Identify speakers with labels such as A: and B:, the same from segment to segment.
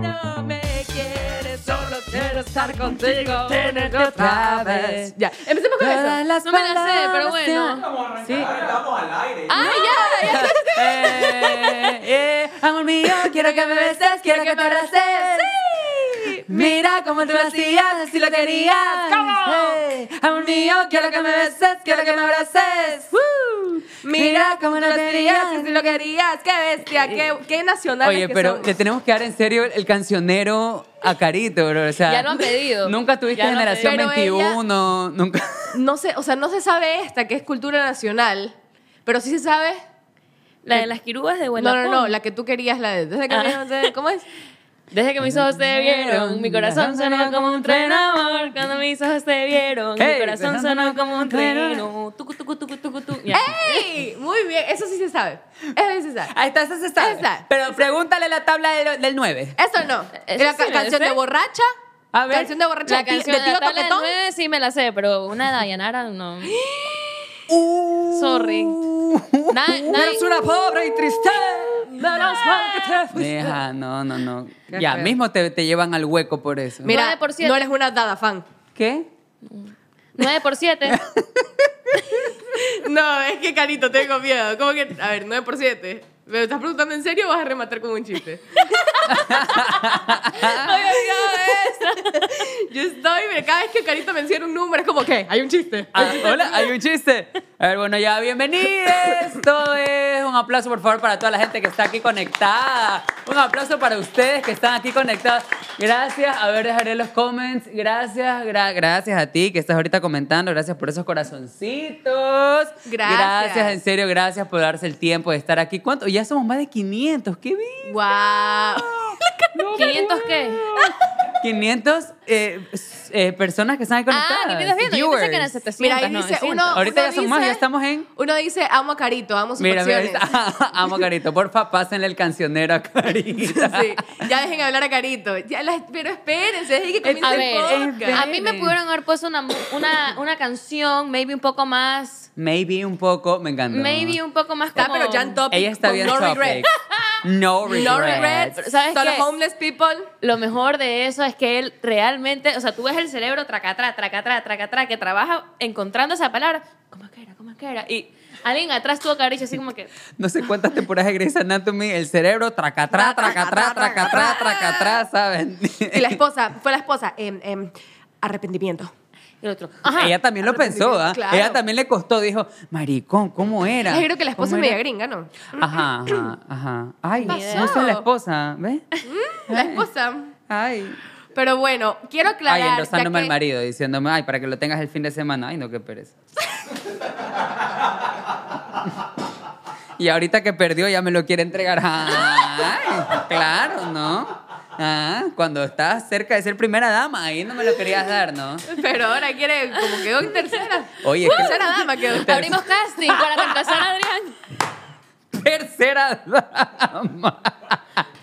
A: no me quieres, solo quiero estar contigo, tenerte otra vez. Ya, empecemos con
B: Todas
A: eso.
B: las
A: No me la sé,
B: palabras
A: pero
B: que-
A: bueno.
C: Vamos a arrancar,
B: Sí.
C: estamos al aire.
A: ¡Ah, ya! ya, ya.
B: Eh, eh, amor mío, quiero que me beses, quiero que te abraces.
A: Sí.
B: Mira cómo tú lo hacías, así lo querías.
A: ¿Cómo?
B: Hey, amor mío, quiero que me beses, quiero que me abraces. Mira cómo lo
A: lo querías,
B: querías.
A: si lo querías, qué bestia, qué, qué nacional.
B: Oye, pero le tenemos que dar en serio el cancionero a Carito, bro. O sea,
D: Ya lo han pedido.
B: Nunca tuviste
D: Ya lo han
B: generación
A: pedido. Pero
B: 21, nunca.
A: No sé, o sea, no se sabe esta, que es cultura nacional, pero sí se sabe.
D: La de las quirúas de Buena
A: no, no, no, la que tú querías, la de. desde que
D: Ah.
A: me- ¿Cómo es?
D: Desde que mis ojos te vieron, mi corazón sonó como un tren amor. Cuando mis ojos te vieron,
B: Hey,
D: mi corazón sonó como un tren. Tucu, tucu, tucu, tucu, tucu. Ya.
A: Eh, ¡Ey! Muy bien, eso sí se sabe. Eso sí se sabe.
B: Ahí está, esa se sabe.
A: Ah, Esa.
B: Pero pregúntale la tabla del, 9.
A: Eso no.
D: Eso
A: la
D: sí
A: ca-
D: me lo
A: canción
D: sé.
A: de borracha.
B: A ver,
A: Canción de borracha
D: La
A: de ti-
D: canción
A: de
D: de
A: tío
D: la tabla del
A: coquetón.
D: nueve sí me la sé, pero una de Dayanara no.
B: Uh.
D: Sorry. Na- na-
B: Eres una pobre y triste. Menos mal que te fuiste. Deja, no, no, no.
A: Qué
B: ya,
A: feo.
B: mismo te, te llevan al hueco por eso.
A: Mira,
D: Nueve por siete.
A: no eres una dada fan.
B: ¿Qué?
D: 9 por 7.
A: No, es que carito, tengo miedo. ¿Cómo que? A ver, 9 por 7. ¿Me estás preguntando en serio o vas a rematar con un chiste? Había olvidado de eso. Yo estoy, mira, cada vez que Carito menciona un número es como que hay un chiste.
B: Ah, hola, hay un chiste. A ver, bueno, ya, bienvenidos. Esto es un aplauso, por favor, para toda la gente que está aquí conectada. Un aplauso para ustedes que están aquí conectados. Gracias. A ver, dejaré los comments. Gracias, gra- gracias a ti que estás ahorita comentando. Gracias por esos corazoncitos.
A: Gracias.
B: Gracias, en serio, gracias por darse el tiempo de estar aquí. ¿Cuánto? Ya somos más de 500. ¡Qué bien!
A: ¡Wow!
D: ¿500 qué?
B: 500 eh, s- eh, personas que están aquí conectadas.
D: Ah, ¿qué estás viendo? Yo pensé que eran
B: Viewers.
D: 700.
A: Mira, ahí dice
D: 900.
A: uno.
B: Ahorita
A: uno
B: ya son más, ya
A: dice-
B: estamos en-
A: Uno dice, amo a Carito, amo sus
B: Mira, mira,
A: acciones.
B: ahorita- Ah, amo Carito. Porfa, pásenle el cancionero a Carito.
A: Sí, ya dejen hablar a Carito. Ya las- pero espérense, dejen que comience
D: A
A: el
D: ver,
A: podcast.
D: a mí me pudieron haber puesto una, una, una canción, maybe un poco más.
B: Maybe un poco, me encanta.
D: Maybe un poco más
A: Ya,
D: como...
A: pero Jan Topic
B: Ella está
A: con
B: bien
A: no
B: topic.
A: regret.
B: No regrets.
A: No regrets.
D: ¿Sabes
A: Solo
D: qué?
A: homeless people.
D: Lo mejor de eso es que él realmente, o sea, tú ves el cerebro tracatrá, tracatrá, tracatrá, que trabaja encontrando esa palabra. ¿Cómo es que era? ¿Cómo es que era? Y alguien atrás tuvo cariño así como que...
B: No sé cuántas temporadas de Grey's Anatomy, el cerebro tracatrá, tracatrá, tracatrá, tracatrá, ¿saben?
A: Y la esposa, fue la esposa. em, em, arrepentimiento.
D: Y el otro... Ajá.
B: Ella también lo pensó, ¿ah?
A: Claro.
B: Ella también le costó, dijo, maricón, ¿cómo era?
A: Yo creo que la esposa es
B: ¿Cómo
A: media
B: era?"
A: gringa, ¿no?
B: Ajá, ajá, ajá. Ay, no
A: pasó?
B: esa es la esposa, ¿ves?
A: La esposa.
B: Ay.
A: Pero bueno, quiero
B: Ay,
A: aclarar.
B: endosándome
A: ya
B: al
A: que-
B: marido, diciéndome, ay, para que lo tengas el fin de semana. Ay, no, qué pereza. y ahorita que perdió ya me lo quiere entregar. Ay, claro, ¿no? Ah, cuando estás cerca de ser primera dama, ahí no me lo querías dar, ¿no?
A: Pero ahora quiere, como quedó en tercera.
B: Oye, es que-
A: tercera dama quedó.
D: Abrimos casting para reemplazar a Adrián.
B: Tercera dama.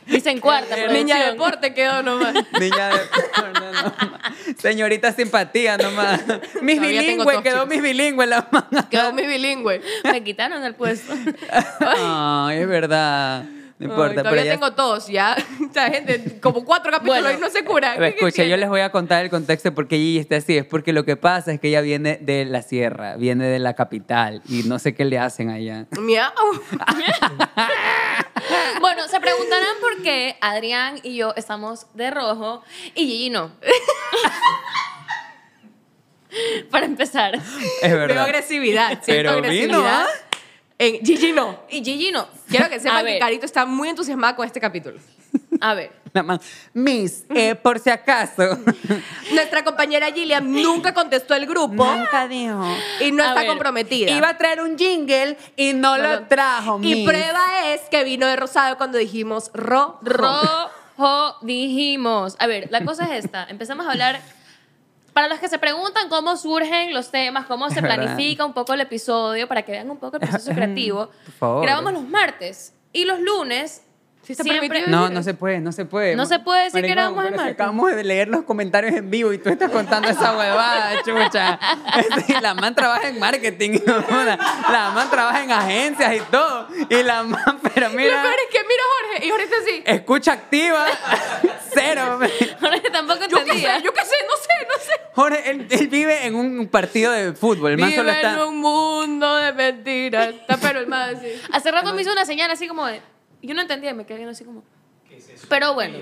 D: Dicen cuarta
A: Niña de
D: producción.
A: deporte quedó nomás.
B: Niña de... no, no, no. Señorita simpatía nomás. Mis
A: Todavía tengo
B: bilingüe,
A: tos,
B: quedó
A: chicos.
B: mis bilingüe la mano.
A: Quedó mi bilingüe.
D: Me quitaron el puesto.
B: Ay, es verdad. No importa,
A: Ay,
B: pero
A: todavía
B: ya
A: tengo todos ya. O sea, gente, como cuatro capítulos
D: Bueno,
A: y no se cura.
B: Pero escucha, yo les voy a contar el contexto porque Gigi está así. Es porque lo que pasa es que ella viene de la sierra, viene de la capital y no sé qué le hacen allá.
A: Miau.
D: Bueno, se preguntarán por qué Adrián y yo estamos de rojo y Gigi no. Para empezar.
B: Es
A: Veo
B: verdad.
A: agresividad. Siento
B: Pero vino,
A: agresividad.
B: ¿ah?
A: En Gigi no.
D: Y Gigi no.
A: Quiero que
D: A
A: sepan que
D: ver,
A: Carito está muy entusiasmada con este capítulo.
D: A ver.
B: Nada más, Miss, eh, por si acaso.
A: Nuestra compañera Gillian nunca contestó el grupo
B: Nunca dijo.
A: y no
D: A
A: está
D: ver,
A: comprometida.
B: Iba a traer un jingle y no,
A: No
B: lo trajo,
A: Y
B: Miss.
A: prueba es que vino de rosado cuando dijimos ro, ro.
D: Rojo dijimos. A ver, la cosa es esta. Empezamos a hablar. Para los que se preguntan cómo surgen los temas, cómo se
B: Es verdad.
D: planifica un poco el episodio, para que vean un poco el proceso
B: es un-
D: creativo,
B: por favor.
D: grabamos los martes y los lunes
A: Sí está
D: Siempre-
A: permitido
B: No,
A: decir-
B: no se puede, no se puede.
D: No se puede decir que
B: Maricón,
D: era un mal
B: pero si
D: martes.
B: Acabamos de leer los comentarios en vivo y tú estás contando esa huevada, chucha. Sí, la man trabaja en marketing, joda. la man trabaja en agencias y todo. Y la man, pero
A: Lo
B: mira,
A: peor es que mira a Jorge y Jorge está así.
B: escucha activa, cero.
D: Jorge tampoco
A: Yo qué sé,
D: entendía.
A: yo qué sé, no sé, no sé.
B: Jorge, él, él vive en un partido de fútbol. El man solo
A: Vive
B: está...
A: en un mundo de mentiras. Está pero el más así.
D: Hace rato me hizo una señal así como de. Yo no entendía, y me quedé viendo así como. Pero bueno.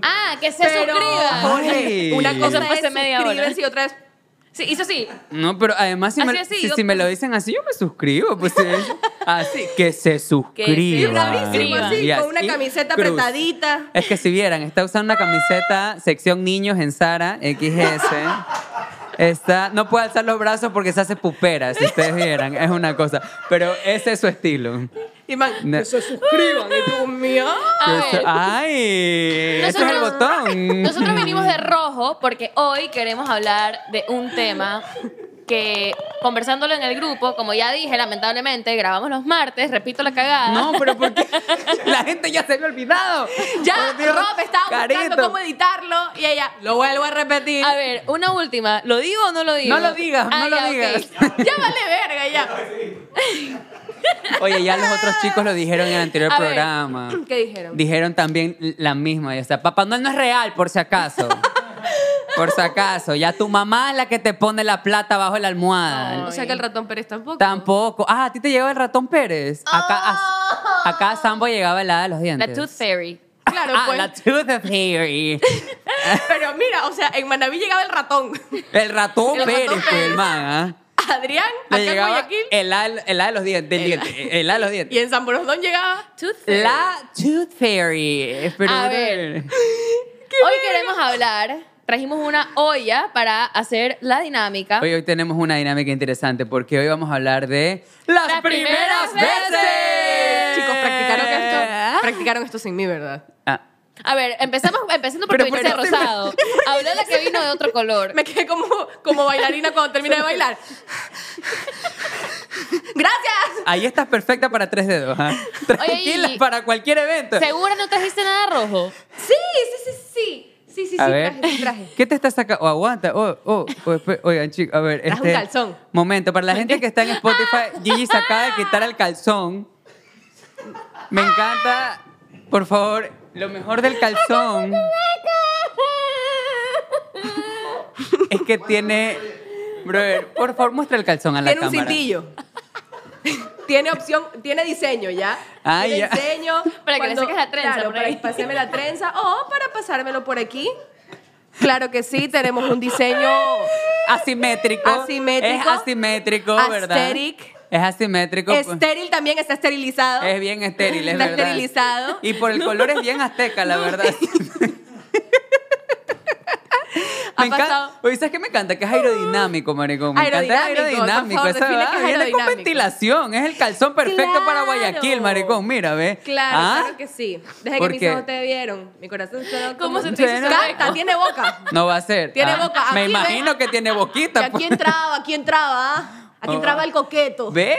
D: Ah, que se
A: Pero,
D: suscriba.
B: Jorge,
A: Una cosa
D: Eso fue
A: es
D: hace media hora.
A: suscríbanse y otra es
D: Sí, hizo así.
B: No, pero además si, me,
D: Así, así,
B: si,
D: yo- pues
B: si me lo dicen así, yo me suscribo. Pues, sí. así, que se
D: Y
B: suscriba.
D: bravísimo,
A: así,
B: Y
A: con una
B: así,
A: camiseta
B: cruz.
A: apretadita.
B: Es que si vieran, está usando una camiseta sección niños en Sara XS. Está, no puede alzar los brazos porque se hace pupera, si ustedes vieran, es una cosa. Pero ese es su estilo.
A: Y man,
B: No.
A: que se suscriban. Y tú, mía.
D: A ver.
A: ah,
B: ¡Ay! Eso es el botón.
D: Nosotros venimos de rojo porque hoy queremos hablar de un tema que, conversándolo en el grupo, como ya dije, lamentablemente, grabamos los martes, repito la cagada.
B: No, pero porque la gente ya se había olvidado.
A: Ya,
B: Por Dios,
A: Rob estaba buscando
B: Carito.
A: cómo editarlo y ella, lo vuelvo a repetir.
D: A ver, una última. ¿Lo digo o no lo digo?
B: No lo digas, no lo
D: ya, ok.
B: digas.
A: Ya vale verga, ya.
B: Oye, ya los otros chicos lo dijeron en el anterior
D: A ver,
B: programa.
A: ¿Qué dijeron?
B: Dijeron también la misma. y, O sea, Papá Noel no es real, por si acaso. Por si acaso. Ya tu mamá es la que te pone la plata bajo la almohada.
A: o sea que el ratón Pérez tampoco.
B: Tampoco. Ah, a ti te llegó el ratón Pérez. Acá, a, acá a Sambo llegaba helada de los dientes.
D: La Tooth Fairy.
A: Oh. Claro,
B: Ah,
A: pues.
B: la Tooth Fairy.
A: Pero mira, o sea, en Manaví llegaba el ratón.
B: El ratón
A: El ratón
B: Pérez, pues,
A: Pérez.
B: el man, ¿ah?
A: Adrián,
B: Le
A: acá en
B: llegaba
A: Guayaquil.
B: helada helada de los dientes. del diente, helada de los dientes.
A: Y en San Borondón llegaba.
D: Tooth Fairy.
B: La Tooth Fairy. Pero-
D: A ver. Hoy queremos hablar. Trajimos una olla para hacer la dinámica.
B: Hoy, hoy tenemos una dinámica interesante porque hoy vamos a hablar de las,
D: Las primeras veces.
A: Chicos, practicaron esto. Practicaron esto sin mí, ¿verdad?
B: Eh. Ah,
D: A ver, empezamos empezando por
B: Pero,
D: Pulirse
B: pero-
D: Rosado. Habló la que vino de otro color.
A: Me quedé como, como bailarina cuando terminé de bailar. ¡Gracias!
B: ahí estás perfecta para tres dedos. ¿ah? Tranquila
D: y-
B: para cualquier evento.
D: ¿Segura no trajiste nada rojo?
A: Sí, sí, sí, sí. Sí, sí,
B: a
A: sí,
B: ver,
A: traje, sí, traje.
B: ¿qué te está sacando? Oh, aguanta, oh, oh, oh, espe- oigan, chicos, a ver. este
A: Traje un calzón.
B: Momento, para la gente que está en Spotify, Gigi se acaba de quitar el calzón. Me encanta, por favor, lo mejor del calzón es que tiene. Brother, por favor, muestra el calzón a la
A: Tiene un
B: cámara.
A: cintillo. tiene opción, tiene diseño ya.
B: Ah,
A: tiene
B: ya.
A: diseño.
D: Para que le saques la trenza
A: Claro,
D: por
A: para
D: ahí.
A: pasarme la trenza o para pasármelo por aquí. Claro que sí, tenemos un diseño
B: Asimétrico.
A: Asimétrico.
B: Es asimétrico, ¿verdad?
A: Aesthetic.
B: Es asimétrico. pues.
A: estéril también, está esterilizado.
B: Es bien estéril, es
A: Está
B: verdad.
A: esterilizado.
B: Y por el color es bien azteca, la verdad.
A: Ha
B: Me encanta.
A: pasado.
B: Oye, ¿sabes qué me encanta? Que es aerodinámico, maricón. Me
A: Aerodinámico,
B: encanta. Es aerodinámico.
A: por favor,
B: esa va,
A: define que es
B: viene con
A: aerodinámico.
B: ventilación. Es el calzón perfecto para
A: Claro.
B: Guayaquil, maricón. Mira, ve.
A: Claro,
B: ¿Ah?
A: claro que sí. Desde que
B: ¿Por
A: mis
B: qué?
A: ojos te vieron, mi corazón sonó
D: ¿Cómo
A: como-
D: se te hizo ese
A: Canta,
D: hueco?
A: tiene boca.
B: No va a ser.
A: Tiene
B: Ah,
A: boca,
B: Me
A: aquí,
B: imagino
A: ve.
B: que tiene
A: Que
B: boquita.
A: aquí
B: pues.
A: entraba, aquí entraba, ¿ah? aquí
B: Oh.
A: entraba el coqueto.
B: ¿Ve?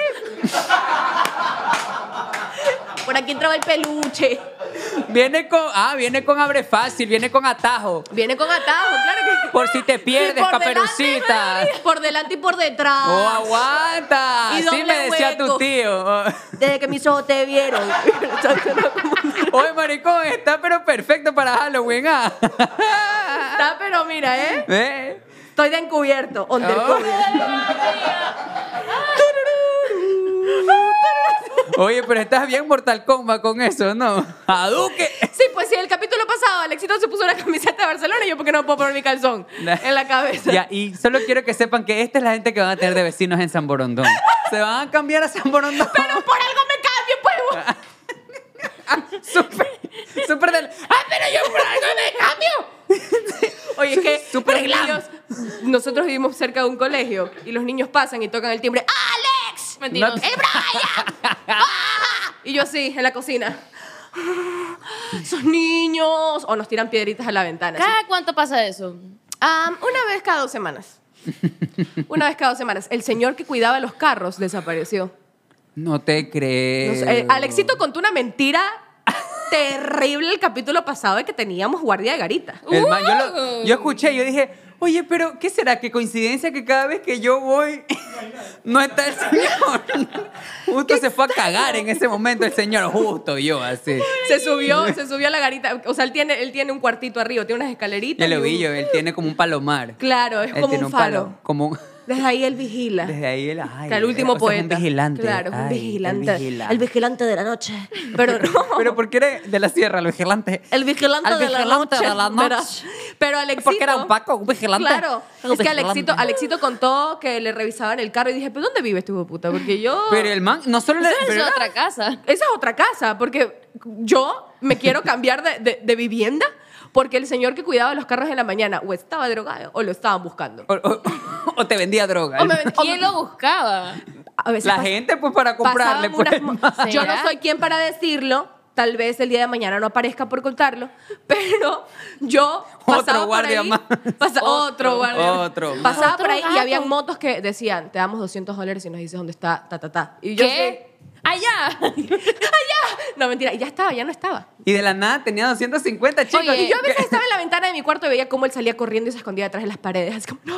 A: Por aquí entraba el peluche.
B: Viene con. Ah, viene con abre fácil, viene con atajo.
A: Viene con atajo, claro que sí.
B: Por si te pierdes,
A: Y por delante,
B: caperucita.
A: por delante y por detrás.
B: ¡Oh, aguanta!
A: Y
B: Así
A: doble
B: me decía tu
A: hueco.
B: tío.
A: Desde que mis ojos te vieron.
B: Oye, maricón, está pero perfecto para Halloween, ¿ah?
A: Está, pero mira, ¿eh?
B: ¿Eh?
A: Estoy de encubierto. on the
B: Oh.
A: cover.
B: Oye, pero estás bien Mortal Kombat con eso, ¿no? ¡Aduque!
A: Sí, pues sí, el capítulo pasado, Alexito se puso una camiseta de Barcelona y yo, ¿por qué no puedo poner mi calzón en la cabeza?
B: Ya, y solo quiero que sepan que esta es la gente que van a tener de vecinos en San Borondón. Se van a cambiar a San Borondón.
A: Pero por algo me cambio, pues.
B: Súper, súper del... ¡Ah, pero yo por algo me cambio!
A: Oye, es que
B: Super
A: los
B: glam.
A: niños- nosotros vivimos cerca de un colegio y los niños pasan y tocan el timbre. ¡Alex!
D: Mentiroso.
B: No-
A: ¡El Brian! ¡Ah! Y yo así, en la cocina. ¡Esos niños! O nos tiran piedritas a la ventana. así.
D: ¿Cada cuánto pasa eso?
A: Am, una vez cada dos semanas. Una vez cada dos semanas. El señor que cuidaba los carros desapareció.
B: No te
A: No
B: crees.
A: sé, eh, Alexito contó una mentira terrible el capítulo pasado de que teníamos guardia de garita.
B: El man, yo, lo- yo escuché, yo dije, oye, pero ¿qué será? ¿Qué coincidencia que cada vez que yo voy no está el señor? Justo se fue a cagar en ese momento el señor, justo yo, así.
A: Se subió, se subió a la garita. O sea, él tiene, él tiene un cuartito arriba, tiene unas escaleritas.
B: Ya lo
A: y
B: vi
A: un-
B: yo, él tiene como un palomar.
A: Claro, es
B: Él
A: como
B: tiene
A: un faro.
B: palo- como un-
A: Desde ahí él vigila.
B: desde ahí el, ay, eh,
A: Que el último
B: o sea, es
A: poeta.
B: un vigilante.
A: Claro, es un
B: Ay, el
A: vigilante. El
B: vigila-
A: vigilante. de la noche. Pero no.
B: Pero porque era de la sierra, el vigilante.
A: el vigilante,
B: Al
A: de, la
B: vigilante
A: noche,
B: de la noche.
A: verás. Pero Alexito.
B: Porque era un Paco, un vigilante.
A: Claro.
B: Un
A: Es que
B: vigilante.
A: Alexito, Alexito contó que le revisaban el carro y dije, ¿pero dónde vive este hijo de puta? Porque yo.
B: Pero el man, no solo le.
D: Esa
B: pero
D: es
B: era-
D: otra casa.
A: Esa es otra casa, porque yo me quiero cambiar de, de- de vivienda porque el señor que cuidaba los carros en la mañana o estaba drogado o lo estaban buscando.
B: o, o- o te vendía droga.
A: O me ven-
D: ¿Quién lo buscaba?
A: A veces
B: la
A: pas-
B: gente, pues, para comprarle.
A: pasaban
B: Pues,
A: unas
B: man.
A: mo- Yo no
D: ¿Será?
A: soy quien para decirlo. Tal vez el día de mañana no aparezca por contarlo, pero yo
B: Otro
A: pasaba por
B: guardia
A: ahí,
B: más.
A: pasa- otro,
D: Otro,
A: guardia,
B: otro más.
A: pasaba por
D: Otro
A: ahí y
D: gato.
A: habían motos que decían te damos 200 dólares si nos dices dónde está ta ta ta y yo
D: ¿Qué? Ah, ¡Allá!
A: sé- no mentira y ya estaba ya no estaba
B: Y de la nada tenía 250 chicos.
D: Oye,
A: Y yo a veces
B: ¿Qué?
A: estaba en la ventana de mi cuarto y veía cómo él salía corriendo y se escondía detrás de las paredes. Así como, no,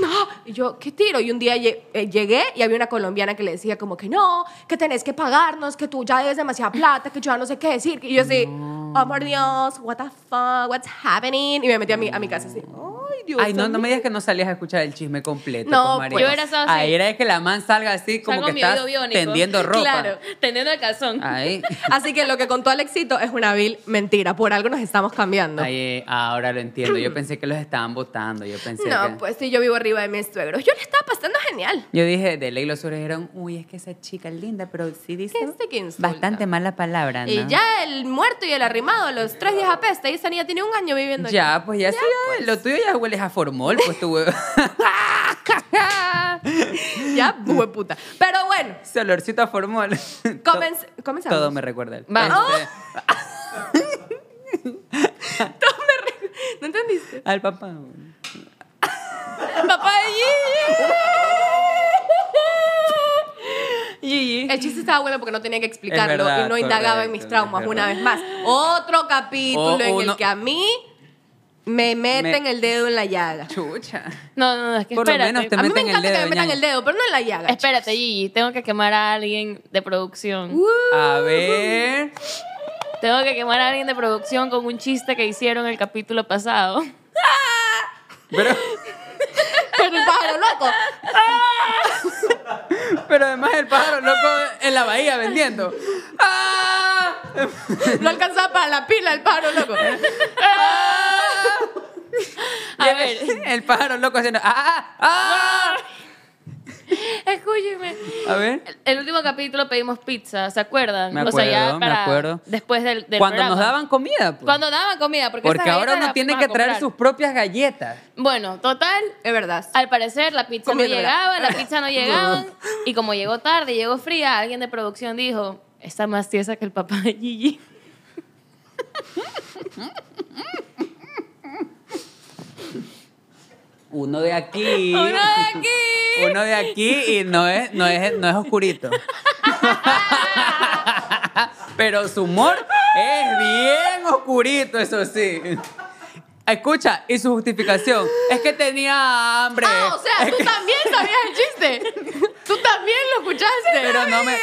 A: no. Y yo, ¿qué tiro? Y un día lle- eh, llegué y había una colombiana que le decía como que no, que tenés que pagarnos, que tú ya debes demasiada plata, que yo ya no sé qué decir. Y yo así, oh por Dios, what the fuck, what's happening? Y me metí a mi, a mi casa así, ay Dios
B: Ay, no, no
A: mío".
B: me digas que no salías a escuchar el chisme completo.
A: No,
B: pues, María.
D: yo era esa así.
B: Ahí era que la man salga así como
D: Saco
B: que
D: mi
B: está
D: oído biónico.
B: tendiendo ropa. Ah.
D: Claro, tendiendo el calzón.
B: Ahí.
A: Así que lo que contó Alexito es una vil mentira. Por algo nos estamos cambiando.
B: Ahí, eh, ahora lo entiendo. Yo pensé que los estaban votando. Yo pensé que...
A: no, pues sí, yo vivo arriba de mis suegros. Yo le estaba pasando genial.
B: Yo dije, de ley los suegros dijeron, uy, es que esa chica es linda, pero sí dice
A: Este que insulta.
B: bastante mala palabra, ¿no?
A: Y ya el muerto y el arrimado a los tres días apesta. Y esa niña tiene un año viviendo
B: Ya,
A: aquí.
B: pues ya, sí, ya, lo tuyo ya hueles a formol, pues tu huevo.
A: Ya, hueputa. Pero bueno,
B: Ese olorcito a formol.
A: comenz-
B: Todo,
A: comenzamos.
B: todo me recuerda. a él.
D: Vamos.
B: Este,
A: ¿No entendiste?
B: Al papá.
A: Papá de Gigi.
D: Gigi.
A: El chiste estaba bueno porque no tenía que explicarlo
B: Es verdad,
A: y no indagaba en
B: correcto,
A: mis traumas
B: es
A: una
B: verdad.
A: vez más. Otro capítulo
B: O
A: en el
B: uno-
A: que a mí me meten
B: Me-
A: el dedo en la llaga.
B: Chucha.
D: No, no, no, es que
B: Por lo
D: espérate. Ah,
B: menos te
A: A mí me
B: meten el
A: encanta que
B: dedo,
A: me metan
B: ñaña.
A: el dedo, pero no en la llaga.
D: Espérate, Gigi, tengo que quemar a alguien de producción.
B: A ver.
D: Tengo que quemar a alguien de producción con un chiste que hicieron el capítulo pasado.
B: Pero,
A: Pero el pájaro loco.
B: pero además el pájaro loco en la bahía vendiendo. ¡Ah!
A: No alcanzaba para la pila el pájaro loco.
D: A ver,
B: El pájaro loco haciendo. ¡Ah! ¡Ah!
D: escúcheme.
B: A ver.
D: El último capítulo pedimos pizza, ¿se acuerdan?
B: Me
D: o sea, ya
B: acuerdo, me
D: para
B: acuerdo.
D: después del, del
B: Cuando nos
D: programa.
B: daban comida, pues.
D: Cuando daban comida, porque,
B: Porque
D: esas
B: ahora
D: galletas
B: uno
D: las
B: tiene
D: fuimos
B: que
D: a
B: traer
D: comprar.
B: sus propias galletas.
D: Bueno, total,
A: Es verdad.
D: al parecer la pizza no
A: Comiéndola.
D: llegaba, la pizza no llegaba. y como llegó tarde, llegó fría, alguien de producción dijo, está más tiesa que el papá de Gigi.
B: Uno de aquí.
D: ¡Uno de aquí!
B: Uno de aquí y no es, no es, no es oscurito. Pero su humor es bien oscurito, eso sí. Escucha, y su justificación es que tenía hambre.
A: Ah, o sea,
B: Es
A: tú
B: que-
A: también sabías el chiste. Tú también lo escuchaste.
B: pero no me,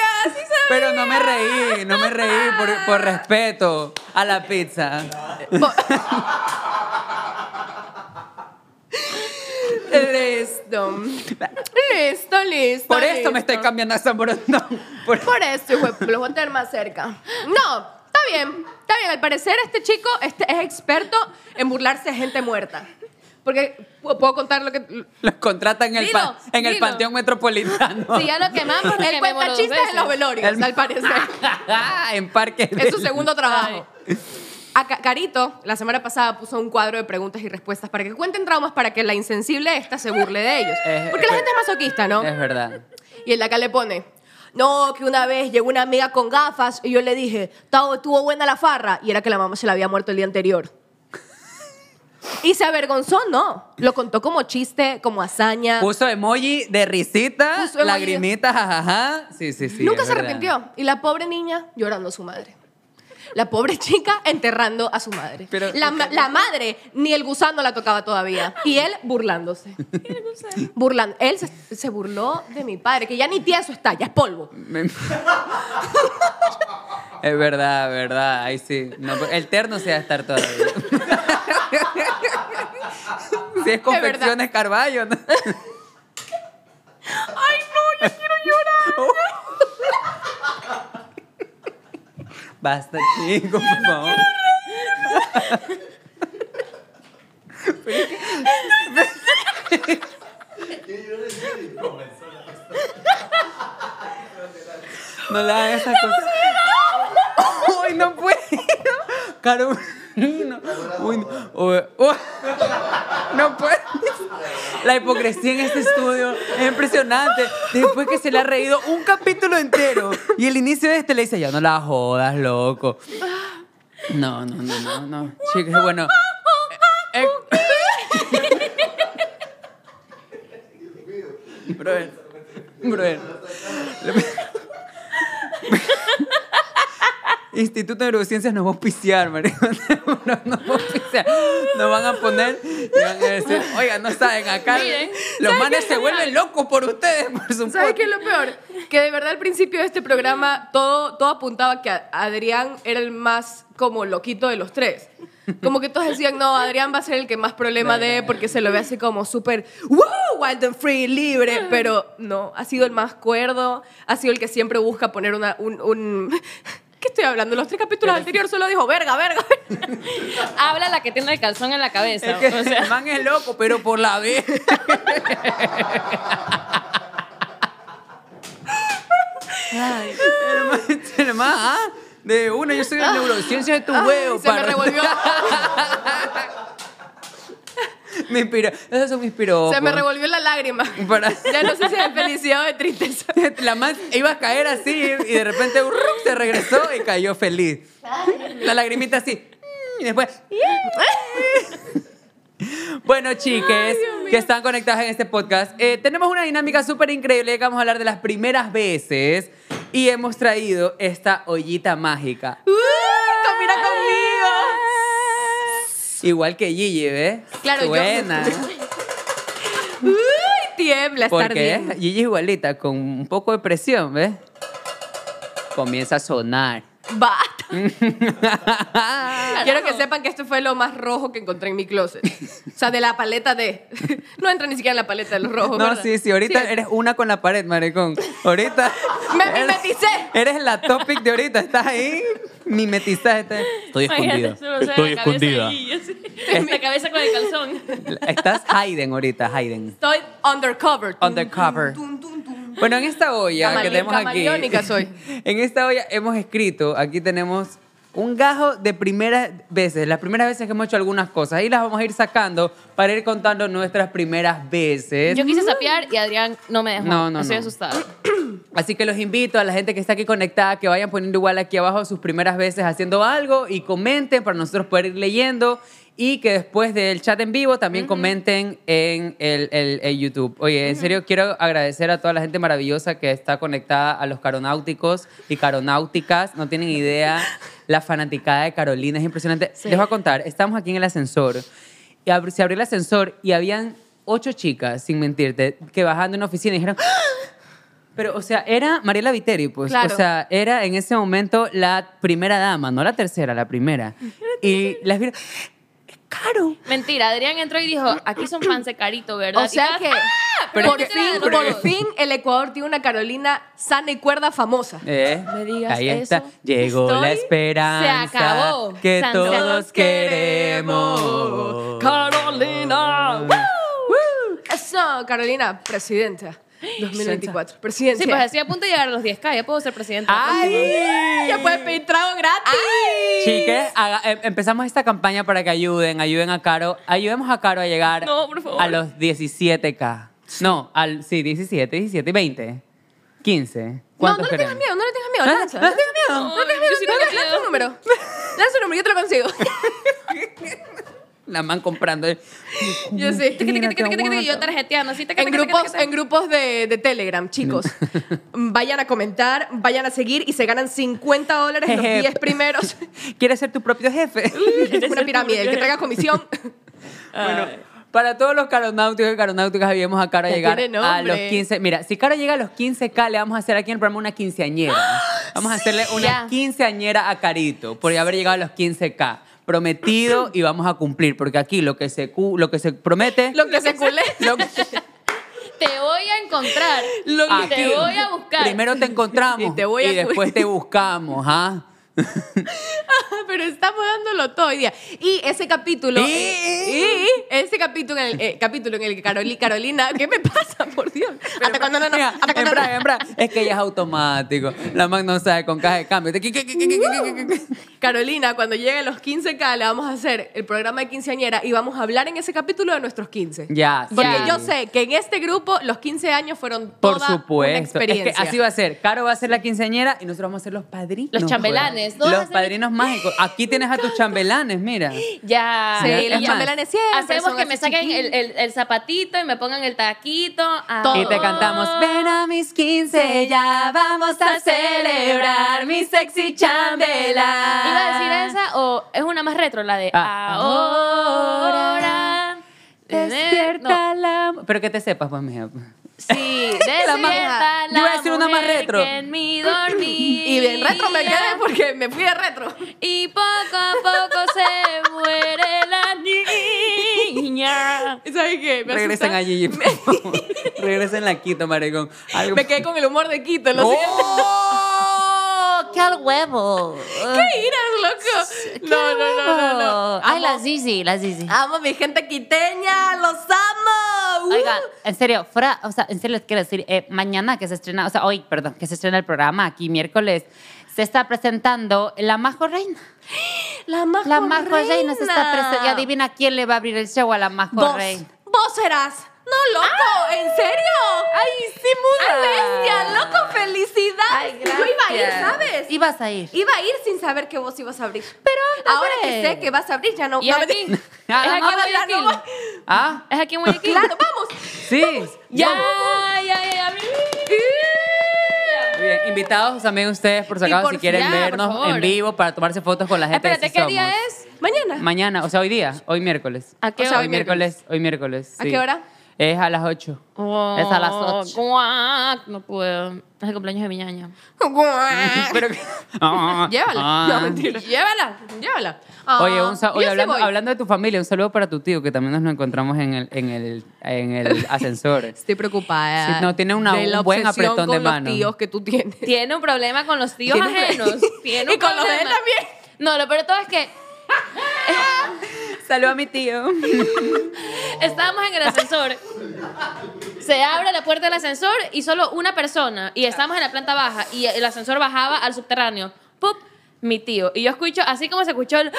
B: pero no me reí, no me reí por, por respeto a la pizza.
A: Listo. Listo, listo.
B: Por esto me
A: listo.
B: estoy cambiando a San Borondón. Por-
A: Por esto, hijo de pu- los voy a tener más cerca. No, está bien. Está bien. Al parecer, este chico este, es experto en burlarse de gente muerta. Porque pu- puedo contar lo que.
B: Los contratan en el, pa-
D: Dilo,
B: en el
D: dilo.
B: Panteón Metropolitano.
D: Si ya lo quemamos, lo
A: Él
D: quemémoslo
A: cuenta
D: dos
A: chistes en
D: veces.
A: los velorios,
B: El- Ah.
A: al parecer.
B: en Parque
A: Es su segundo trabajo. A Ca- Carito, la semana pasada, puso un cuadro de preguntas y respuestas para que cuenten traumas para que la insensible esta se burle de ellos.
B: Es-
A: Porque la
B: es-
A: gente es masoquista, ¿no?
B: Es verdad.
A: Y el de acá le pone, no, que una vez llegó una amiga con gafas y yo le dije, "Tao, estuvo buena la farra. Y era que la mamá se la había muerto el día anterior. Y se avergonzó, no. Lo contó como chiste, como hazaña.
B: Puso emoji de risita,
A: Ah. Puso emoji.
B: lagrimitas, jajaja. Sí, sí, sí.
A: Nunca
B: es
A: se
B: verdad.
A: arrepintió. Y la pobre niña llorando a su madre. La pobre chica enterrando a su madre.
B: Pero-
A: la, ma- la madre ni el gusano la tocaba todavía. Y él burlándose. Burlando. Él se, se burló de mi padre, que ya ni tieso está, ya es polvo.
B: Me- es verdad, verdad. Ahí sí. No, pero el terno se va a estar todavía. si es confecciones Carballo. ¿no?
A: Ay, no, yo quiero llorar.
B: Basta, chico, por favor. No le hagas esas cosas. Uy, no puedo. Caro. No. Uy, no. Uy, uy. No puedes. La hipocresía en este estudio es impresionante. Después que se le ha reído un capítulo entero y el inicio de este le dice, ya no la jodas, loco. No, no, no, no, no. Chicos, bueno. eh, eh. Brother, brother. Instituto de Neurociencias nos va a auspiciar, María. Nos, nos va a auspiciar. Nos van a poner y van a decir, oiga, no saben, acá
D: Miren,
B: los
A: ¿saben
B: manes
A: qué
B: se
A: es
B: vuelven
A: real?
B: locos por ustedes, por supuesto.
A: ¿Sabes qué es lo peor? Que de verdad al principio de este programa todo, todo apuntaba que a- Adrián era el más como loquito de los tres. Como que todos decían, no, Adrián va a ser el que más problema dé porque se lo ve así como súper, ¡wow! Wild and free, libre. Pero no, ha sido el más cuerdo, ha sido el que siempre busca poner una, un, un- ¿Qué estoy hablando? Los tres capítulos anteriores solo dijo, verga, verga.
D: Habla la que tiene el calzón en la cabeza.
B: Es que
D: o sea,
B: el man es loco, pero por la vez. El man, el man, ah, de una, yo soy de neurociencia de tu
A: Ah. Ay,
B: huevo,
A: se me
B: parra.
A: revolvió,
B: Me inspira. Esos son mis piropos.
A: se me revolvió la lágrima.
B: Para-
A: Ya no sé si de felicidad o de tristeza.
B: La man iba a caer así y de repente ¡rum! se regresó y cayó feliz. La lagrimita así. mm, Y después. Bueno, chiques, que están conectadas en este podcast, eh, tenemos una dinámica súper increíble que vamos a hablar de las primeras veces y hemos traído esta ollita mágica.
A: ¡Camina conmigo!
B: Igual que Gigi, ¿ves?
A: Claro, yo-
B: Suena.
A: ¡Uy! Tiembla, es
B: Porque
A: tardío.
B: Gigi igualita, con un poco de presión, ¿ves? Comienza a sonar.
A: Basta. Quiero que sepan que esto fue lo más rojo que encontré en mi closet. O sea, de la paleta de. No entra ni siquiera en la paleta de los rojos.
B: No,
A: ¿verdad?
B: sí, sí, ahorita
A: Sí.
B: eres una con la pared, maricón. Ahorita.
A: Me
B: eres-
A: mimeticé.
B: Eres la topic de ahorita, estás ahí, mimetizaste. Estoy
D: imagínate,
B: escondida.
D: solo se ve
C: Estoy
D: la cabeza
C: escondida.
D: ahí, así. La cabeza con el calzón.
B: Estás Hayden ahorita, Hayden.
A: Estoy undercover. Tum,
B: Undercover.
A: tum, tum, tum, tum.
B: Bueno, en esta olla
A: Camale-
B: que tenemos aquí.
A: camaleónica soy.
B: En esta olla hemos escrito, aquí tenemos un gajo de primeras veces, las primeras veces que hemos hecho algunas cosas y las vamos a ir sacando para ir contando nuestras primeras veces.
D: Yo quise sapear y Adrián no me dejó.
B: No, no,
D: Estoy
B: no.
D: asustada.
B: Así que los invito a la gente que está aquí conectada que vayan poniendo igual aquí abajo sus primeras veces haciendo algo y comenten para nosotros poder ir leyendo y que después del chat en vivo también comenten en el, el- el YouTube. Oye, en serio quiero agradecer a toda la gente maravillosa que está conectada a los caronáuticos y caronáuticas. No tienen idea la fanaticada de Carolina, es impresionante.
D: Sí.
B: Les voy a contar, estamos aquí en el ascensor y abr- se abrió el ascensor y habían ocho chicas, sin mentirte, que bajando en una oficina y dijeron... "¡Ah!". Pero, o sea, era Mariela Viteri, pues.
A: Claro.
B: O sea, era en ese momento la primera dama, no la tercera, la primera. Y las vieron. ¡Es caro!
D: Mentira, Adrián entró y dijo, aquí son pan secarito, ¿verdad?
A: O sea
D: Y-
A: que.
B: Pero
A: ¡ah! por,
B: es que-
A: fin,
B: pero-
A: por fin, el Ecuador tiene una Carolina sana y cuerda famosa.
B: Eh,
D: me digas
B: ahí
D: eso.
B: está. Llegó
A: Estoy-
B: la esperanza
D: se acabó.
B: que
D: San-
B: todos
D: todos
B: queremos.
D: Carolina.
A: Eso, Carolina, presidenta. 2024. Presidencia.
D: Sí, pues así a punto de llegar a los 10K, ya puedo ser presidenta.
B: ¡Ay!
A: Ya puedes pedir trago gratis.
B: Chiques, haga- em- empezamos esta campaña para que ayuden, ayuden a Caro, ayudemos a Caro a llegar
D: No, por favor.
B: a los 17K. No, al, sí, 17, 17, 20, 15.
A: No, no
B: ¿Cuántos
A: le tengas
B: queremos?
A: miedo, no le tengas miedo,
B: No, no,
A: lanza.
B: no
A: No
B: le
A: le tengas miedo, no le tengas miedo,
D: Yo sí
A: no
D: tengo
A: le- lanza
D: miedo.
A: un número. Lanza un número, yo te lo consigo.
B: la man comprando.
D: Yo sí. tiqui, tiqui,
B: Mira,
D: tiqui,
B: qué
D: tiqui, tiqui, Yo
B: guapa.
D: tarjeteando así. tiqui,
A: En
D: tiqui, tiqui,
A: grupos,
D: tiqui.
A: en grupos de, de Telegram, chicos. Vayan a comentar, vayan a seguir y se ganan 50 dólares los
B: Jeje.
A: 10 primeros.
B: ¿Quieres ser tu propio jefe?
A: es una pirámide. El que traiga comisión.
B: Bueno, para todos los caronáuticos y caronáuticas, habíamos a Cara
A: Ya
B: llegar
A: tiene
B: a
A: nombre.
B: los 15. Mira, si Cara llega a los 15K, le vamos a hacer aquí en el programa una quinceañera.
A: ¡Ah,
B: Vamos a hacerle una
D: Ya.
B: quinceañera a Carito por haber llegado a los 15K. Prometido y vamos a cumplir, porque aquí lo que se, cu- lo que se promete.
A: Lo que se culé.
B: lo-
D: Te voy a encontrar.
A: Lo
D: Y
B: aquí.
D: te voy a buscar.
B: Primero te encontramos
A: Y
B: y,
A: te voy a cu-
B: después te buscamos, ¿ah?
A: Pero estamos dándolo todo hoy día. Y ese capítulo.
B: Y-
A: eh, y ese capítulo en el, eh, capítulo en el que Caroli- Carolina. ¿Qué me pasa, por Dios? Hasta cuando no, no,
B: Mira,
A: hasta cuando
B: en
A: no.
B: bra- en bra- es que ella es automático. La man no sabe con caja de cambio. Te-
A: Carolina, cuando llegue a los 15K, le vamos a hacer el programa de quinceañera y vamos a hablar en ese capítulo de nuestros 15.
B: Ya,
A: Porque
D: Ya.
A: yo sé que en este grupo los 15 años fueron
B: Por
A: toda una
B: supuesto. Es
A: experiencia.
B: que así va a ser. Caro va a ser la quinceañera y nosotros vamos a ser los padrinos.
D: Los chambelanes.
B: joder.
D: Todos
B: Los
D: hacen-
B: padrinos mágicos. Aquí tienes a tus chambelanes, mira.
D: Ya.
A: Sí,
B: Ya,
A: los
B: es más,
A: chambelanes siempre
D: Hacemos
A: son
D: que
A: así
D: me saquen
A: chiquitos.
D: el, el- el zapatito y me pongan el taquito. Ah.
A: Todo.
B: Y te cantamos, ven a mis 15, ya vamos a celebrar mi sexy chambela.
D: ¿Iba a decir esa o es una más retro, la de
B: Ah.
D: ahora?
B: Despierta
D: No,
B: la... Pero que te sepas, pues, mija.
D: sí,
B: La
D: despierta
B: más-
D: la
B: yo iba a decir una más
D: mujer
B: retro.
D: que en mí dormía.
A: Y bien retro me quedé porque me fui de retro.
D: Y poco a poco se muere la niña.
A: ¿Sabes qué? Me
B: Regresen
A: asusta.
B: allí, por favor. Regresen la Quito, maricón. Algo-
A: Me quedé con el humor de Quito, lo siento.
B: ¡Oh!
D: ¡Qué al huevo!
A: ¿Qué iras, loco? No, no, no, no, no.
D: Ay,
A: Amo-
D: la Zizi, la Zizi.
A: Amo mi gente quiteña, los amo. Uh.
C: Oigan, en serio, fuera, o sea, en serio les quiero decir, eh, mañana que se estrena, o sea, hoy, perdón, que se estrena el programa aquí miércoles, se está presentando La Majo Reina.
A: la majo
C: La Majo Reina, se está presentando. Y
A: Reina.
C: adivina quién le va a abrir el show a La Majo
A: Vos,
C: Reina.
A: vos serás. No, loco, ¿en serio? Ay, sí, muda. Ay, bestia, loco, felicidad.
C: Ay,
A: Yo iba a ir,
C: gracias.
A: ¿sabes?
C: Ibas a ir.
A: Ah. Iba a ir sin saber que vos ibas a abrir.
C: Pero anda,
A: ahora que
C: pues.
A: sé que vas a abrir, ya no.
D: Y
A: no,
D: es aquí.
A: mentira.
D: Es
C: Ah,
D: aquí en
A: No, ya no
D: Guayaquil.
A: voy.
B: Ah,
D: Es aquí en Guayaquil.
A: Claro, vamos.
B: sí.
D: Ya, ya, ya, ya.
B: Bien, invitados también ustedes, por si
A: Y
B: acaso,
A: por
B: si quieren
D: fin- Ya, por
B: vernos
D: favor.
B: en vivo para tomarse fotos con la gente. de
D: Espérate,
B: Sí
D: ¿qué día
B: Somos.
D: es?
A: Mañana.
B: Mañana, o sea, hoy día, hoy miércoles.
D: ¿A qué
B: O sea,
D: hora?
B: hoy miércoles, hoy miércoles.
A: ¿A
B: sí.
A: qué hora? Oh.
B: Es a las 8.
C: Es a las ocho.
D: Guac, Oh, no puedo. Es el cumpleaños de mi ñaña.
B: Pero Ah,
A: Llévala.
B: ah.
A: No, mentira. Llévala, llévala. Ah,
B: Oye, un sa-
A: yo
B: oye,
A: sí
B: hablando,
A: voy.
B: hablando de tu familia, un saludo para tu tío que también nos lo encontramos en el, en el, en el ascensor.
A: Estoy preocupada.
B: Sí, no, tiene una-
A: de la
B: un buen
A: obsesión
B: apretón
A: con
B: de mano.
A: los tíos que tú tienes.
D: Tiene un problema con los tíos
A: Tiene un-
D: ajenos. Tiene
A: Y
D: un
A: con los de él
D: problema.
A: también.
D: No, lo peor de todo es que
B: Saludo a mi tío.
D: estábamos en el ascensor. Se abre la puerta del ascensor y solo una persona. Y estábamos en la planta baja y el ascensor bajaba al subterráneo. ¡Pup! Mi tío. Y yo escucho, así como se escuchó el-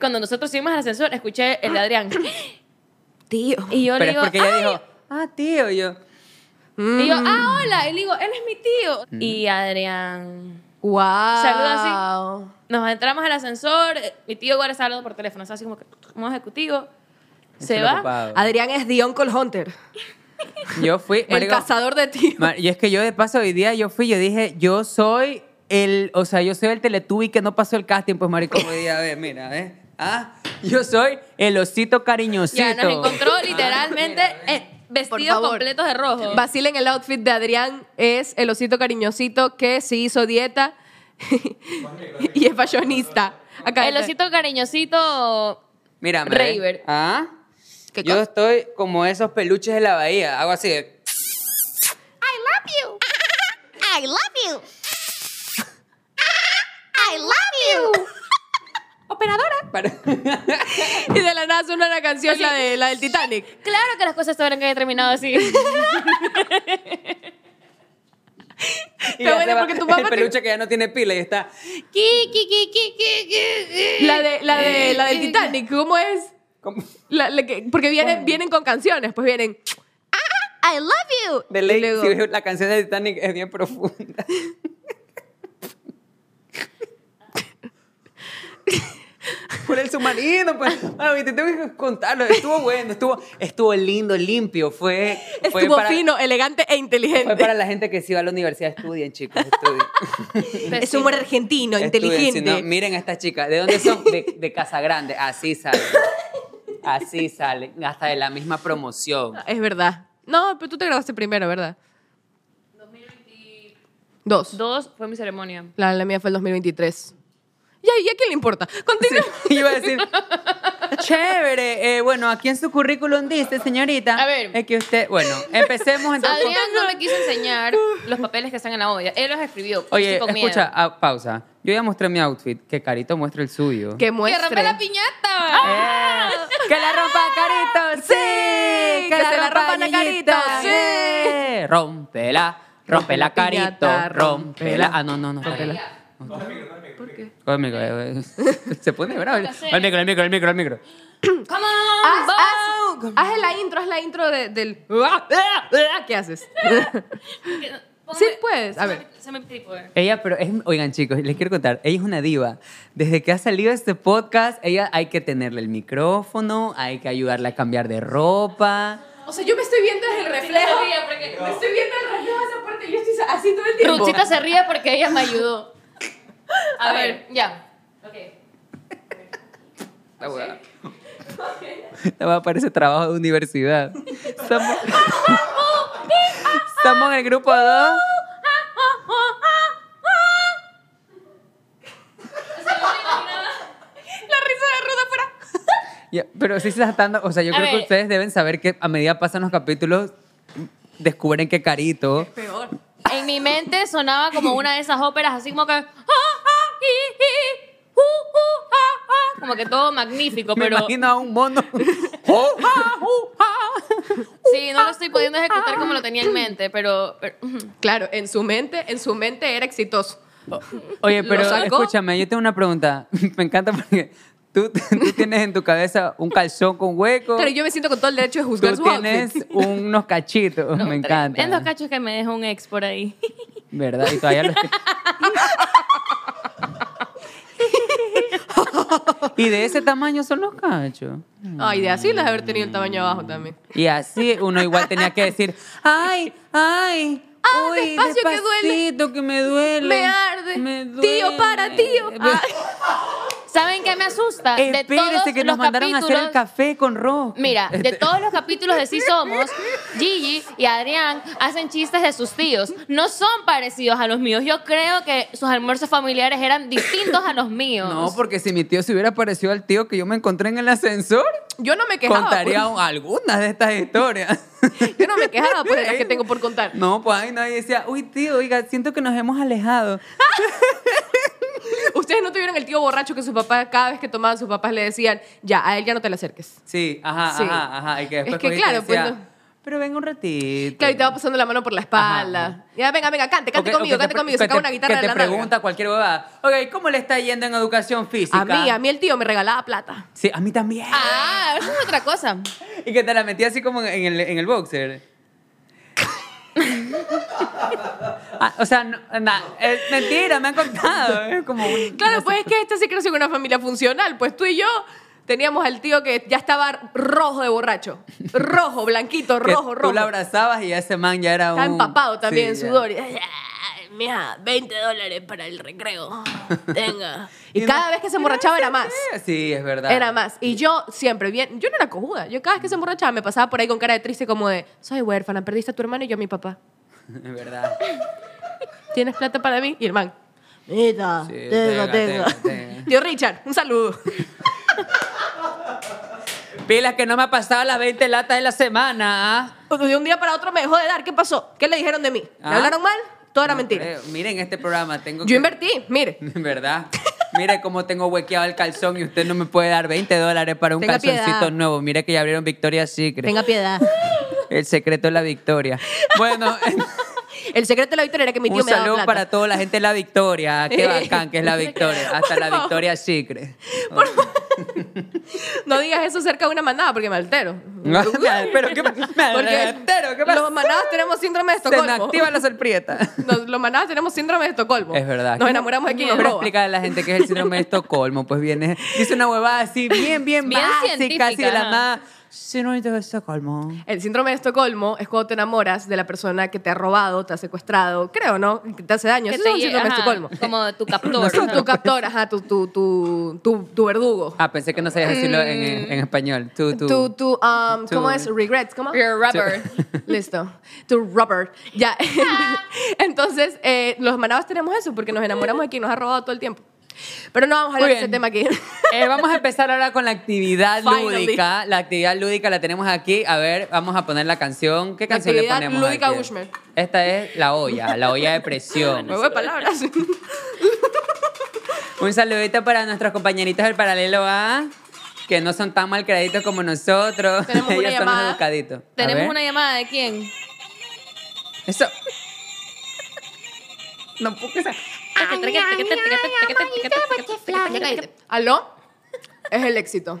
D: cuando nosotros subimos al ascensor, escuché el de Adrián.
A: Tío.
D: Y yo
B: Pero
D: le
B: es
D: digo,
B: porque ella
D: "Ay,
B: dijo, "Mm". ah, tío, y yo.
D: Y
A: Mm.
D: yo, ah, hola. Y le digo, él es mi tío.
B: Mm.
D: Y Adrián.
A: Wow.
D: Saluda Nos entramos al ascensor. eh, Mi tío igual está hablando por teléfono. Está así como que, como ejecutivo. Se
B: Estoy
D: va.
B: ocupado.
A: Adrián es Dion Cole Hunter,
B: Yo fui.
A: el
B: marico,
A: cazador de tíos.
B: Ma- Y es que yo de paso hoy día yo fui, yo dije, yo soy el, o sea, yo soy el Teletubby que no pasó el casting, pues maricón, hoy día, a ver, mira, a ver. Ah, yo soy el osito cariñosito.
D: Ya nos encontró
B: Ah,
D: literalmente eh, vestidos
A: favor.
D: completos de rojo.
A: Vacilen el outfit de Adrián es el osito cariñosito que se hizo dieta y es fashionista. Acá
D: El
A: está.
D: osito cariñosito.
B: mira, mira, ¿eh?
D: Raver.
B: Ah.
A: ¿Qué
B: Yo
A: cosa?
B: estoy como esos peluches de la bahía, hago así. de-
E: I love you. I love you.
B: para-
A: Y de la nada suena la canción, la, de, la del Titanic.
D: Claro que las cosas tuvieron que haber terminado así.
B: y
A: Está
B: ya
A: bueno,
B: se va
A: porque tu papá
B: El
A: te-
B: peluche que ya no tiene pila y está.
D: Ki, ki, ki, ki, ki, ki.
A: La, de, la, de, la del Titanic, ¿cómo es?
B: como-
A: La- la que- porque vienen, vienen con canciones, pues vienen. "Ah,
E: I love you.
B: De ley,
A: Y luego-
B: si ves la canción de Titanic es bien profunda. Por el submarino. Pues. Mami, te tengo que contarlo. Estuvo bueno, estuvo, estuvo lindo, limpio. Fue, fue
A: Estuvo
B: para-
A: fino, elegante e inteligente.
B: Fue para la gente que se iba a la universidad. Estudien, chicos, estudien.
A: Es humor argentino, inteligente.
B: Estudien, si no, miren a esta chica. ¿De dónde son? De, de Casa Grande. Así sale. Así sale. Hasta de la misma promoción.
A: Ah, Es verdad. No, pero tú te graduaste primero, ¿verdad? Dos.
D: Dos, fue mi ceremonia.
A: La, la mía fue el 2023. ¿Y a, y a quién le importa? Continúa.
B: Y iba a decir, chévere. eh, bueno, aquí en su currículum dice, señorita.
D: A ver.
B: Es que usted. Bueno, empecemos entonces. con-
D: Adrián no me quiso enseñar los papeles que están en la olla. Él los escribió.
B: Oye,
D: sí, con miedo.
B: escucha, ah, pausa. Yo ya mostré mi outfit. Que Carito muestre el suyo.
A: Que
D: ¡Que
A: muestre.
D: rompe la piñata!
B: Eh, ¡Que la rompa Carito! ¡Sí! ¡Que,
A: que se la
B: rompa
A: rompan a
B: Yeyita,
A: Carito, sí.
B: eh. ¡Rómpela! ¡Rómpela,
A: la piñata,
B: Carito! ¡Rómpela!
A: rómpela.
B: Ah, no, no, no. Rómpela.
A: ¿Por qué?
B: Con el micro, eh, eh. Se pone bravo. Al micro, al micro, al micro, al micro.
D: ¡Come
A: Haz,
D: on!
A: haz, haz la intro, haz la intro de- del... ¿Qué haces?
D: Ponme-
A: Sí, puedes. A
D: se me-
A: ver.
D: Se me tripó, eh.
B: Ella, pero es, oigan chicos, les quiero contar, ella es una diva. Desde que ha salido este podcast, ella hay que tenerle el micrófono, hay que ayudarla a cambiar de ropa.
A: O sea, yo me estoy viendo desde el
D: reflejo. Sí, sabía, porque- Me
A: estoy viendo el reflejo de esa parte. Yo estoy así todo el
D: Ruchita se ríe porque ella me ayudó. A, ver, ya.
B: La hueá. La hueá parece trabajo de universidad. Estamos, Estamos en el grupo 2.
A: La risa de Ruda fuera...
B: pero sí se está dando, o sea, yo
D: A
B: creo que
D: ver.
B: ustedes deben saber que a medida pasan los capítulos, descubren que Carito...
A: Peor.
D: En mi mente sonaba como una de esas óperas, así como que. ah, ah, i, i, u, u, ah, ah. Como que todo magnífico,
B: Me
D: pero.
B: imagino a un mono. Oh, ah, oh, ah.
D: Sí, no lo estoy pudiendo ejecutar como lo tenía en mente, pero. pero-
A: Claro, en su mente, en su mente era exitoso.
B: Oye,
A: ¿Lo
B: pero
A: sacó?
B: escúchame, yo tengo una pregunta. Me encanta porque tú, tú tienes en tu cabeza un calzón con hueco.
A: Claro, yo me siento con todo el derecho de juzgar
B: Tú
A: su
B: tienes
A: outfit.
B: unos cachitos, me encanta.
D: En los cachos que me dejó un ex por ahí.
B: ¿Verdad? Y todavía los- y de ese tamaño son los cachos.
A: Ay, de así las haber tenido el tamaño abajo también.
B: Y así uno igual tenía que decir, ay, ay,
A: Ah,
B: uy,
A: despacio, que duele.
B: despacito, que me duele.
A: Me arde.
B: me duele".
A: Tío, para, tío.
B: Ah,
D: ¿Saben qué me
A: Ah,
D: asusta? De todos
B: Espérese que
D: los
B: nos mandaron a hacer el
D: capítulos-
B: café Este con rojo.
D: Mira, de todos los capítulos de Sí Somos, Gigi y Adrián hacen chistes de sus tíos. No son parecidos a los míos. Yo creo que sus almuerzos familiares eran distintos a los míos.
B: No, porque si mi tío se hubiera parecido al tío que yo me encontré en el ascensor,
A: Yo no me quejaba.
B: contaría
A: pues.
B: un- algunas de estas historias.
A: Yo no me quejaba por las que tengo por contar.
B: No, pues ahí nadie decía, uy tío, oiga, siento que nos hemos alejado.
A: Ustedes no tuvieron el tío borracho que su papá, cada vez que tomaban, sus papás le decían, ya, a él ya no te le acerques.
B: Sí, ajá,
A: Sí.
B: ajá, ajá. Y que
A: Es
B: después
A: que
B: cogí y te
A: claro, pues,
B: decía,
A: no.
B: Pero venga un ratito.
A: Claro, y te va pasando la mano por la espalda.
B: Ajá,
A: Ya, venga, venga, cante,
B: O que-
A: cante
B: o que
A: conmigo,
B: te
A: cante
B: pre-
A: conmigo.
B: que te-
A: Sacaba una guitarra
B: Que
A: de
B: te
A: la
B: pregunta cualquier bobada. Ok, ¿cómo le está yendo en educación física?
A: A mí, a mí el tío me regalaba plata.
B: Sí, a mí también.
D: Ah, eso es otra cosa.
B: Y que te la metí así como en el, en el boxer. Ah, o sea, no, na- es mentira, me han contado. Es como un-
A: Claro, pues es que esta sí creció en una familia funcional. Pues tú y yo teníamos al tío que ya estaba rojo de borracho. Rojo, blanquito,
B: que
A: rojo, rojo.
B: Tú la abrazabas y ya ese man ya era
A: Está
B: un...
A: empapado también en
B: Oh, sí, ya.
A: sudor. Y, "Ay, mija, 20 dólares para el recreo. Tenga. Y,
B: Y
A: cada
B: no-
A: vez que se emborrachaba era más.
B: Sí, es verdad.
A: Era más. Y yo siempre bien. Yo no era cojuda. Yo cada vez que se emborrachaba me pasaba por ahí con cara de triste, como de: soy huérfana, perdiste a tu hermano y yo a mi papá.
B: Es verdad.
A: ¿Tienes plata para mí? Y el man. Mira,
B: Sí,
A: tenga,
B: tenga,
A: tenga.
B: tenga, tenga.
A: Tío Richard, un saludo.
B: Pilas que no me ha pasado las 20 latas de la semana. ¿ah?
A: De un día para otro me dejó de dar. ¿Qué pasó? ¿Qué le dijeron de mí? ¿Le
B: Ah.
A: hablaron mal? Todo era
B: No
A: mentira.
B: creo. Miren este programa, tengo que-
A: Yo invertí, mire.
B: En verdad. Mire cómo tengo huequeado el calzón y usted no me puede dar 20 dólares para un
A: Tenga
B: calzoncito
A: piedad.
B: nuevo. Mire que ya abrieron Victoria's Secret.
A: Tenga piedad.
B: El secreto de la victoria. Bueno, en-
A: El secreto de la victoria era que mi tío
B: Un
A: me daba
B: saludo
A: plata.
B: para toda la gente de la Victoria. Qué bacán que es la Victoria. Hasta
A: Por
B: la
A: favor.
B: Victoria Chicre.
A: No digas eso cerca de una manada porque me altero.
B: Pero qué pasa.
A: Porque
B: Pero qué pasa.
A: Los manadas tenemos síndrome de
B: Se me
A: Estocolmo.
B: activa la sorprieta.
A: Nos- los manadas tenemos síndrome de Estocolmo.
B: Es verdad.
A: Nos enamoramos de quien nos
B: Pero
A: roba.
B: explica a la gente qué es el síndrome de Estocolmo. Pues viene, dice una huevada así, bien, bien,
D: Bien
B: básica, así de
D: científica,
B: la
D: ajá.
B: nada. Síndrome de Estocolmo.
A: El síndrome de Estocolmo es cuando te enamoras de la persona que te ha robado, te ha secuestrado, creo, ¿no? Que te hace daño.
D: Que
A: Eso
D: te
A: es un
D: lle-
A: síndrome de
D: ajá,
A: Estocolmo.
D: Como tu captor.
A: Tu-
D: ajá.
A: Tu captor, ajá, tu, tu, tu, tu, tu verdugo.
B: Ah, pensé que no sabías decirlo en, en- en
A: Mm.
B: español. Tú, tú.
A: Tu, tu, um,
B: tu-
A: ¿cómo es? Regrets, ¿cómo?
D: Your rubber.
A: Listo. Tu rubber. Ya. Entonces, eh, los manados tenemos eso porque nos enamoramos de quien nos ha robado todo el tiempo. Pero no vamos a hablar
B: Muy
A: de ese
B: bien.
A: tema aquí.
B: Eh, vamos a empezar ahora con la actividad
A: Finally.
B: lúdica. La actividad lúdica la tenemos aquí. A ver, vamos a poner la canción. ¿Qué canción
A: Actividad
B: le ponemos?
A: lúdica
B: aquí?
A: Ushmer.
B: Esta es La Olla, La Olla de Presión.
A: Juego de palabras.
B: Un saludito para nuestros compañeritos del paralelo A, que no son tan mal creaditos como nosotros.
A: Tenemos una
B: Ellos son los
A: llamada.
B: educaditos. A
D: Tenemos
B: ver.
D: una llamada de quién?
B: Eso. No puedo que sea-
A: ¿Aló? Es el éxito.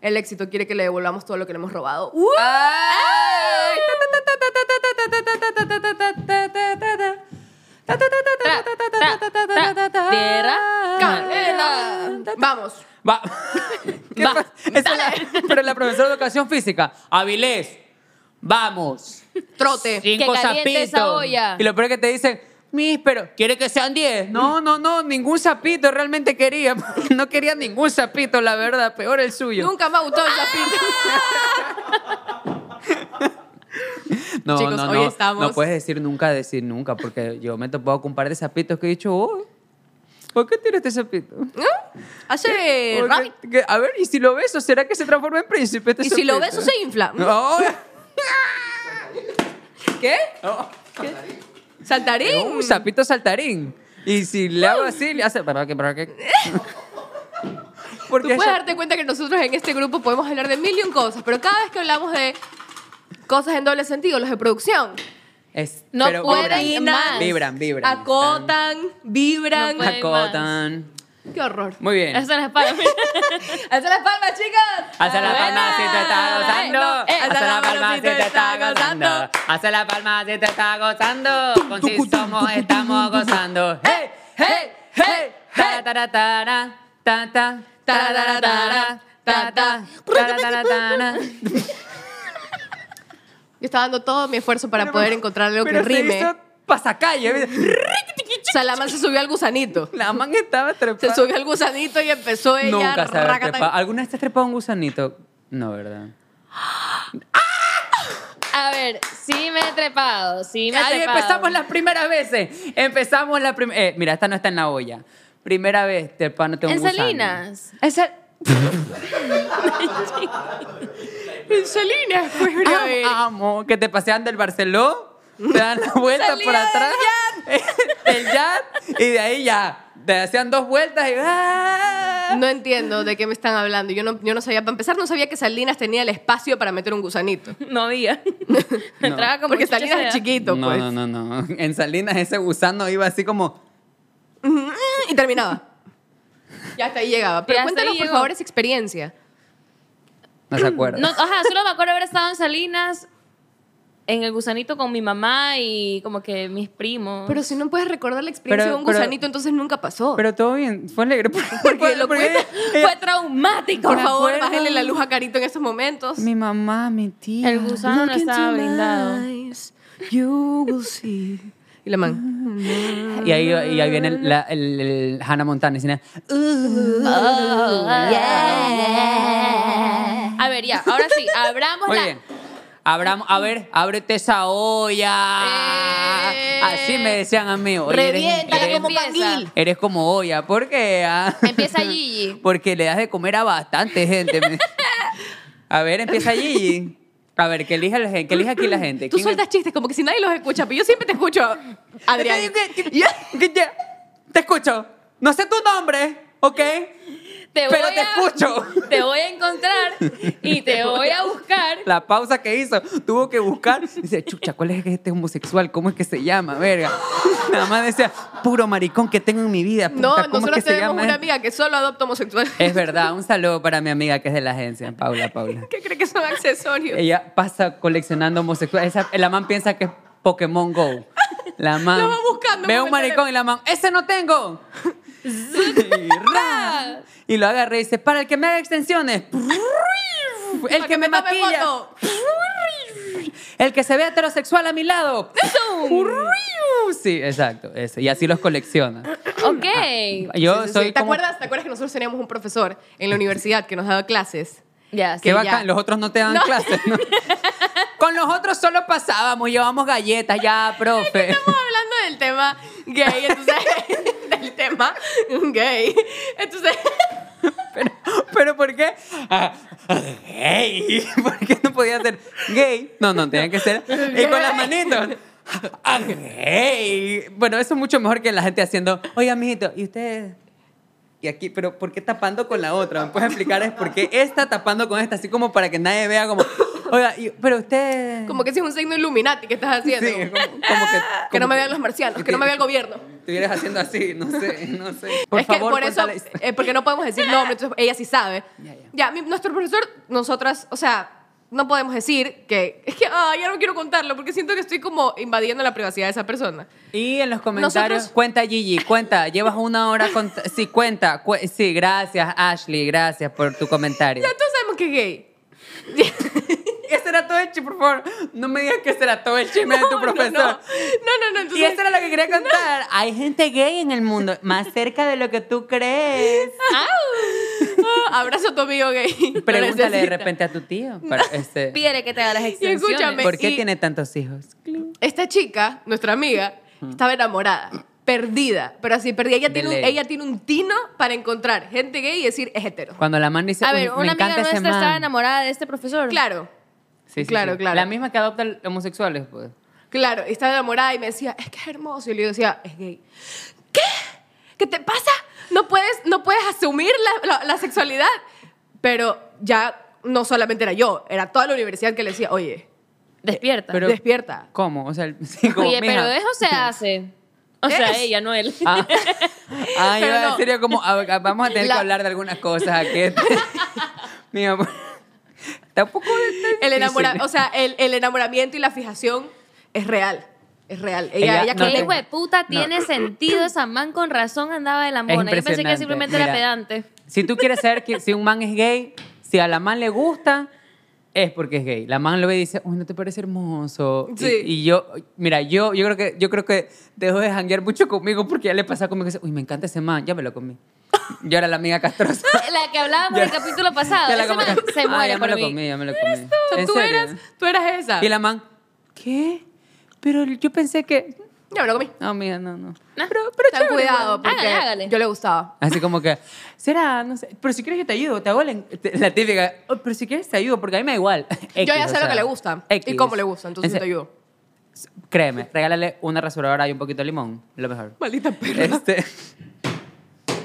A: El éxito quiere que le devolvamos todo lo que le hemos robado. ¡Uh!
B: ¡Ay!
D: Tra, tra, tra, tierra, canela.
A: Vamos.
B: Va. ¿Qué pasa? Esa la- pero la profesora de educación física, Avilés, vamos.
A: Trote.
B: Cinco
D: Que caliente esa
B: zapitos.
D: olla.
B: Y lo peor es que te dicen, mis, pero ¿quiere que sean diez? No, no, no, ningún sapito realmente quería. No quería ningún sapito, la verdad, peor el suyo.
A: Nunca me ha gustado el chapito.
B: No,
A: Chicos,
B: no,
A: hoy
B: no,
A: estamos-
B: no puedes decir nunca, decir nunca, porque yo me he topado con un par de sapitos que he dicho, "Uy, ¿por qué tiene este sapito?
A: Hace
B: ¿Por qué-
A: rabbit.
B: qué- a ver, ¿y si lo beso, será que se transforma en príncipe este
A: Y si lo
B: sapito?
A: beso se infla.
B: No.
A: ¿Qué?
B: No.
A: ¿Saltarín?
B: Un sapito saltarín. Y si le hago así, le hace. ¿Para qué? ¿Para qué?
A: Tú
B: Porque
A: puedes
B: ella-
A: darte cuenta que nosotros en este grupo podemos hablar de mil y un cosas, pero cada vez que hablamos de cosas en doble sentido, los de producción,
B: es-
D: No
B: pero
D: pueden
B: vibran,
D: más.
B: Vibran, vibran.
A: acotan, vibran.
D: No pueden.
B: Acotan.
A: Qué horror.
B: Muy bien.
D: Esa es la palma.
A: ¡Alza las palmas, chicas!
B: Hace la palma si te está gozando.
A: Eh, eh,
B: Hace la palma si te está gozando.
A: gozando.
B: Hace la palma si te está gozando. Con si somos, estamos gozando. ¡Hey! ¡Hey! ¡Hey! ¡Tara, tara, tara! ¡Ta, ta! ¡Tara, tara, tara! ¡Ta, ta! ¡Tara, tara, tara!
A: Yo estaba dando todo mi esfuerzo para poder encontrar algo que rime.
B: Pasacalle.
A: Salaman se subió al gusanito.
B: La man estaba
A: Se
D: Ah.
B: trepada.
A: subió al gusanito y empezó ella.
B: Nunca se había
A: racatán.
B: trepado. ¿Alguna vez te has trepado un gusanito? No, ¿verdad?
D: A ver, sí me he trepado, sí me he
B: Ahí
D: trepado.
B: empezamos las primeras veces. Empezamos la primera. mira, esta no está en la olla. Primera vez, te pan
D: En Salinas.
B: Esa.
A: En Salinas fue
D: pues,
A: una
D: eh,
A: vez.
B: Amo. Que te pasean del Barceló, te dan la vuelta por atrás. El yat. Y de ahí ya. Te hacían dos vueltas y. ¡ah!
A: No entiendo de qué me están hablando. Yo no, yo no sabía, para empezar, no sabía que Salinas tenía el espacio para meter un gusanito.
D: No diga. Entraba Ah, como
A: Porque
D: chucha
A: Salinas
D: sea.
A: es chiquito,
B: no,
A: pues.
B: no, no, no. En Salinas ese gusano iba así como.
A: Mm, Y terminaba. Ya hasta ahí llegaba.
D: Ya
A: Pero
D: hasta
A: cuéntanos,
D: ahí
A: por
D: llegó.
A: favor, esa experiencia.
B: No se acuerda.
D: No, ajá, solo me acuerdo haber estado en Salinas, en el gusanito con mi mamá y como que mis primos.
A: Pero si no puedes recordar la experiencia
B: Pero-
A: de un
B: pero-
A: gusanito, entonces nunca pasó.
B: Pero todo bien, fue alegre.
A: Porque lo cuenta-
D: fue traumático.
A: por
B: me
A: favor,
B: acuerdo.
A: bájale la luz a Carito en estos momentos.
B: Mi mamá, mi tía.
D: El gusano no
A: Look into
D: estaba
A: my
D: blindado.
A: eyes, you will see. Y la man.
B: Y ahí, y ahí viene el, la- el- el Hannah Montana. "Uh, y dice,
D: A ver, ya, ahora sí, abramos
B: Muy
D: la.
B: bien. Abramos, a ver, ábrete esa olla.
D: Eh.
B: Así me decían a mí. oye, eres-
D: Reviéntala
B: eres,
D: como panguil.
B: eres como olla. ¿Por qué? ah?
D: Empieza Gigi.
B: Porque le das de comer a bastante gente. me- A ver, empieza allí. A ver, que elija, la gente- que elija aquí la gente.
A: Tú
B: ¿Quién-
A: sueltas chistes como que si nadie los escucha, pero yo siempre te escucho, Adrián.
B: Te digo que- que- que- Te escucho. No sé tu nombre, ¿ok?
D: te voy
B: Pero te
D: a-
B: escucho.
D: Te voy a encontrar y te voy a buscar.
B: La pausa que hizo, tuvo que buscar. Dice, chucha, ¿cuál es este homosexual? ¿Cómo es que se llama? Verga. Nada más decía, puro maricón que tengo en mi vida. Puta,
A: No,
B: ¿cómo es que
A: nosotros
B: se
A: tenemos
B: llama? Eh.
A: una amiga que solo adopta homosexuales.
B: Es verdad, un saludo para mi amiga que es de la agencia, Paula, Paula.
A: ¿Qué cree que son accesorios?
B: Ella pasa coleccionando homosexuales. Esa- la man piensa que es Pokémon Go. La man.
A: Lo va buscando,
B: Ve
A: como
B: un
A: el
B: maricón
A: teléfono.
B: y la man, ¡ese no tengo! y, ra. Y lo agarré y dice, para el que me haga extensiones. El
A: Para
B: que me
A: tome
B: maquilla.
A: foto.
B: El que se ve heterosexual a mi lado. ¡Uh! Sí, exacto. eso. Y así los colecciona.
D: Ok.
B: Yo
A: Sí, sí,
B: soy
A: sí. ¿Te,
B: como...
A: acuerdas, ¿Te acuerdas que nosotros teníamos un profesor en la universidad que nos daba clases?
D: Ya, sí.
B: Qué
A: que
B: bacán,
A: ya.
B: los otros no te dan
A: No.
B: clases. ¿no? Con los otros solo pasábamos, llevábamos galletas ya, profe.
A: Estamos hablando del tema gay, entonces. del tema gay. Entonces.
B: Pero, pero ¿por qué? Ah, gay. ¿Por qué no podía ser gay? No, no, tenía que ser. Y con las manitos. Ah, gay. Bueno, eso es mucho mejor que la gente haciendo, oye, amiguito, ¿y usted? Y aquí, pero ¿por qué tapando con la otra? ¿Me puedes explicar es por qué esta tapando con esta? Así como para que nadie vea como, oiga, y- pero usted...
A: Como que si es un signo Illuminati que estás haciendo.
B: Sí, como- como que-
A: Que no
B: como
A: me
B: que-
A: vean los marcianos, que no me vea el gobierno.
B: estuvieras haciendo así, no sé, no sé. Por
A: es
B: favor,
A: que por eso,
B: cuéntale la historia.
A: eh, porque no podemos decir nombre, entonces ella sí sabe.
B: Ya,
A: Ya,
B: ya.
A: mi- nuestro profesor, nosotras, o sea, no podemos decir que, es que, ah, ya no quiero contarlo, porque siento que estoy como invadiendo la privacidad de esa persona.
B: Y en los comentarios,
A: Nosotros-
B: cuenta Gigi, cuenta, llevas una hora con... Sí, cuenta, cu- sí, gracias Ashley, gracias por tu comentario.
A: Ya todos sabemos que es gay.
B: Ese era todo el chisme, por favor, no me digas que ese era todo el chisme de tu profesor.
A: No, no, no, no,
B: Y
A: entonces...
B: eso era lo que quería contar. Hay gente gay en el mundo, más cerca de lo que tú crees.
A: Ah, abrazo a tu amigo gay. Lo
B: Pregúntale de
A: necesita.
B: repente a tu tío. para- este,
D: Pídele que te haga las extensiones.
A: escúchame.
B: ¿Por qué
A: y-
B: tiene tantos hijos?
A: Esta chica, nuestra amiga, estaba enamorada, perdida, pero así perdida. Ella
B: Mm. De
A: tiene, un,
B: ley.
A: ella tiene un tino para encontrar gente gay y decir es hetero.
B: Cuando la man dice,
D: A
B: "Uy,
D: ver,
B: me
D: una amiga
B: encanta ese
D: nuestra
B: man".
D: estaba enamorada de este profesor.
A: Claro,
B: Sí, sí,
A: Claro,
B: sí.
A: claro.
B: La misma que adopta homosexuales, pues.
A: claro. Y estaba enamorada y me decía, es que es hermoso. Y le decía, es gay. ¿Qué? ¿Qué te pasa? No puedes, no puedes asumir la, la- la sexualidad. Pero ya no solamente era yo, era toda la universidad que le decía, oye,
D: Despierta.
B: Pero-
A: despierta.
B: ¿Cómo? O sea, el- sí, como,
D: Oye, pero
B: mija.
D: eso se hace. O sea,
A: Es-
D: ella, no él.
B: Ah, ah, yo
A: Pero
B: en
A: no.
B: serio como, a- a- vamos a tener
A: La-
B: que hablar de algunas cosas aquí. Mira, por- tampoco... es tan
A: El, enamora,
B: difícil.
A: o sea, el, el enamoramiento y la fijación es real. Es real.
B: Ella
A: Ella, ella,
B: no
D: Qué
B: tengo.
A: conecta.
D: hueputa,
B: No.
D: tiene sentido esa man con razón andaba de
B: Es
D: lambona. Yo pensé que
B: impresionante.
D: simplemente
B: Mira,
D: era pedante.
B: Si tú quieres saber que, si un man es gay, si a la man le gusta, es porque es gay. La man lo ve y dice, uy, ¿no te parece hermoso? Y-
A: Sí.
B: Y, yo, mira, yo, yo creo que yo creo que dejó de janguear mucho conmigo porque ya le pasa conmigo y dice, uy, me encanta ese man, ya me lo comí. Yo era la amiga castrosa.
D: La que hablábamos
B: Ya.
D: del capítulo pasado.
B: Ya la
D: Esa
B: comí.
D: man se
B: Ah,
D: muere
B: ya me
D: por
B: lo
D: mí.
B: comí, ya me lo comí.
A: O sea,
B: ¿En
A: tú,
B: serio?
A: eras, tú eras esa.
B: Y la man, ¿qué? Pero yo pensé que...
A: Ya me lo comí.
B: No, mira, no, no.
D: Nah.
B: Pero, pero
A: Ten
B: chévere,
A: cuidado,
B: igual.
A: porque
D: Hágale, hágale.
A: yo le gustaba.
B: Así como que, será, no sé, pero si quieres yo te ayudo, te hago la, te- la típica, "Oh, pero si quieres te ayudo, porque a mí me da igual.
A: Yo
B: X,
A: ya
B: o
A: sé lo
B: sea,
A: que le gusta
B: X.
A: y cómo le gusta, entonces
B: En
A: te
B: se-
A: ayudo.
B: Créeme, regálale una rasuradora y un poquito de limón, lo mejor.
A: Maldita perra.
B: Este,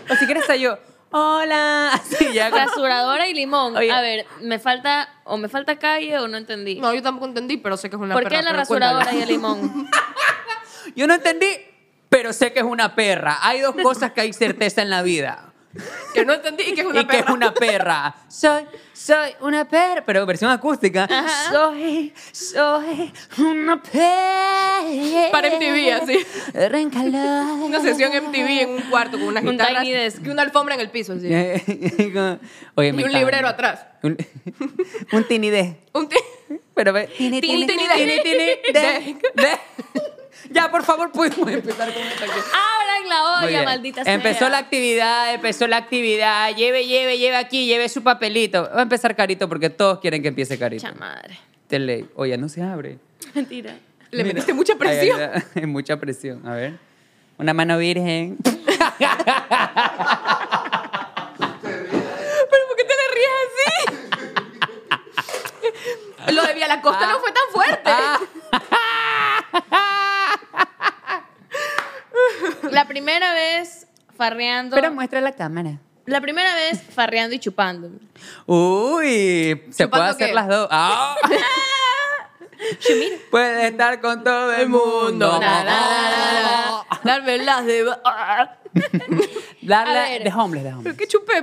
B: o si quieres te ayudo, hola, así ya. como-
D: Rasuradora y limón.
B: Oye.
D: A ver, me falta o me falta calle o no entendí.
A: No, yo tampoco entendí, pero sé que es una
D: ¿Por
A: perra.
D: qué la
A: pero
D: rasuradora y
A: cuéntalo.
D: el limón?
B: Yo no entendí, pero sé que es una perra. Hay dos cosas que hay certeza en la vida.
A: Que no entendí y que es una
B: y
A: perra.
B: que es una perra. Soy, soy una perra, pero versión acústica. Soy, soy una perra.
A: Para MTV, así.
B: Reencalada.
A: Una sesión MTV en un cuarto con unas
D: Un
A: guitarras
D: tiny desk.
A: y una alfombra en el piso. así.
B: Oye,
A: Y
B: me
A: un
B: encanta.
A: librero atrás.
B: Un, un tinide.
A: Un ti-
B: Pero ve.
A: Tini,
B: tini,
A: tini,
B: tini,
A: tini,
B: tini, de, de. Ya, por favor, podemos empezar con esta que-
D: Abran la
B: Muy
D: olla,
B: bien.
D: maldita sea.
B: empezó la actividad, empezó la actividad. Lleve, lleve, lleve aquí, lleve su papelito. Va a empezar carito porque todos quieren que empiece carito.
D: Mucha madre.
B: Te le- Oye, no se abre.
D: Mentira.
A: Le metiste mucha presión.
B: Es mucha presión. A ver. Una mano virgen.
A: Pero ¿por qué te le ríes así? Lo de Vía la Costa no fue
D: Ah.
A: tan fuerte.
B: Ah,
D: La primera vez farreando.
B: Pero muestra la cámara.
D: La primera vez farreando y chupando.
B: Uy, se
A: Chupando
B: puede hacer
A: qué?
B: las dos. Ah. Puede estar con todo el mundo.
D: Na, na, na, na,
A: Darme las de. Ah,
D: A
B: Darle
D: ver.
B: de homeless, de homeless.
A: Que chupé.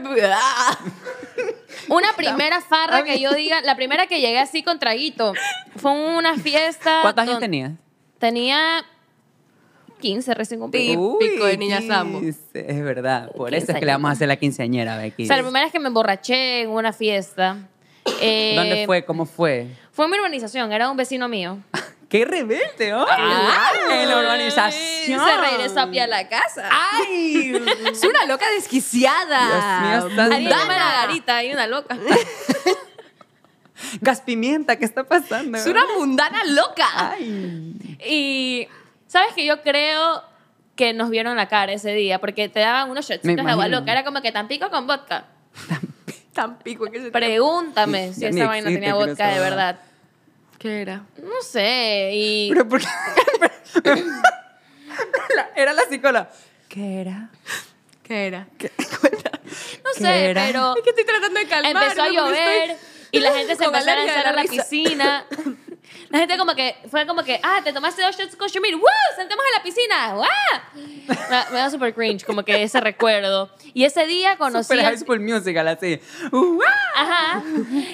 D: Una primera farra que yo diga, la primera que llegué así con traguito, fue una fiesta.
B: ¿Cuántos años
D: don-
B: tenías?
D: Tenía 15 recién cumplidos.
A: Típico de niña
B: 15,
A: Sambo.
B: Es
D: Eh,
B: verdad, por eso es que
D: 15
B: le vamos a hacer la quinceañera, Becky.
D: O sea, la primera es que me emborraché en una fiesta. Eh,
B: ¿Dónde fue? ¿Cómo fue?
D: Fue en mi urbanización, era un vecino mío.
B: ¡Qué rebelde, hombre!
D: Ah,
B: Ah, ¡En la urbanización!
D: Se regresó a pie a la casa.
B: ¡Ay!
A: Es una loca desquiciada.
B: Dios mío, estás-
D: Alguien llama a la
A: Mundana.
D: garita, hay una loca.
B: Gaspimienta, ¿qué está pasando?
A: Es una mundana loca.
B: ¡Ay!
D: Y sabes que yo creo que nos vieron la cara ese día porque te daban unos shotsitos de agua
B: imagino.
D: loca. Era como que tan pico con vodka.
A: Tan pico que se
D: Pregúntame si
B: Ya ni
D: esa vaina
B: existe,
D: tenía
B: creo,
D: vodka
B: esa
D: de
B: vaina.
D: verdad.
A: ¿Qué era?
D: No sé. Y
B: ¿Pero por qué? La- Era la psicóloga. ¿Qué era?
A: ¿Qué era?
D: no
B: ¿Qué
D: sé,
B: era?
D: pero
A: Es que estoy tratando de calmarme.
D: empezó a
A: porque
D: llover
A: estoy
D: y la gente se
A: con
D: empezó a
A: alergia de
D: lanzar a la
A: risa.
D: piscina. La gente como que, fue como que, ah, te tomaste dos shots con Shumir, ¡wow! ¡Saltemos a la piscina! ¡Wow! Me, me da súper cringe, como que ese recuerdo. Y ese día conocí
B: Super
D: al-
B: High School Musical, así. ¡Uah!
D: Ajá.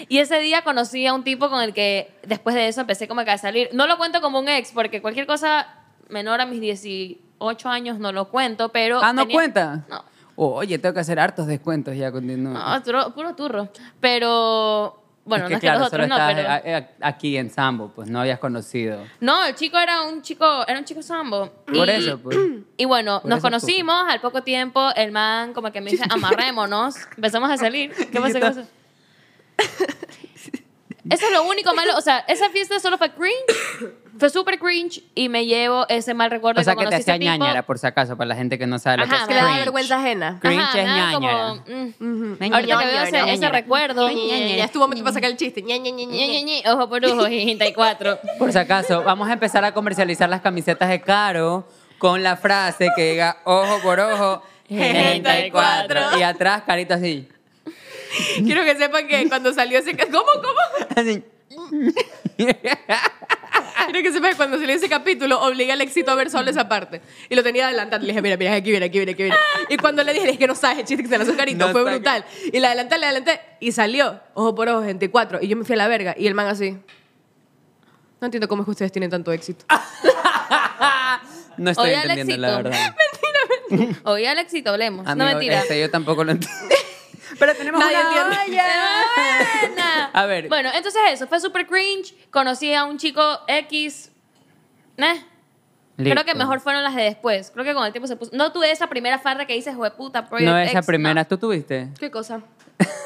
D: Y ese día conocí a un tipo con el que después de eso empecé como que a salir. No lo cuento como un ex, porque cualquier cosa menor a mis 18 años no lo cuento, pero...
B: Ah, ¿no
D: tenía-
B: cuenta?
D: No.
B: Oh, oye, tengo que hacer hartos descuentos ya, continúa.
D: No, turo- puro turro. Pero, bueno,
B: Es
D: no es que los
B: solo
D: otros no,
B: estabas,
D: pero...
B: eh, eh, aquí en Sambo, pues no habías conocido.
D: No, el chico era un chico, era un chico sambo.
B: Por
D: Y-
B: eso, pues.
D: Y bueno,
B: Por
D: nos
B: esas
D: conocimos, al poco tiempo el man como que me dice, amarrémonos, empezamos a salir. ¿Qué pasa? ¿Qué
B: Dijiste-
D: pasa? Eso es lo único malo, o sea, esa fiesta solo fue cringe, fue súper cringe y me llevo ese mal recuerdo
B: O sea,
D: de
B: que te
D: conocí a ese
B: hacía
D: tipo.
B: ñañara, por si acaso, para la gente que no sabe lo que
D: Ajá,
B: es
A: Que le da
B: cringe.
A: vergüenza ajena.
B: Cringe
D: Ajá,
B: es
D: me daba
B: ñañara.
D: como, mm. Ahorita que veo ese, ese recuerdo,
A: Ya estuvo momento para sacar el chiste. Ña, ña, ña, ña,
D: Ñe,
A: ña.
D: Ñe, Ñe, ojo por ojo, 84.
B: Por si acaso, vamos a empezar a comercializar las camisetas de Caro con la frase que diga ojo por ojo
D: 34.
B: y atrás carita así.
A: Quiero que sepan que cuando salió ese... ca- ¿Cómo, cómo?
B: Así.
A: Quiero que sepan que cuando salió ese capítulo obligué al éxito a ver solo esa parte. Y lo tenía adelantado. Le dije, mira, mira, aquí viene, aquí viene, aquí viene. Y cuando le dije, le dije, no sabes el chiste que se lanzó carito.
B: No
A: Fue
B: sabe.
A: brutal. Y la adelanté, la adelanté. Y salió, ojo por ojo, 24. Y yo me fui a la verga. Y el man así... No entiendo cómo es que ustedes tienen tanto éxito.
B: No estoy
D: Oye,
B: entendiendo, la
D: Alexito.
B: verdad.
D: Oye, Alexito, hablemos. no
B: Amigo,
D: mentira.
B: este, yo tampoco lo entiendo. Pero tenemos
A: Nadie
B: una
A: entiende.
D: ¡Qué buena!
B: A ver.
D: Bueno, entonces eso, fue super cringe. Conocí a un chico X. Nah. Creo que
B: Listo.
D: mejor fueron las de después. Creo que con el tiempo se puso. No tuve esa primera farra que dices, jueputa, Project
B: No, esa
D: X",
B: primera
D: no.
B: tú tuviste.
A: ¿Qué cosa?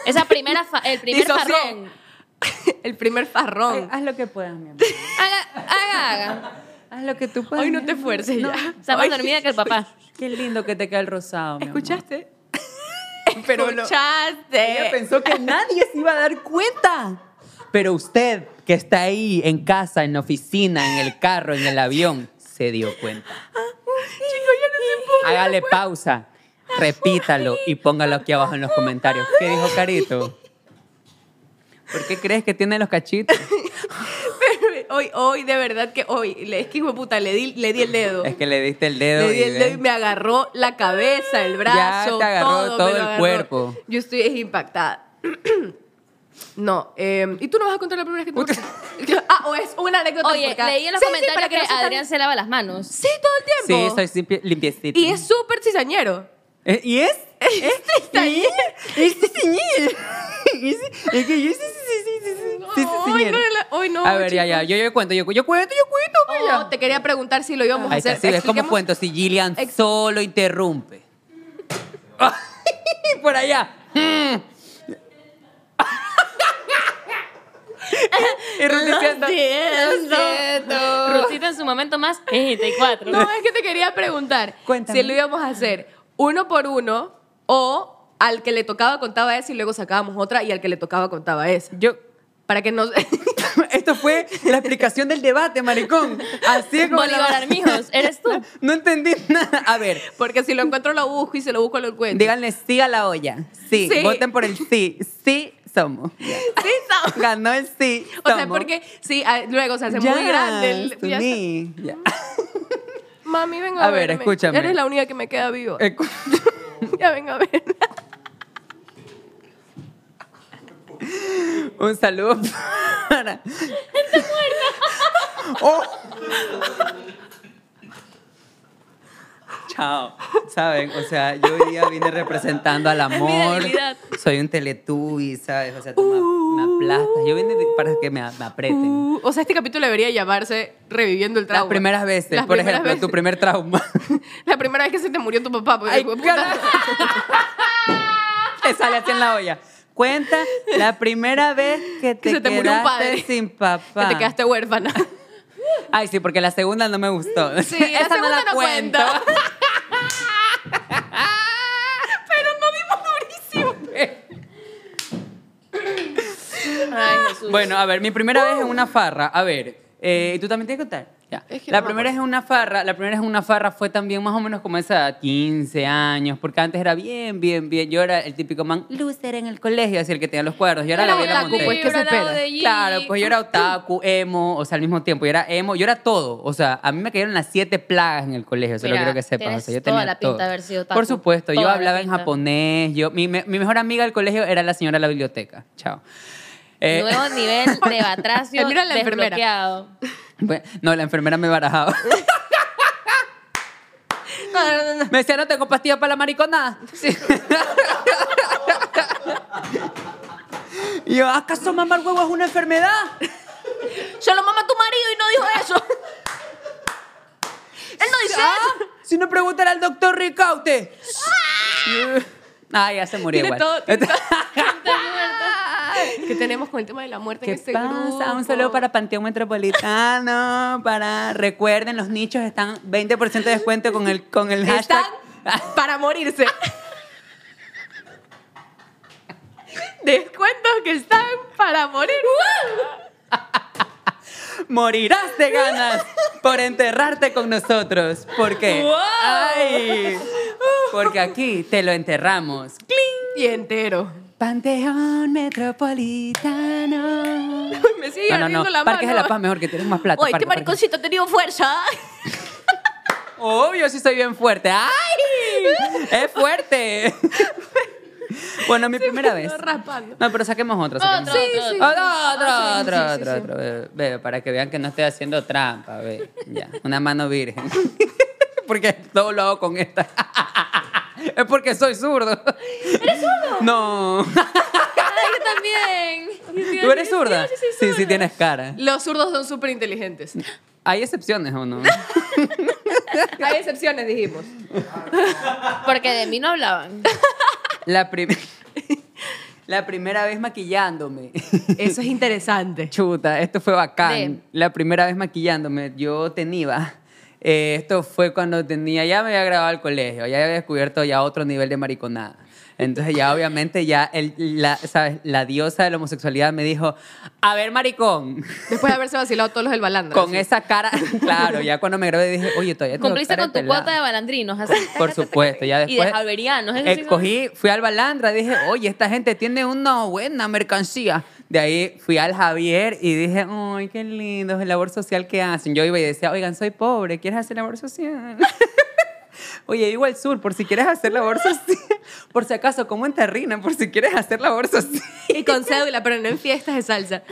D: Esa primera, fa- el primer
A: Disocié.
D: farrón.
A: El primer farrón.
B: Eh, Haz lo que puedas, mi amor.
D: Haga, haga, haga.
B: Haz lo que tú puedas.
A: Hoy no te esfuerces ya.
D: Está más
A: Ay,
D: dormida que el papá.
B: Qué lindo que te queda el rosado, mi amor.
A: ¿Escuchaste?
B: Pero lo- Ella
A: Escuchaste.
B: pensó que nadie se iba a dar cuenta. Pero usted, que está ahí en casa, en la oficina, en el carro, en el avión, se dio cuenta. Hágale pausa, repítalo y póngalo aquí abajo en los comentarios. ¿Qué dijo Carito? ¿Por qué crees que tiene los cachitos?
A: Hoy, hoy, de verdad que hoy, le- es que hijo de puta, le di, le di el dedo.
B: Es que le diste el dedo.
A: Le di
B: y
A: el
B: ve.
A: dedo y me agarró la cabeza, el brazo,
B: te agarró
A: todo,
B: todo
A: me lo
B: el
A: agarró.
B: cuerpo.
A: Yo estoy es impactada. No, eh, y tú no vas a contar la primera vez que te Ah, o es una anécdota.
D: Oye,
A: porque-
D: leí en los
A: Sí, sí,
D: comentarios
A: para
D: que,
A: no seas tan-
D: Adrián se lava las manos.
A: Sí, todo el
B: Sí,
A: tiempo.
B: soy simple- limpiecita.
A: Y es súper cizañero.
B: ¿Eh? ¿Y es? ¿Es
A: cizañero.
B: ¿Es cizañero. Es es que yo sí, sí, sí, sí, sí, sí, sí, sí,
A: Ay,
B: señor.
A: no, la- ay, no,
B: A ver, ya,
A: chico.
B: ya, yo, yo cuento, yo, cu- yo cuento, yo cuento,
A: Oh,
B: vaya.
A: te quería preguntar si lo íbamos a
B: Ahí
A: hacer.
B: está, sí, ves cómo
A: Expliquemos-
B: cuento si Gillian
A: Ex-
B: solo interrumpe. Por allá. y Ruth diciendo,
A: entiendo.
D: Rosita en su momento más 84.
A: No, es que te quería preguntar
B: Cuéntame.
A: si lo íbamos a hacer uno por uno o al que le tocaba contaba esa y luego sacábamos otra y al que le tocaba contaba esa.
B: Yo,
A: para que nos...
B: Esto fue la explicación del debate, maricón. Así es como la-
D: Bolívar, mijos, eres tú.
B: No entendí nada. A ver,
A: Porque si lo encuentro lo busco y si lo busco lo encuentro.
B: díganle sí a la olla. Sí,
A: Sí.
B: voten por el sí. Sí somos.
A: Sí, so-
B: Ganó el sí.
A: O sea,
B: somos.
A: porque sí, a- luego se hace muy
B: Yes,
A: grande. el-
B: to
A: ya está.
B: me. Ya.
A: Mami, venga
B: A
A: a,
B: ver,
A: verme.
B: escúchame. Eh.
A: Eres la única que me queda viva.
B: Escu-
A: ya venga a ver.
B: Un saludo para. ¡Está muerta! ¡Oh! Chao. Saben, o sea, yo hoy día vine representando al amor.
D: debilidad.
B: Soy un teletubby, ¿sabes? O sea, tú me- me, aplastas. Yo vine de- para que me, me aprieten.
A: Uh, o sea, este capítulo debería llamarse Reviviendo el trauma.
B: Las primeras veces,
A: Las
B: por
A: primeras
B: ejemplo, tu
A: veces.
B: primer trauma.
A: La primera vez que se te murió tu papá. Porque
B: Ay,
A: hijo de puta.
B: cara. Te sale así en la olla. Cuenta la primera vez que te,
A: Que se te murió un
B: quedaste
A: padre.
B: sin papá.
A: Que te quedaste huérfana.
B: Ay, sí, porque la segunda no me gustó.
A: Mm, Sí, la
B: Esa
A: segunda no
B: cuento.
A: cuenta. Pero no dimos durísimo.
D: Ay, Jesús.
B: Ah. Bueno, a ver, mi primera vez en una farra. A ver, eh, ¿tú también tienes que contar? Ya.
A: Uh. Es que
B: la
A: no me
B: primera vez en una farra, la primera vez en una farra fue también más o menos como esa edad, 15 años, porque antes era bien, bien, bien. Yo era el típico man loser en el colegio, así el que tenía los cuadros. Yo era la
A: Era
B: abuela
A: otaku,
B: Montes.
A: pues, ¿qué se espera?
B: Claro, pues yo era otaku, emo, o sea, al mismo tiempo, yo era emo, yo era todo. O sea, a mí me cayeron las siete plagas en el colegio, solo
D: Mira,
B: quiero que sepas. O
D: tienes
B: sea, yo
D: toda
B: tenía
D: la pinta
B: todo.
D: de haber sido
B: Por
D: otaku,
B: supuesto, yo
D: toda la
B: hablaba en
D: pinta.
B: japonés. Yo, mi, me- mi mejor amiga del colegio era la señora de la biblioteca. Chao. Eh,
D: Nuevo nivel de batracio
A: Eh, mira la enfermera.
D: desbloqueado.
B: bueno, no, la enfermera me barajaba. Me decía, no tengo pastillas para la maricona. Y yo, ¿acaso mamar huevo es una enfermedad?
A: Se lo mama tu marido y no dijo eso. Él no dice
B: Ah,
A: eso.
B: Si no preguntan al doctor Ricaute. Ah, ya se murió
A: Tiene
B: igual.
A: todo, tiene ¿Qué tenemos con el tema de la muerte
B: ¿Qué
A: en este
B: pasa?
A: grupo?
B: Un saludo para Panteón Metropolitano. Para recuerden, los nichos están 20% de descuento con el, con el hashtag.
A: Están para morirse. Descuentos que están para morir.
B: Morirás de ganas por enterrarte con nosotros. ¿Por qué?
A: ¡Wow!
B: Ay, porque aquí te lo enterramos.
A: Y entero.
B: Panteón Metropolitano.
A: Me sigue
B: No, no,
A: ardiendo
B: no.
A: la
B: Parques de
A: mano.
B: la Paz mejor que tienes más plata.
A: Oye, este
B: Parque, Parque.
A: mariconcito ha tenido fuerza.
B: Obvio, sí soy bien fuerte. ¡Ay! ¡Es fuerte! bueno, mi primera vez.
A: quedó raspando.
B: No, pero saquemos otra. saquemos
D: Otro,
B: otra.
D: otro,
A: sí.
D: otro.
B: Otra,
A: Ah,
B: otra,
A: sí,
B: otra,
A: sí, sí,
B: otra,
A: sí.
B: otra. Bebe, bebe, para que vean que no estoy haciendo trampa. bebe. Ya, una mano virgen. porque todo lo hago con esta. es porque soy zurdo. ¿Eres zurdo? No.
D: Ay, yo también.
B: ¿Tú eres zurda?
D: Sí, sí,
B: sí, sí, tienes cara.
A: Los zurdos son súper inteligentes.
B: ¿Hay excepciones o no?
A: Hay excepciones, dijimos.
D: Porque de mí no hablaban.
B: La, prim- la primera vez maquillándome.
A: Eso es interesante.
B: Chuta, esto fue bacán.
D: De-
B: La primera vez maquillándome, yo tenía. eh, esto fue cuando tenía, ya me había graduado al colegio, ya había descubierto ya otro nivel de mariconada. Entonces ya obviamente ya el- la, ¿sabes? la diosa de la homosexualidad me dijo, a ver maricón,
A: Después de haberse vacilado todos los del balandro.
B: con esa cara, claro, ya cuando me gradué dije, oye, todavía tengo
D: Cumpliste
B: cara de
D: con tu
B: pelada".
D: cuota de balandrinos. así.
B: Por supuesto, ya
D: Y de
B: después...
D: javerianos. eso Ah. sí, Ah, ¿no?
B: Escogí, fui al Balandra, dije, oye, esta gente tiene una buena mercancía. De ahí fui al Javier y dije, ay, qué lindo el labor social que hacen. Yo iba y decía, oigan, soy pobre, ¿quieres hacer labor social? Oye, vivo al sur, por si quieres hacer labor social. Por si acaso, como en Terrina, por si quieres hacer labor social.
A: Y con cédula, pero no en fiestas de salsa.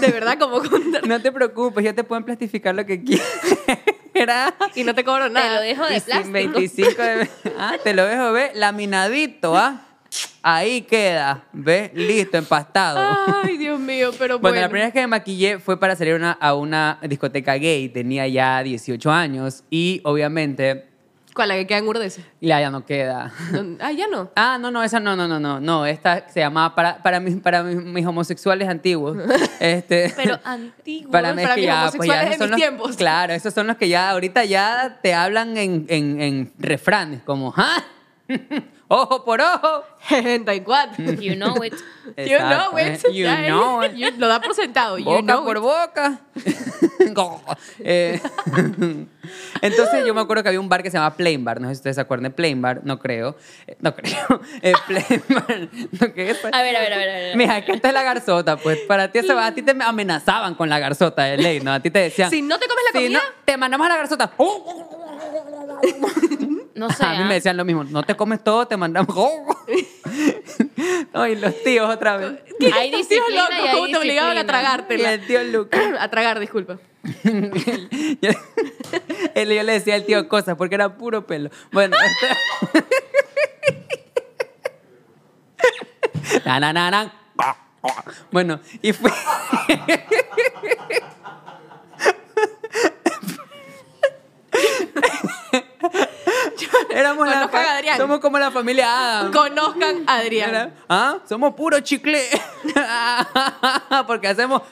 A: De verdad, como con...
B: No te preocupes, ya te pueden plastificar lo que quieras. Era
A: Y no te cobro nada.
D: Te lo dejo de
B: Y sin
D: plástico.
B: 25 de- Ah, te lo dejo, ve, laminadito, ¿ah? Ahí queda, ve, listo, empastado.
D: Ah,
A: Ay, Dios mío, pero
B: bueno,
A: bueno.
B: la primera vez que me maquillé fue para salir a una- a una discoteca gay. Tenía ya 18 años y obviamente
A: ¿Cuál? ¿La que queda en Urdesa?
B: la ya no queda.
A: ¿Dónde? Ah, ya no.
B: Ah, no, no, esa no, no, no, no, no. Esta se llamaba para, para, mis, para mis, mis homosexuales antiguos. Este,
D: Pero antiguos.
B: Para mí es
A: para
B: que
A: mis
B: ya, pues ya esos
A: homosexuales de
B: son los,
A: mis tiempos.
B: Claro, esos son los que ya ahorita ya te hablan en, en, en refranes, como, ¿ah? Ojo por ojo.
A: 74.
D: You know it.
A: You
B: Mm,
A: know it.
B: Exacto. eh, You
A: Ya,
B: know it.
A: you- lo da por sentado. You
B: boca
A: know
B: por
A: it.
B: boca. Eh, entonces yo me acuerdo que había un bar que se llamaba Plain Bar. No sé si ustedes se acuerdan de Plain Bar. No creo. Eh, No creo. Eh, Plain Bar. No, ¿qué es?
D: A ver, a ver, a ver. A ver.
B: Mira, que esta es la garzota, pues para ti eso va- a ti te amenazaban con la garzota de ley, ¿no? A ti te decían.
A: Si no te comes
B: "Si
A: la comida".
B: no, te mandamos a la garzota.
D: No sé.
B: a mí
D: ¿ah?
B: me decían lo mismo, no te comes todo, te mandamos. Ay, los tíos otra vez.
D: Hay
A: Estos tíos
D: disciplina y
A: locos,
D: hay
A: ¿cómo te obligaban a
D: disciplina.
B: Y
A: tragártela?
B: el tío Lucas.
A: a tragar, disculpa.
B: yo, él- yo le decía al tío cosas porque era puro pelo. Bueno, este- Na, na, na, na. Bueno, y fui. Éramos la
A: Conozco a
B: fa-
A: Adrián.
B: somos como la familia Adam.
A: Conozcan a Adrián.
B: Era, ¿Ah? Somos puro chicle. Porque hacemos.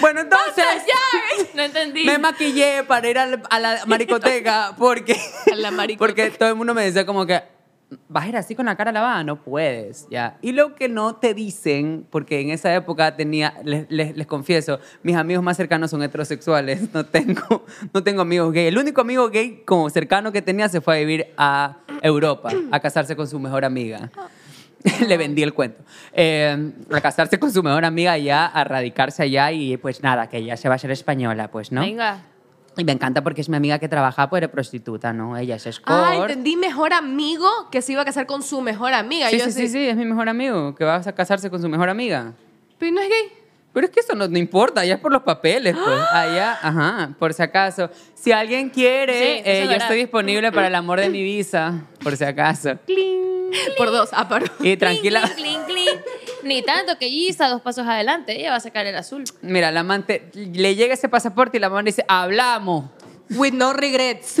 B: bueno, entonces.
D: No entendí.
B: Me maquillé para ir al- a la maricoteca porque.
A: A la maricoteca.
B: Porque todo el mundo me decía como que. ¿Vas a ir así con la cara lavada? No puedes, ya. Y lo que no te dicen, porque en esa época tenía, les, les- les confieso, mis amigos más cercanos son heterosexuales, no tengo, no tengo amigos gay. El único amigo gay como cercano que tenía se fue a vivir a Europa, a casarse con su mejor amiga. Le vendí el cuento. Eh, a casarse con su mejor amiga allá, a radicarse allá y pues nada, que ella se va a ser española, pues, ¿no?
D: Venga.
B: Y me encanta porque es mi amiga que trabaja, pues era prostituta, ¿no? Ella es escort.
A: Ah, entendí mejor amigo que se iba a casar con su mejor amiga.
B: Sí,
A: Yo
B: sí,
A: así,
B: sí, sí, es mi mejor amigo, que va a casarse con su mejor amiga.
A: Pero no es gay.
B: Pero es que eso no, no importa, allá es por los papeles, pues.
D: ¡Ah!
B: Allá, ajá, por si acaso. Si alguien quiere,
D: Sí, eso es
B: eh, yo
D: verdad.
B: estoy disponible para el amor de mi visa, por si acaso.
A: Por dos, ah, por-
B: Y tranquila.
D: Clink, clink, clink. Ni tanto que Isa, dos pasos adelante, ella va a sacar el azul.
B: Mira, la amante le llega ese pasaporte y la amante dice, hablamos.
A: With no regrets.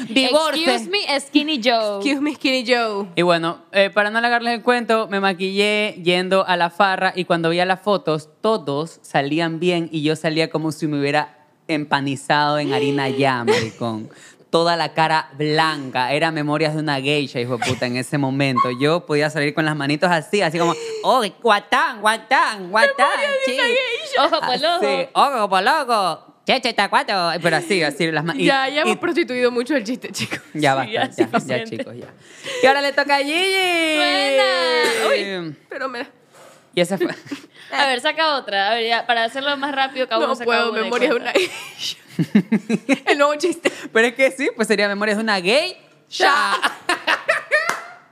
D: Excuse me, Skinny Joe.
A: Excuse me, Skinny Joe.
B: Y bueno, eh, para no alargarles el cuento, me maquillé yendo a la farra y cuando veía las fotos, todos salían bien y yo salía como si me hubiera empanizado en harina ya, maricón. Toda la cara blanca. Era memorias de una geisha, hijo de puta, en ese momento. Yo podía salir con las manitos así, así como, ¡Oh, guatán, guatán, guatán! Ah, sí".
D: Ojo por ojo.
B: Así, ¡Ojo, por loco! ¡Cheche, tacuato! Pero así, así, las manos.
A: ya, ya hemos prostituido mucho el chiste, chicos.
B: Ya
D: Sí, ya
B: basta, ya,
D: es
B: ya,
D: suficiente.
B: chicos, ya. Y ahora le toca a Gigi.
D: Buena.
A: Pero me...
B: Y esa fue.
D: A ver, saca otra. A ver, ya, para hacerlo más rápido, cada uno
A: No
D: saca
A: puedo,
D: una y
A: memoria de
D: cuenta.
A: una... el nuevo chiste.
B: Pero es que sí, pues sería Memorias de una gay. Ya.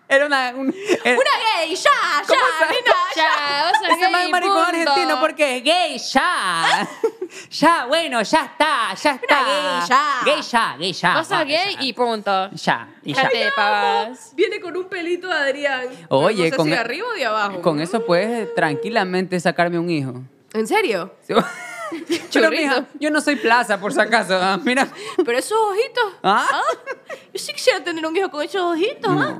B: Era una. un- era-
A: ¡Una gay! ¡Ya! ¡Ya!
B: sabe?
A: nena,
D: Ya, o
B: Ese
D: sea,
B: mal
D: gay,
B: este maricón
D: punto.
B: argentino porque es gay, ya. ya, bueno, ya está, ya está.
A: gay, ya.
B: Gay, ya, gay, ya.
D: Vos sos
B: va,
D: gay
B: Ah, ya.
D: y punto.
B: Ya, y ya.
D: Déjate de pavadas.
A: Viene con un pelito de Adrián. Pero
B: Oye,
A: no sé
B: con
A: si de
B: e-
A: arriba o de abajo.
B: Con eso puedes tranquilamente sacarme un hijo.
A: ¿En serio?
B: Sí. Pero, mija, yo no soy plaza, por si acaso. ah, Mira.
A: Pero esos ojitos.
B: ¿Ah?
A: Yo sí quisiera tener un hijo con esos ojitos, ¿ah?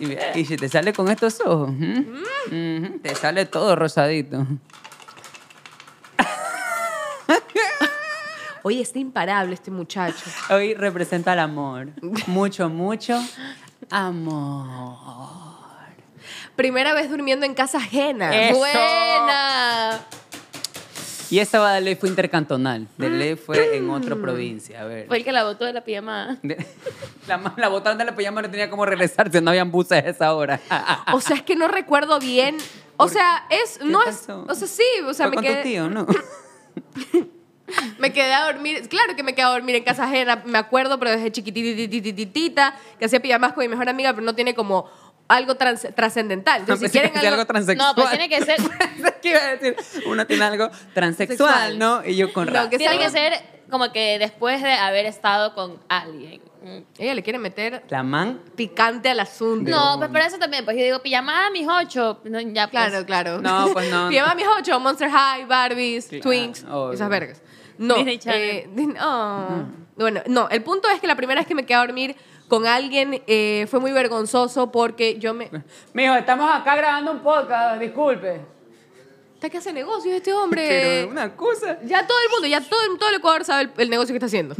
B: Y, y si te sale con estos ojos, ujú, ujú, te sale todo rosadito.
A: Oye, está imparable este muchacho.
B: Hoy representa el amor. Mucho, mucho amor.
A: Primera vez durmiendo en casa ajena.
B: Eso.
A: ¡Buena!
B: Y esa va de ley fue intercantonal. De ley fue en otra provincia. A ver.
D: Fue el que la botó de la pijamada.
B: De- La, ma- la botana de la pijama no tenía cómo regresarse, no habían buses a esa hora.
A: O sea, es que no recuerdo bien. O sea, es. No es.
B: pasó?
A: O sea, sí. O sea,
B: Fue
A: me
B: con tu
A: quedé,
B: tío, ¿no?
A: me quedé a dormir. Claro que me quedé a dormir en casa ajena. Me acuerdo, pero desde chiquitititititita, que hacía pijamas con mi mejor amiga, pero no tiene como algo trans- trascendental. Entonces, si
B: Pensé que
A: quieren
B: decía
A: algo.
B: algo transexual.
D: No, pues tiene que ser,
B: ¿Qué iba a decir? Uno tiene algo transexual,
A: Sexual.
B: ¿no? Y yo con
A: No,
B: razón.
A: que
D: tiene
A: sea-
D: que ser como que después de haber estado con alguien. Mm.
A: Ella le quiere meter
B: La man
A: picante al asunto.
D: No, pues para eso también, pues yo digo pijamada a mis ocho. No, ya, pues.
A: Claro, claro.
B: No, pues no.
A: Pijama mis ocho, Monster High, Barbies,
B: Claro,
A: Twinks,
B: obvio.
A: esas vergas. No.
D: Disney Channel.
A: eh, Disney- oh. Bueno, no, el punto es que la primera vez que me quedé a dormir con alguien eh, fue muy vergonzoso porque yo me...
B: Mijo, estamos acá grabando un podcast, disculpe.
A: ¿Está que hace negocios este hombre?
B: Pero una cosa.
A: Ya todo el mundo, ya todo, todo el Ecuador sabe el, el negocio que está haciendo.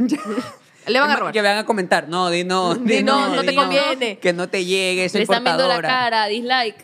A: Le van a
B: Es más,
A: robar.
B: Que van a comentar. No, di no. Di,
A: Di no, no te
B: di
A: conviene.
B: Que no te llegue, soy
D: Le están viendo la
B: portadora.
D: cara, dislike.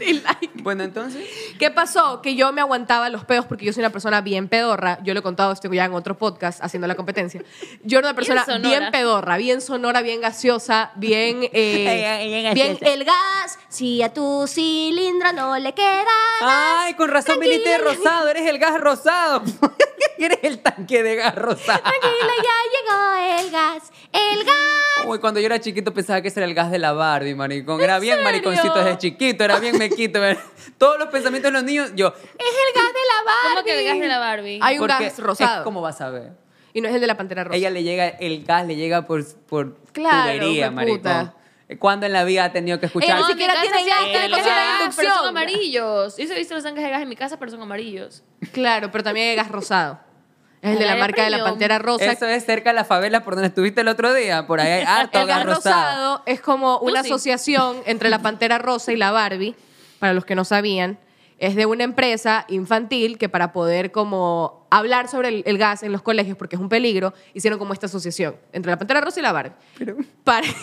A: Y like.
B: Bueno, entonces.
A: ¿Qué pasó? Que yo me aguantaba los pedos porque yo soy una persona bien pedorra. Yo lo he contado esto ya en otro podcast haciendo la competencia. Yo era una persona bien,
D: sonora.
A: pedorra, bien sonora, bien gaseosa, bien. eh,
C: Bien
A: bien
C: gaseosa.
A: el gas.
E: Si a tu cilindro no le queda.
B: Ay, con razón viniste de rosado, eres el gas rosado. eres el tanque de gas rosado.
E: Tranquila, ya llegó el gas. El gas.
B: Uy, cuando yo era chiquito pensaba que ese era el gas de la Barbie, maricón. Era bien
D: serio?
B: mariconcito desde chiquito, era bien mequito. era- Todos los pensamientos de los niños, yo.
E: Es el gas de la Barbie.
D: ¿Cómo que el gas de la Barbie?
A: Hay un
B: porque
A: gas rosado.
B: es- ¿Cómo vas a ver?
A: Y no es el de la pantera rosa.
B: Ella le llega, el gas le llega por, por
A: Claro,
B: tubería,
A: hijueputa.
B: maricón. ¿Cuándo en la vida ha tenido que escuchar?
A: Ella ni
D: mi
A: siquiera
D: casa
A: tiene
D: sí
A: gas,
D: hay tanques
A: tiene
D: de
A: cocina de
D: gas, Pero
A: inducción.
D: son amarillos. Yo sí he visto los tanques de gas en mi casa, pero son amarillos.
A: Claro, pero también hay gas rosado. Es el de
D: El
A: la
D: de
A: marca de la
D: premium.
A: pantera rosa.
B: Eso es cerca de la favela por donde estuviste el otro día. Por ahí ah, hay harto
A: el gas rosado es como una
D: sí.
A: asociación entre la Pantera Rosa y la Barbie, para los que no sabían. Es de una empresa infantil que para poder como hablar sobre el, el gas en los colegios, porque es un peligro, hicieron como esta asociación entre la Pantera Rosa y la Barbie. Para-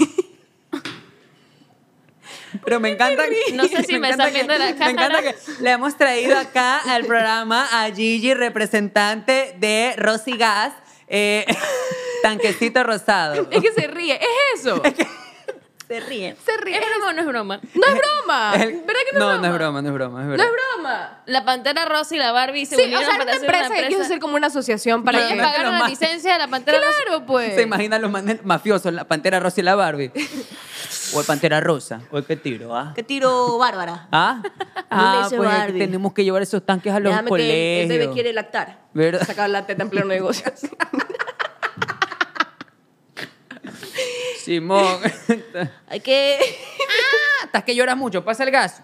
B: Pero me encanta que.
D: No sé si me
B: encanta
D: están viendo
B: que-
D: la cámara.
B: Me encanta que le hemos traído acá al programa a Gigi, representante de Rosy Gas, eh, tanquecito rosado.
A: es que se ríe, es eso.
C: Se ríen.
A: Se ríe.
D: ¿Es broma o no es broma?
A: No es broma.
B: El-
A: ¿Verdad que no,
B: no es broma, no es broma. Es
A: No
B: verdad.
A: es broma.
D: La pantera rosa y la Barbie se
A: Sí, o sea,
D: unieron
A: era
D: para
A: una
D: hacer una
A: empresa,
D: empresa.
A: que quiso hacer como una asociación para
B: No,
D: Para
A: que
B: no,
D: ellos
B: no.
D: pagaron la
B: Más-
D: licencia de la pantera rosa.
A: Claro, pues.
B: ¿Se imaginan los man- mafiosos, la pantera rosa y la Barbie? O el pantera rosa. O el que tiro, ¿ah?
F: ¿Qué tiro, Bárbara?
B: ¿Ah?
F: le
B: Ah,
F: hice
B: pues
F: Barbie.
B: tenemos que llevar esos tanques a los
F: Déjame
B: colegios.
F: que el- el bebé quiere lactar.
B: ¿Verdad?
A: Sacar la teta en pleno negocio.
B: Simón.
F: Hay que...
B: Estás que lloras mucho, pasa el gas.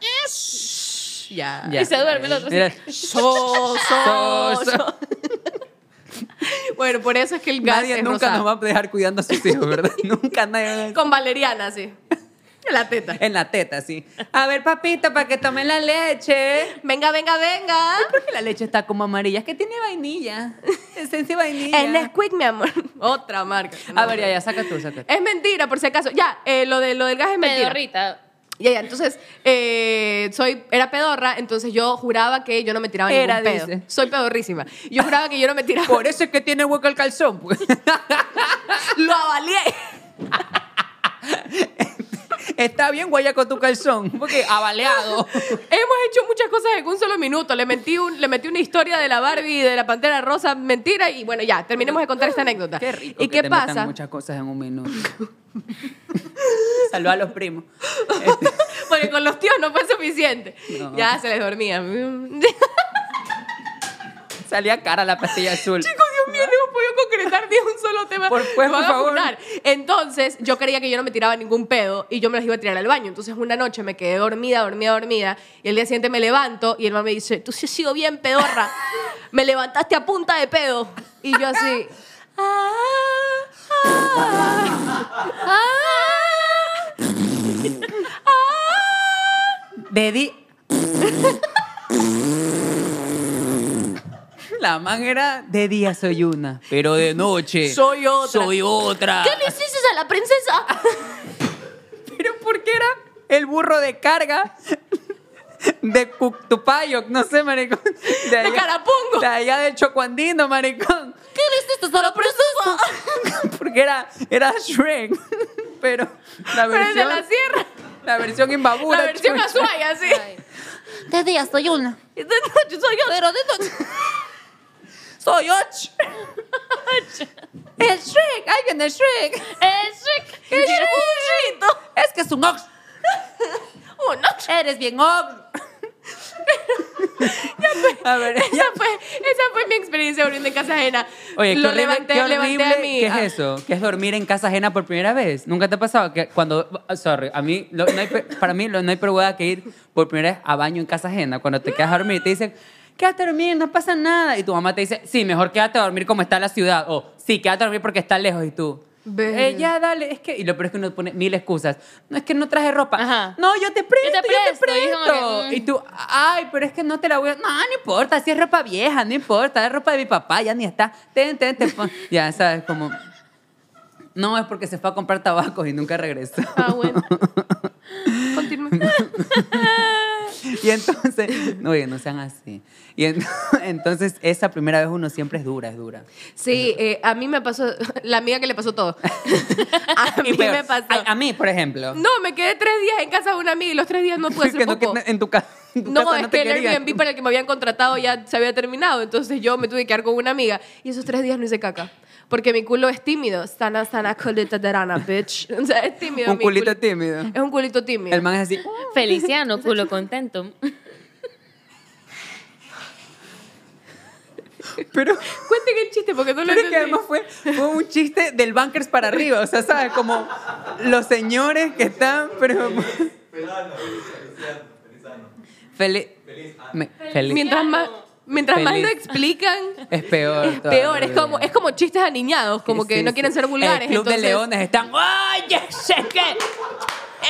A: ya.
B: Ya.
D: Y se duerme el otro.
B: Mira.
A: So, so,
B: So,
A: so. Bueno, por eso es que el gas
B: Nadie
A: es
B: nunca
A: rosado.
B: nos va a dejar cuidando a sus hijos, ¿verdad? nunca nadie. va a-
A: Con valeriana, sí. En la teta.
B: En la teta, sí. A ver, papita, para que tomen la leche.
A: Venga, venga, venga.
B: Porque la leche está como amarilla, es que tiene vainilla. Esencia de vainilla.
A: Es Nesquik, mi amor. Otra marca.
B: A ver, ya, ya, saca tú, saca tú.
A: Es mentira, por si acaso. Ya, eh, lo, de, lo del gas es mentira.
D: Pedorrita.
A: Ya, ya, entonces, eh, soy, era pedorra, entonces yo juraba que yo no me tiraba
B: Era,
A: ningún pedo.
B: dice.
A: Soy pedorrísima. Yo juraba que yo no me tiraba.
B: Por eso es que tiene hueco el calzón. pues.
A: Lo avalié.
B: Está bien guayaco tu calzón, porque abaleado.
A: Hemos hecho muchas cosas en un solo minuto. Le metí, un, le metí una historia de la Barbie y de la Pantera Rosa, mentira, y bueno, ya, terminemos de contar esta anécdota.
B: Qué rico.
A: ¿Y
B: que
A: qué
B: te metan
A: pasa?
B: muchas cosas en un minuto. Saluda a los primos.
A: Porque con los tíos no fue suficiente.
B: No.
A: Ya se les dormía. Chicos,
B: Salía cara la pastilla azul.
A: Dios mío, no hemos podido concretar ni un solo tema.
B: Por- pues,
A: Me
B: por
A: van a
B: favor.
A: funar. Entonces, yo creía que yo no me tiraba ningún pedo y yo me los iba a tirar al baño. Entonces, una noche me quedé dormida, dormida, dormida. Y el día siguiente me levanto y el man me dice: Tú sí has sido bien pedorra. Me levantaste a punta de pedo. Y yo así. "Ah, ah, ah".
B: Dedi. La man era de día soy una, pero de noche
A: Soy otra.
B: Soy otra.
E: ¿Qué le hiciste a la princesa?
B: Pero porque era el burro de carga de Cuctupayok, no sé, maricón. De, allá-
A: Carapungo.
B: De allá del Chocuandino, maricón.
E: ¿Qué le hiciste a la princesa?
B: Porque era, era Shrek, pero la
A: Pero es
B: versión
A: de la sierra.
B: la versión Imbabura.
A: La versión
B: chucha.
A: Azuaya, sí.
E: De día soy una.
A: Yo soy yo.
E: Pero de noche.
B: Soy Och. el Shrek, alguien de Shrek.
D: Es Shrek.
B: Es Es que es un ox.
A: Uno.
B: Eres bien ox. A ver,
A: Esa fue, esa fue mi experiencia durmiendo en casa ajena.
B: Oye, qué
A: Lo
B: horrible,
A: levanté,
B: qué
A: levanté a
B: horrible
A: mi. Ah,
B: que es
A: a-
B: eso, que es dormir en casa ajena por primera vez. ¿Nunca te ha pasado que cuando, ah, sorry, a mí, lo- no hay pe- para mí lo- no hay perhuda que ir por primera vez a baño en casa ajena. Cuando te quedas a dormir y te dicen, quédate a dormir, no pasa nada. Y tu mamá te dice, sí, mejor quédate a dormir como está la ciudad. O, sí, quédate a dormir porque está lejos. Y tú,
A: Verga.
B: "Eh, ya, dale, es que... Y lo peor es que uno pone mil excusas. No, es que no traje ropa.
D: Ajá.
B: No, yo te presto, yo te presto.
D: presto. Y es como que, mm.
B: Y tú, ay, pero es que no te la voy a... No, no importa, si es ropa vieja, no importa, es ropa de mi papá, ya ni está. Ten, ten, te pon- Ya, sabes, como... No, es porque se fue a comprar tabaco y nunca regresó.
D: Ah, bueno.
A: Continúa.
B: Y entonces, no, oye, no sean así. Y en- entonces, esa primera vez uno siempre es dura, es dura.
A: Sí, eh, a mí me pasó, la amiga que le pasó todo. A mí
B: Y peor,
A: me pasó.
B: A, a mí, por ejemplo.
A: No, me quedé tres días en casa de una amiga y los tres días no pude
B: que
A: hacer
B: no-
A: poco.
B: que en tu casa. en tu
A: No,
B: casa
A: es
B: te
A: que el
B: querían.
A: Airbnb para el que me habían contratado ya se había terminado, entonces yo me tuve que quedar con una amiga y esos tres días no hice caca. Porque mi culo es tímido. Sana, sana, culito de rana, bitch. O sea, es tímido.
B: Un
A: mi
B: culito
A: culo.
B: tímido.
A: Es un culito tímido.
B: El man es así.
D: Feliciano, culo contento.
B: Pero,
A: Cuenten el chiste porque no lo
B: pero es que
A: entendí.
B: además fue, fue un chiste del bankers para arriba. O sea, ¿sabes? Como los señores que están. Pero, Feliz. me- Feliz.
A: Mientras más, mientras más
B: Feliz.
A: lo explican,
B: Es peor.
A: es
B: todavía.
A: peor. Es como, es como chistes aniñados, como que
B: Sí,
A: no
B: sí.
A: quieren ser vulgares.
B: El club
A: entonces,
B: de leones están. "Oh, ¡Ay, ya sé qué!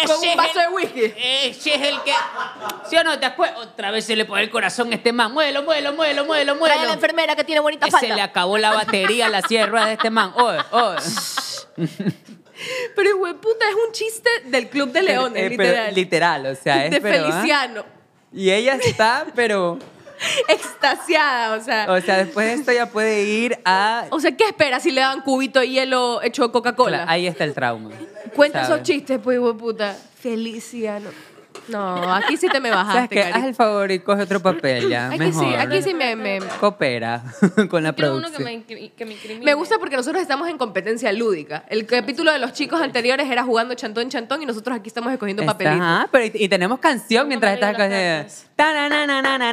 A: Con
B: Ese
A: un
B: es
A: vaso
B: el-
A: de whisky.
B: Ese es el que. Si o no te acuerdas, otra vez se le pone el corazón a este man. Muévelo, muévelo, muévelo, muévelo,
F: Trae a la
B: muévelo.
F: enfermera que tiene bonita
B: Eh,
F: falda.
B: Se le acabó la batería a la silla de ruedas de este man. Oye, oye.
A: Pero, güey, puta, es un chiste del club de leones,
B: Eh, pero
A: literal.
B: literal, o sea, es
A: de
B: pero, ¿ah?
A: Feliciano.
B: Y ella está, pero.
A: Extasiada, o sea.
B: O sea, después de esto ya puede ir a.
A: O sea, ¿qué espera si le dan cubito de hielo hecho de Coca-Cola?
B: Ahí está el trauma.
A: Cuenta
B: ¿sabes?
A: esos chistes, pues, hijo de puta. Feliciano. No, aquí sí te me
B: ¿Sabes
A: bajaste,
B: qué? Haz
A: cari.
B: el favor y coge otro papel ya.
A: Aquí
B: mejor.
A: sí, aquí sí me, me,
B: Coopera con la
D: Quiero uno que
B: producción.
D: me, incri- que me incrimine.
A: me gusta porque nosotros estamos en competencia lúdica. El capítulo de los chicos anteriores era jugando chantón chantón y nosotros aquí estamos escogiendo
B: Está-
A: papelitos.
B: ajá, ah, pero y, y tenemos canción mientras
D: Pongo
B: estás
D: arriba
B: con
D: las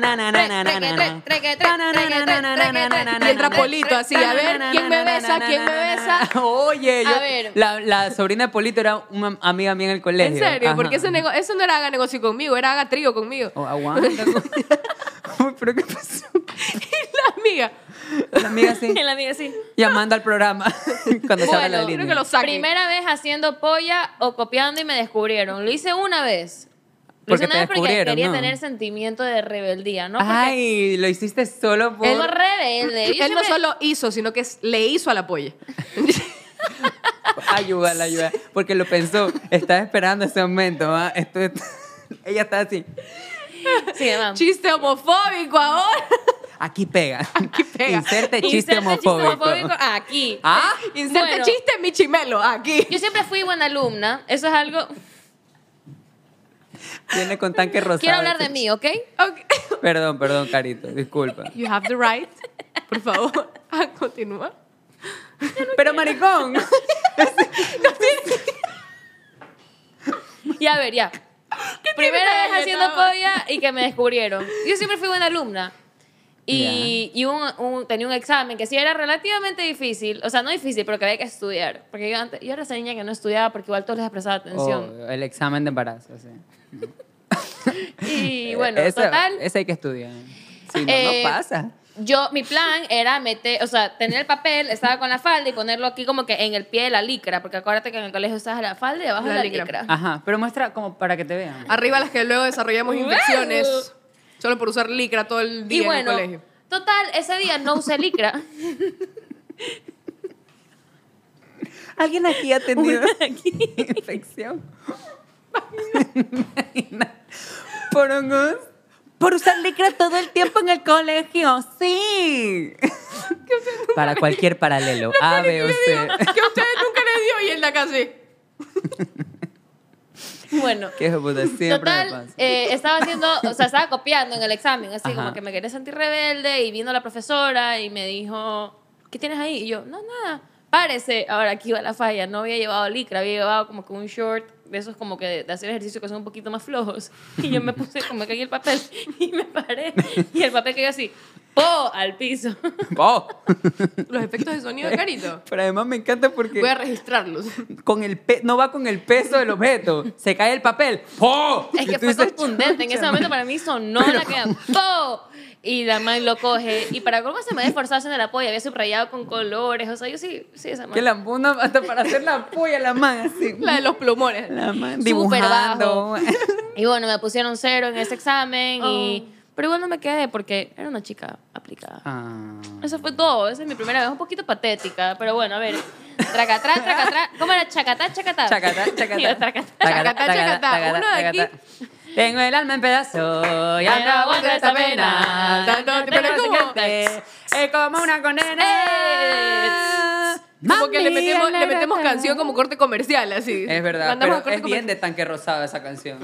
A: Y el trapolito así, a ver, ¿quién me besa? ¿Quién me besa?
B: Oye, yo,
D: A ver.
B: La, la sobrina de Polito era una amiga mía en el colegio.
A: En serio,
B: Ajá.
A: porque ese nego- eso no era haga negocio conmigo, era haga trío conmigo.
B: Oh, aguanta. Uy, pero ¿qué pasó?
A: La amiga.
B: La amiga así,
D: En la mía, sí.
B: llamando al programa cuando se habla la
D: Bueno,
B: línea.
A: Quiero que lo saquen.
D: Primera vez haciendo polla o copiando y me descubrieron. Lo hice una vez. Lo
B: Porque te
D: hice una vez porque
B: descubrieron,
D: quería
B: ¿no?
D: tener sentimiento de rebeldía, ¿no? Porque
B: Ay, lo hiciste solo por...
D: soy rebelde. Yo
A: Él no
D: siempre-
A: solo hizo, sino que es- le hizo a la polla.
B: Ayúdala, ayúdala. Porque lo pensó, estaba esperando ese momento. ¿ah? Esto- esto- Ella está así.
D: Sí, mamá.
A: Chiste homofóbico ahora.
B: Aquí pega.
A: Aquí pega.
B: Inserte chiste
D: Inserte
B: homofóbico.
D: aquí.
B: ¿Ah?
A: Inserte
D: Bueno.
A: chiste mi chimelo aquí.
D: Yo siempre fui buena alumna. Eso es algo...
B: Viene con tanque rosado.
D: Quiero hablar de mí, ¿ok?
A: Ok.
B: Perdón, perdón, Carito. Disculpa.
A: You have the right. Por favor, Ah, continúa.
B: Pero maricón.
D: Ya, a ver, ya. Primera
A: tiene
D: vez
A: que ver,
D: haciendo
A: no?
D: polla y que me descubrieron. Yo siempre fui buena alumna. Y, y un- un- tenía un examen que sí era relativamente difícil. O sea, no difícil, pero que había que estudiar. Porque yo, antes, yo era esa niña que no estudiaba porque igual todos les prestaba atención.
B: Oh, el examen de embarazo, sí.
D: Y bueno,
B: Ese-
D: total.
B: Ese hay que estudiar. Si no,
D: eh,
B: no pasa.
D: Yo, mi plan era meter, o sea, tener el papel, estaba con la falda y ponerlo aquí como que en el pie de la licra. Porque acuérdate que en el colegio usabas la falda y abajo
A: La
D: la,
A: licra. Ah,
D: licra.
B: Ajá, pero muestra como para que te vean.
A: Arriba las que luego desarrollamos infecciones. Solo por usar licra todo el día
D: Y bueno,
A: en el colegio.
D: total, ese día no usé licra.
B: ¿Alguien aquí ha tenido infección? Por hongos. Por usar licra todo el tiempo en el colegio, sí. Para cualquier paralelo, A, B o C.
A: Que a ustedes nunca les dio y en la casi.
D: Bueno.
B: Qué puta, siempre me
D: Total,
B: pasa.
D: eh, estaba haciendo, o sea, estaba copiando en el examen, así
B: Ajá.
D: como que me quería sentir rebelde y vino la profesora y me dijo, ¿qué tienes ahí? Y yo, no, nada, párese. Ahora aquí va la falla, no había llevado licra, había llevado como que un short de esos como que de hacer ejercicio que son un poquito más flojos. Y yo me puse como que aquí el papel y me paré y el papel cayó así, ¡po! al piso.
B: Oh.
A: Los efectos de sonido de carito.
B: Pero además me encanta porque
A: Voy a registrarlos.
B: con el pe- no va con el peso del objeto. Se cae el papel. ¡Po!
D: Es
B: Y
D: que
B: tú
D: fue
B: dices,
D: contundente. En ese momento para mí sonó la que ¡Po! Y la man lo coge. Y para cómo se me había esforzado haciendo la polla, había subrayado con colores. O sea, yo sí, sí, esa man.
B: Que la una, hasta para hacer la polla la man así.
A: La de los plumones.
B: La man
D: Súper
B: dibujando.
D: bajo.
B: Oh.
D: Y bueno, me pusieron cero en ese examen. Y, pero igual no me quedé porque era una chica aplicada.
B: Ah.
D: Eso fue todo. Esa es mi primera vez. Un poquito patética, pero bueno, a ver. Tracatrá, tracatrá. ¿Cómo era? Chacatá, chacatá.
B: Chacatá, chacatá.
D: Mira, tracatá.
A: Chacatá, chacatá. Uno de aquí.
B: Tengo el alma en pedazos, ya no aguanto esta pena. Tanto tiempo
A: Pero
B: no se
A: ¿cómo?
B: cante, Es como una condena.
A: Como que le
B: Mami,
A: metemos,
B: la,
A: le
B: la,
A: metemos
B: la.
A: canción como corte comercial, así.
B: Es verdad,
A: Mandamos a
B: pero
A: corte
B: es bien de tanque rosado esa canción.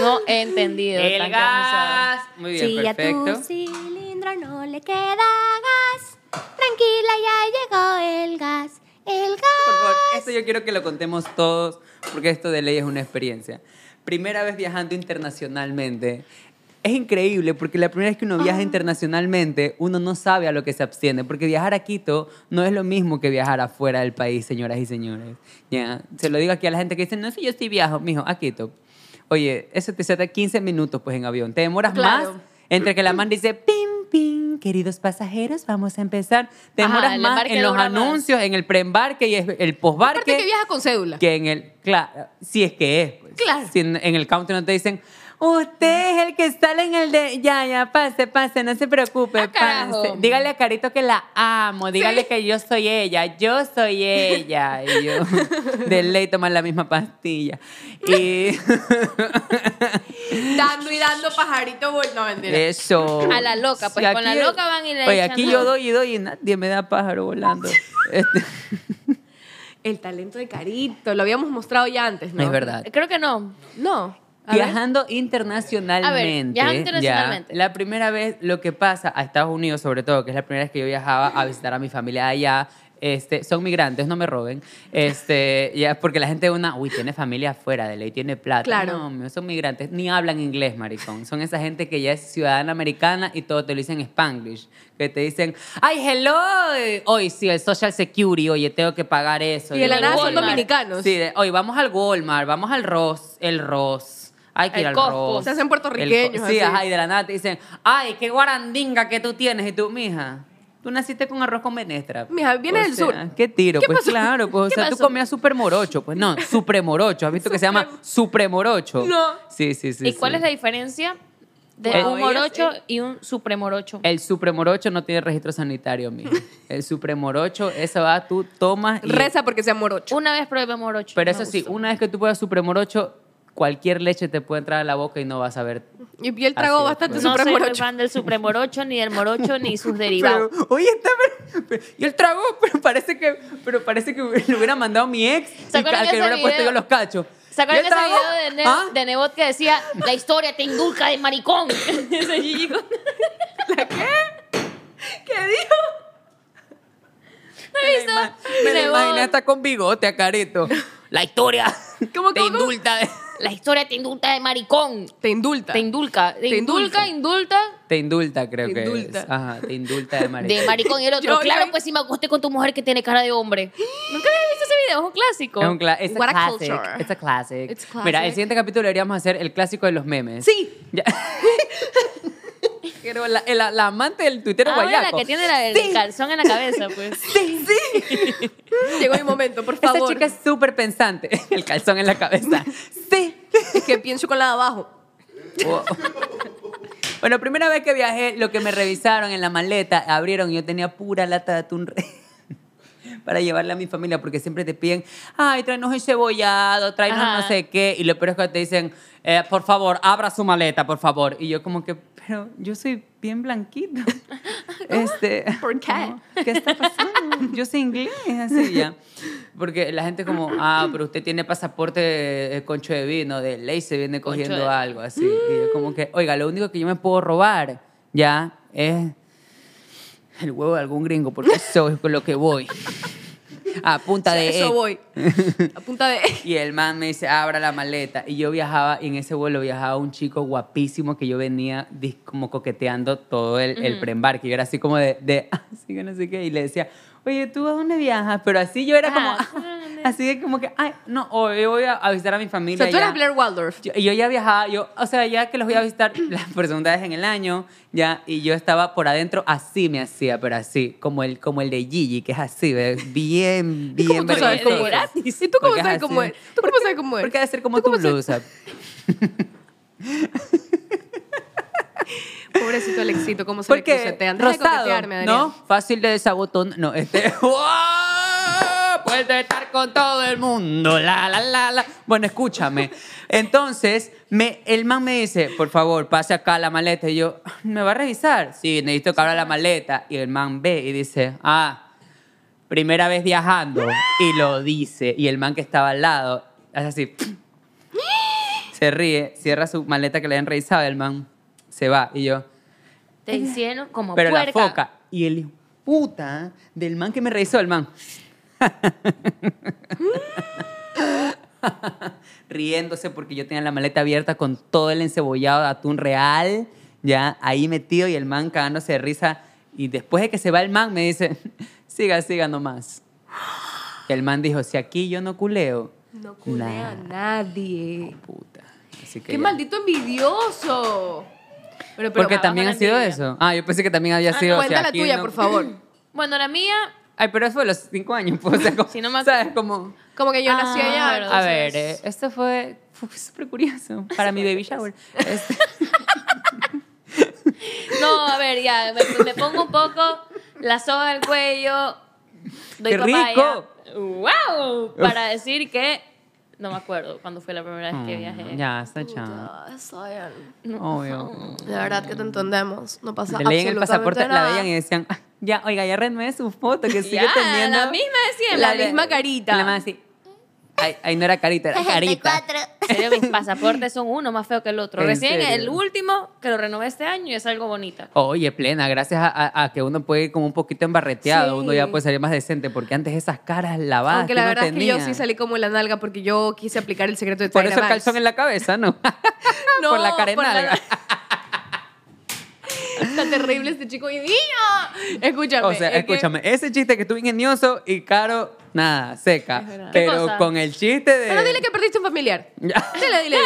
D: No he entendido.
B: El
D: tan cansado.
B: gas. Muy bien,
E: Si a tu
B: perfecto.
E: cilindro no le queda gas, tranquila, ya llegó el gas, el
B: Por
E: gas.
B: favor, esto yo quiero que lo contemos todos, porque esto de ley es una experiencia. Primera vez viajando internacionalmente. Es increíble porque la primera vez que uno
D: Ah.
B: viaja internacionalmente, uno no sabe a lo que se abstiene, porque viajar a Quito no es lo mismo que viajar afuera del país, señoras y señores. Ya, se lo digo aquí a la gente que dice, no sé, yo sí viajo, mijo, a Quito. Oye, eso te tarda 15 minutos pues en avión, te demoras
A: Claro.
B: más entre que la man dice, pim, pim, queridos pasajeros, vamos a empezar. Te
D: Ajá,
B: demoras
D: el
B: más
D: embarque
B: en los
D: dura más.
B: anuncios anuncios, en el preembarque y es- el
A: Aparte que
B: posbarque.
A: viaja con cédula.
B: Que en el. Claro, si es que es. pues.
A: Claro.
B: Si en, en el counter no te dicen, usted es el que sale en el de. Ya, ya, pase, pase, no se preocupe,
D: Ah, carajo.
B: pase. Dígale a Carito que la amo, dígale que yo soy ella, yo soy ella. Y yo, de ley, tomar la misma pastilla. Y.
A: Dando y dando pajarito. bol- No, mentira.
B: Eso.
D: A la loca, pues,
B: Sí,
D: con la
B: aquí-
D: loca van y le
B: Oye,
D: echan-
B: aquí yo doy y doy y nadie me da pájaro volando. Este-
A: El talento de Carito. Lo habíamos mostrado ya antes, ¿no?
B: Es verdad.
D: Creo que no.
A: No. A ver.
B: Viajando internacionalmente.
D: A ver, viajando internacionalmente.
B: ya, la primera vez, lo que pasa a Estados Unidos, sobre todo, que es la primera vez que yo viajaba a visitar a mi familia allá. Este, son migrantes, no me roben. Este, ya, porque la gente una, uy, tiene familia afuera de ley, tiene plata.
A: Claro.
B: No, mío, son migrantes, ni hablan inglés, maricón. Son esa gente que ya es ciudadana americana y todo te lo dicen en spanglish. Que te dicen, ay, hello. eh, Hoy sí, el social security, oye, tengo que pagar eso.
A: Y de la
B: Yo,
A: nada son
B: Walmart.
A: dominicanos.
B: Sí, de, oye, vamos al Walmart, vamos al Ross, el Ross. Hay que
D: El
B: ir al
D: Costco.
B: Ross.
A: Se hacen puertorriqueños,
B: El co- Sí,
A: así.
B: ajá, y de la nada te dicen, ay, qué guarandinga que tú tienes. Y tú, mija, tú naciste con arroz con menestra.
A: Mija, vienes del sur.
B: ¿Qué tiro?
A: ¿Qué
B: pues
A: pasó?
B: claro, pues, o
D: ¿Qué
B: sea, tú
D: pasó?
B: comías super morocho. Pues no, super morocho. ¿Has visto que se llama super morocho?
A: No.
B: Sí, sí, sí.
D: ¿Y cuál
B: sí. Eh,
D: es la diferencia de
B: El-
D: un morocho y un supremorocho?
B: El supremorocho no tiene registro sanitario, mija. El supremorocho, esa va, tú tomas y
A: Reza porque sea morocho.
D: Una vez probé morocho.
B: Pero
D: me
B: eso sí,
D: gustó.
B: una vez que tú puedas supremorocho, cualquier leche te puede entrar a la boca y no vas a ver.
A: Y él tragó
B: Así es,
A: bastante
B: pues.
A: su
D: No soy muy
A: premorocho.
D: fan del supremorocho, ni del morocho, ni sus derivados.
B: oye, está. pero- pero- y el trago, pero parece que, pero parece que le hubiera mandado a mi ex y
D: ¿Se acuerdan
B: al que le
D: ese
B: hubiera puesto
D: video?
B: yo los cachos.
D: ¿Se acuerdan
B: ¿Y
D: de
B: el
D: ese
B: trago?
D: video de, Ne-
B: ¿Ah?
D: de Nebot que decía la historia te indulca de maricón? Ese Gigi con-
A: ¿Qué dijo?
B: Me la
D: ¿Has visto?
B: ima- Me la
D: Nebot,
B: imaginé hasta con bigote a Carito. La historia
A: ¿Cómo,
B: te
A: cómo, cómo?
B: indulta. de-
D: La historia te indulca de maricón.
A: Te indulta.
D: Te indulca. Te,
A: Te
D: indulca, indulta.
B: Te indulta, creo
A: Te
B: que
A: indulta.
B: es. Ajá, te indulta de maricón.
D: De maricón y el otro.
A: Yo-
D: claro,
A: yo-
D: pues si me acosté con tu mujer que tiene cara de hombre. Nunca había visto ese video, es un clásico.
B: Es un cla- it's a
A: What a
B: classic.
A: culture.
B: It's a classic.
A: It's classic.
B: Mira, el siguiente capítulo deberíamos hacer el clásico de los memes.
A: Sí.
B: Ya. Pero la, la- la amante del tuitero
D: Ahora Ah, la
B: guayaco.
D: que tiene la, el calzón en la cabeza, pues.
A: Llegó mi momento, por
B: Esta
A: favor.
B: chica es súper pensante. El calzón en la cabeza. Sí.
A: Es que pienso con la de abajo.
B: Wow. Bueno, primera vez que viajé, lo que me revisaron en la maleta, abrieron y yo tenía pura lata de atún re- para llevarla a mi familia, porque siempre te piden, ay, tráenos un cebollado, tráenos
D: Ajá.
B: no sé qué, y lo peor es que te dicen, "Eh, por favor, abra su maleta, por favor. Y yo como que, pero yo soy bien blanquito. Este,
A: ¿Por qué?
B: como, ¿Qué está pasando? Yo soy inglés, así ya. Porque la gente como, ah, pero usted tiene pasaporte de, de concho de vino, de ley se viene
D: Concho
B: cogiendo
D: de-
B: algo así. Y yo como que, oiga, lo único que yo me puedo robar ya es el huevo de algún gringo, porque eso es con lo que voy. A punta de...
A: Eso
B: egg.
A: voy. A punta de.
B: Y el man me dice, abra la maleta. Y yo viajaba, y en ese vuelo viajaba un chico guapísimo que yo venía dis- como coqueteando todo el, el preembarque. Yo era así como de, de, así que no sé qué. Y le decía, oye, ¿tú a dónde viajas? Pero así yo era como,
A: Ah,
D: Ajá, ¿tú a
B: así de como que, ay, no, hoy voy a, a visitar a mi
A: O
B: familia.
A: sea, tú eres
B: ya".
A: Blair Waldorf.
B: Yo- Y yo ya viajaba, yo, o sea, ya que los voy a visitar la segunda vez en el año, ya, y yo estaba por adentro, así me hacía, pero así, como el, como el de Gigi, que es así, ¿ves? bien, bien
A: ¿Cómo tú sabes
B: vergonzoso.
A: cómo era? ¿Y tú cómo
B: Porque es
A: sabes
B: así.
A: cómo es? ¿Tú cómo sabes cómo es?
B: Porque ha de ser como tu
A: cómo sabes?
B: blusa.
A: Pobrecito Alexito, cómo se le
B: Porque
A: crucetean. Deja de
B: rosado,
A: coquetearme, Adrián.
B: ¿no? Fácil de desagotón. No, este... ¡Wow! Puede estar con todo el mundo. La, la, la, la. Bueno, escúchame. Entonces, me, el man me dice, por favor, pase acá la maleta. Y yo, ¿me va a revisar? Sí, necesito que abra la maleta. Y el man ve y dice, ah, primera vez viajando. Y lo dice. Y el man que estaba al lado hace así. Se ríe, cierra su maleta que le habían revisado. El man se va. Y yo,
D: Te hicieron como
B: pero
D: puerca.
B: la foca. Y el hijo puta del man que me revisó, el man. Riéndose porque yo tenía la maleta abierta con todo el encebollado de atún real, ya ahí metido y el man cagándose de risa. Y después de que se va el man, me dice, siga, siga nomás. Y el man dijo, si aquí yo no culeo.
A: No culea a
B: nada,
A: nadie.
B: puta. Así que
A: ¡Qué
B: ya.
A: maldito envidioso! Bueno, pero
B: Porque
A: va,
B: también ha
A: vamos a
B: sido
A: la envidia.
B: eso. Ah, yo pensé que también había sido... o sea,
A: Cuenta la
B: aquí
A: tuya,
B: no-
A: por favor.
D: Bueno, la mía,
B: Ay, pero eso fue a los cinco años. Pues, o sea, como,
D: Sí, no me acuerdo.
B: ¿Sabes? Como...
A: Como que yo
D: Ah,
A: nací allá.
D: verdad.
B: A ver, eh, esto fue, fue súper curioso para mi baby shower. Este,
D: no, a ver, ya, me, me pongo un poco la soga al cuello, doy
B: ¡Qué
D: papaya.
B: rico!
D: ¡Wow! Para decir que no me acuerdo cuándo fue la primera vez que viajé.
B: Mm, ya, está chao.
A: Ah, Zion.
B: Obvio.
A: De verdad que te entendemos. No pasa
B: Le leían el
A: absolutamente
B: pasaporte, la
A: nada.
B: veían y decían, "Ah, ya, oiga, ya renueve su foto, que sigue
D: Ya,
B: teniendo.
D: la misma de siempre.
A: La
B: de-
A: misma carita.
B: La más así. Ay, ay, no era carita, era carita.
E: 64.
D: En serio, mis pasaportes son uno más feo que el otro.
B: ¿En
D: Recién
B: serio?
D: el último, que lo renové este año, y es algo bonita.
B: Oye, plena, gracias a, a- a que uno puede ir como un poquito embarreteado,
A: Sí.
B: uno ya puede salir más decente, porque antes esas caras lavadas "Ah, que
A: Aunque la
B: uno
A: verdad es que yo
B: tenía.
A: sí salí como la nalga porque yo quise aplicar el secreto de
B: Por
A: Tyra
B: eso el
A: Banks.
B: calzón en la cabeza, ¿no?
A: No,
B: por la cara en
A: por la-
B: nalga.
A: Está terrible este chico hoy día. Escúchame.
B: O sea,
A: es que-
B: escúchame, ese chiste que tú ingenioso y caro, nada, seca.
A: verdad.
D: ¿Qué
B: Pero
D: cosa?
B: con el chiste de.
A: Pero dile que perdiste un familiar.
B: Ya.
A: Dile, dile.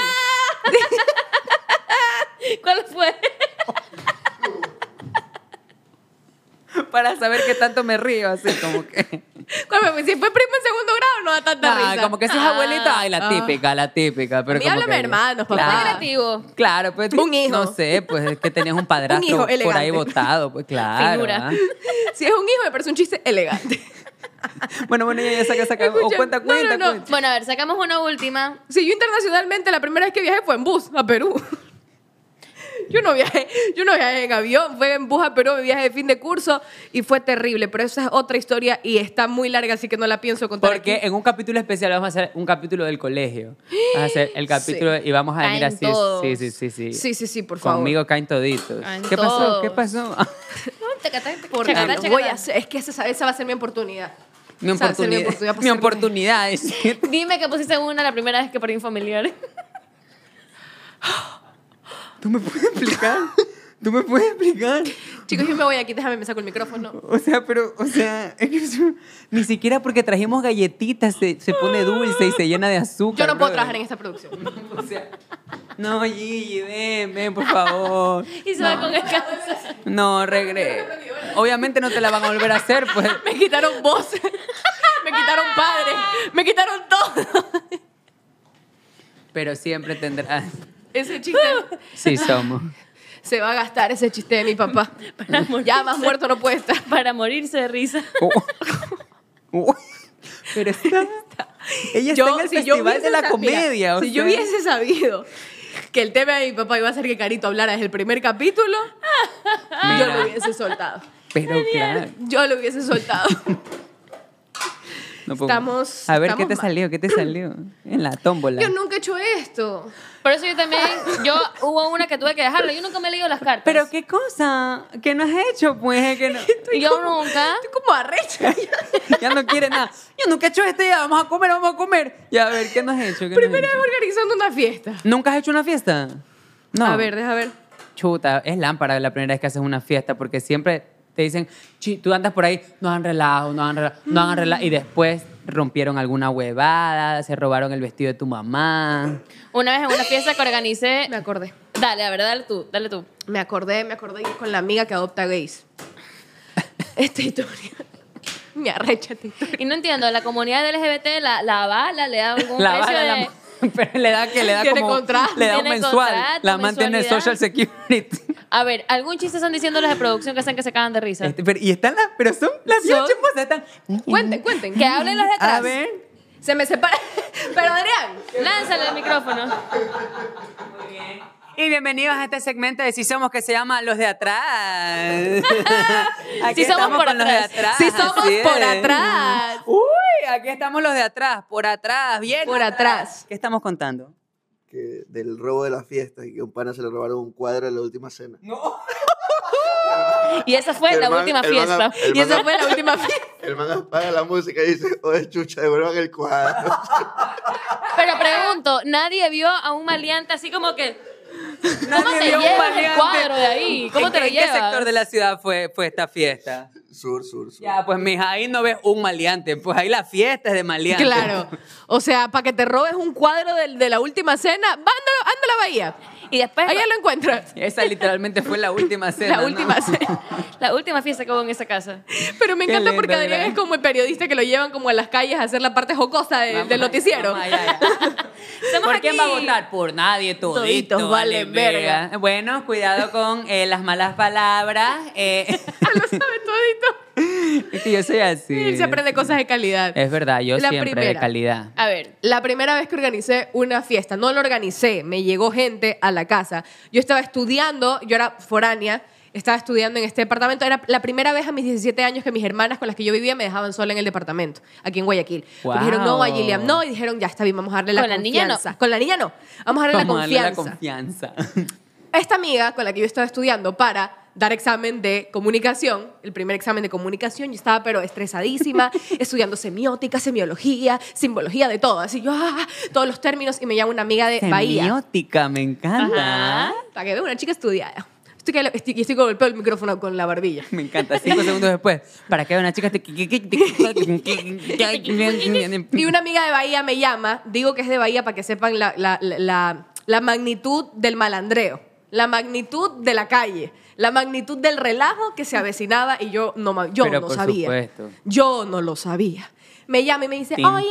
D: ¿Cuál fue?
B: Para saber qué tanto me río, así como que.
A: Escúchame, si fue primo en segundo grado, no da tanta
B: Ah,
A: risa.
B: como que si es
D: Ah.
B: abuelita, ay, la típica, la típica. Pero
A: A mí
B: como
A: háblame
B: que-
A: hermanos, papá.
B: Claro.
D: Negativo.
B: Claro, pues
A: Un hijo.
B: no sé, pues es que tenías un padrastro
A: hijo
B: por ahí
A: elegante.
B: botado, pues claro.
D: Figura.
B: ¿ah?
A: Si es un hijo, me parece un chiste elegante.
B: Bueno, bueno, ya, ya saca, saca, o
A: Escucha,
B: cuenta,
A: no,
B: cuenta,
A: no, no.
B: cuenta.
D: Bueno, a ver, sacamos una última.
A: Si yo internacionalmente la primera vez que viajé fue en bus a Perú. Yo no viajé, yo no viajé en avión, fue en bus a Perú, mi viaje de fin de curso y fue terrible, pero esa es otra historia y está muy larga, así que no la pienso contar.
B: Porque
A: aquí.
B: en un capítulo especial vamos a hacer un capítulo del colegio. Vamos a hacer el capítulo y vamos a
D: Caen
B: venir así.
D: todos.
B: Sí, sí, sí, sí.
A: Sí, sí, sí, por favor.
B: Conmigo caen toditos.
D: Caen
B: ¿Qué pasó?
D: todos.
B: ¿Qué pasó?
A: Por
D: Chacatá,
A: Dios,
D: chacatá.
A: voy a hacer- es que esa, esa va a ser mi oportunidad.
B: Mi
A: Esa va a ser
B: oportunidad.
A: para
B: Mi
A: ser-
B: oportunidad. es que-
D: Dime que pusiste una la primera vez que perdí un familiar.
B: ¿Tú me puedes explicar? ¿Tú me puedes explicar?
A: Chicos, yo me voy aquí, déjame, me saco el micrófono.
B: O sea, pero, o sea, es que yo- ni siquiera porque trajimos galletitas se, se pone dulce y se llena de azúcar.
A: Yo no puedo
B: brother.
A: trabajar en esta producción.
B: O sea, no, Gigi, ven, ven, por favor.
D: Y se va con descanso.
B: No, regre. Obviamente no te la van a volver a hacer, pues.
A: Me quitaron voz, me quitaron padre, me quitaron todo.
B: Pero siempre tendrás.
A: Ese chiste
B: Sí, somos.
A: se va a gastar ese chiste de mi papá. Ya más muerto no puede estar.
D: Para morirse de risa.
B: Oh. Pero está. Ella
A: Yo-
B: está en el
A: si yo
B: festival de
A: hubiese
B: la
A: sa-
B: comedia.
A: mira,
B: o
A: si
B: sea.
A: yo hubiese sabido que el tema de mi papá iba a ser que Carito hablara desde el primer capítulo, yo
B: Mira,
A: lo hubiese soltado.
B: Pero claro.
A: Yo lo hubiese soltado.
B: no puedo-
A: Estamos-
B: A ver,
A: estamos
B: ¿qué te
A: mal.
B: salió? ¿Qué te salió? En la tómbola.
A: Yo nunca he hecho esto.
D: Por eso yo también, yo hubo una que tuve que dejarlo. Yo nunca me he leído las cartas.
B: Pero qué cosa. ¿Qué no has hecho? Pues que no.
D: yo nunca.
A: Estoy como arrecha.
B: Ya no quiere nada. Yo nunca he hecho este. Ya vamos a comer, vamos a comer. Ya, a ver, ¿qué no has hecho? ¿Qué no has
A: Primera vez
B: hecho?
A: organizando una fiesta.
B: ¿Nunca has hecho una fiesta? No.
A: A ver, deja ver.
B: Chuta, es lámpara la primera vez que haces una fiesta porque siempre te dicen, "Chi, tú andas por ahí, no han relajo, no han relajo, no han relajo. Y después rompieron alguna huevada, se robaron el vestido de tu mamá.
D: Una vez en una fiesta que organicé.
A: Me acordé.
D: Dale, a ver, dale tú, dale tú.
A: Me acordé, me acordé con la amiga que adopta gays. Esta historia. Me arrecha esta historia.
D: Y no entiendo, la comunidad LGBT la, la avala, le da algún
B: La
D: precio
B: bala,
D: de-
B: la- pero le da que le da
A: Tiene
B: como
A: contrato,
B: le da un
D: tiene
B: mensual.
D: contrato,
B: la mantiene
D: mensualidad.
B: social security.
D: A ver, algún chiste están diciendo los de producción que están que se cagan de risa.
B: Este, pero, y están las, pero son las
D: Son-
B: 18 pues, están.
A: Cuenten, cuenten. Que hablen los detrás.
B: A ver.
A: Se me separa. Pero Adrián.
D: Lánzale el micrófono.
B: Y bienvenidos a este segmento de Si Somos que se llama Los de Atrás. Aquí
D: Si somos
B: estamos
D: por
B: con los de
D: atrás.
B: atrás.
A: Si somos
B: así
A: por
B: es.
A: atrás.
B: Uy, aquí estamos los de atrás, por atrás, bien.
A: Por atrás.
B: ¿Qué estamos contando?
G: que del robo de las fiestas y que a un pana se le robaron un cuadro en la última cena.
D: Y esa fue
G: El
D: la
G: man-
D: última
G: el man-
D: fiesta.
G: el
D: Y esa
G: man-
D: fue la última fiesta.
G: El man apaga la música y dice, oye, chucha, devuelvan el cuadro.
D: Pero pregunto, ¿nadie vio a un maleante así como que... ¿Cómo
B: Nadie
D: te
B: vio un
D: llevas el
B: maleante.
D: cuadro de ahí? ¿Cómo
B: ¿En
D: te
B: qué-
D: lo
B: en qué sector
D: llevas?
B: de la ciudad fue, fue esta fiesta?
G: Sur, sur, sur.
B: Ya, pues mija, ahí no ves un maleante, pues ahí la fiesta es de maleante.
A: Claro. O sea, para que te robes un cuadro del- de, la última cena, vándalo, anda a la bahía.
D: Y después...
A: Allá lo encuentras.
B: Esa literalmente fue la última cena.
A: La
B: ¿no?
A: última cena.
D: La última fiesta que hubo en esa casa.
A: Pero me
B: Qué
A: encanta
B: lindo,
A: porque Adrián
B: mira.
A: es como el periodista que lo llevan como a las calles a hacer la parte jocosa de-
B: Vamos
A: del
B: allá,
A: noticiero.
B: vamos allá, ya. ¿Por quién va a votar? Por nadie, todito.
A: Toditos
B: vale
A: valen verga.
B: verga. Bueno, cuidado con eh, las malas palabras. eh.
A: lo sabe todito.
B: Es que yo soy así.
A: Él se aprende cosas de calidad.
B: Es verdad, yo
A: La
B: siempre de
A: primera.
B: calidad.
D: A ver,
A: La primera vez que organicé una fiesta, no la organicé, me llegó gente a la casa. Yo estaba estudiando, yo era foránea, estaba estudiando en este departamento. Era la primera vez a mis 17 años que mis hermanas con las que yo vivía me dejaban sola en el departamento, aquí en Guayaquil. Me
B: Guau.
A: dijeron, no, a Gilliam, no. Y dijeron, ya está bien, vamos a darle la
D: Con la niña no.
A: confianza. Con la niña no. Vamos a darle,
B: Vamos a
A: la,
B: darle
A: confianza.
B: la confianza.
A: Esta amiga con la que yo estaba estudiando para dar examen de comunicación, el primer examen de comunicación, yo estaba pero estresadísima, estudiando semiótica, semiología, simbología, de todo. Así yo, ah, todos los términos, y me llama una amiga de
B: Eh,
A: Bahía.
B: Semiótica, me encanta.
D: Ajá.
A: Para que vea una chica estudiada. Estoy, que- estoy, y estoy con el pelo del micrófono con la barbilla.
B: Me encanta. Cinco segundos después. Para que una chica. Y
A: Y una amiga de Bahía me llama, digo que es de Bahía para que sepan la, la- la- la- la magnitud del malandreo, la magnitud de la calle, la magnitud del relajo que se avecinaba y yo no, ma- yo
B: Pero
A: no
B: por
A: sabía.
B: supuesto.
A: Yo no lo sabía. Me llama y me dice,
B: Tin,
A: oye,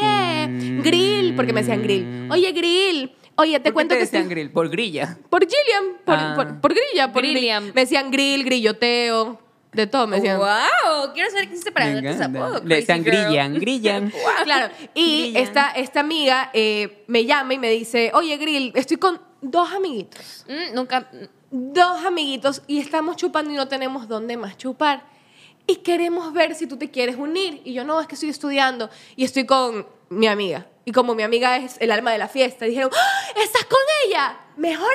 B: tin.
A: Grill, porque me decían Grill, oye, Grill, oye, te cuento que... estoy-
B: grill? Por grilla.
A: Por Gillian, por,
B: Ah.
A: por- por Grilla, por
D: Grilliam.
A: Grill. Me decían Grill, Grilloteo, de todo me decían.
D: wow, quiero saber qué se para
B: Me
D: tus
B: encanta.
D: apodos.
B: Le decían
D: crazy girl.
B: grillan, grillan.
A: Claro. Y esta, esta amiga eh, me llama y me dice, oye, Grill, estoy con dos amiguitos.
D: Mm, nunca. mm,
A: Dos amiguitos y estamos chupando y no tenemos dónde más chupar. Y queremos ver si tú te quieres unir. Y yo, no, es que estoy estudiando y estoy con mi amiga. Y como mi amiga es el alma de la fiesta, dijeron, ¡Ah! ¡estás con ella! ¡Mejor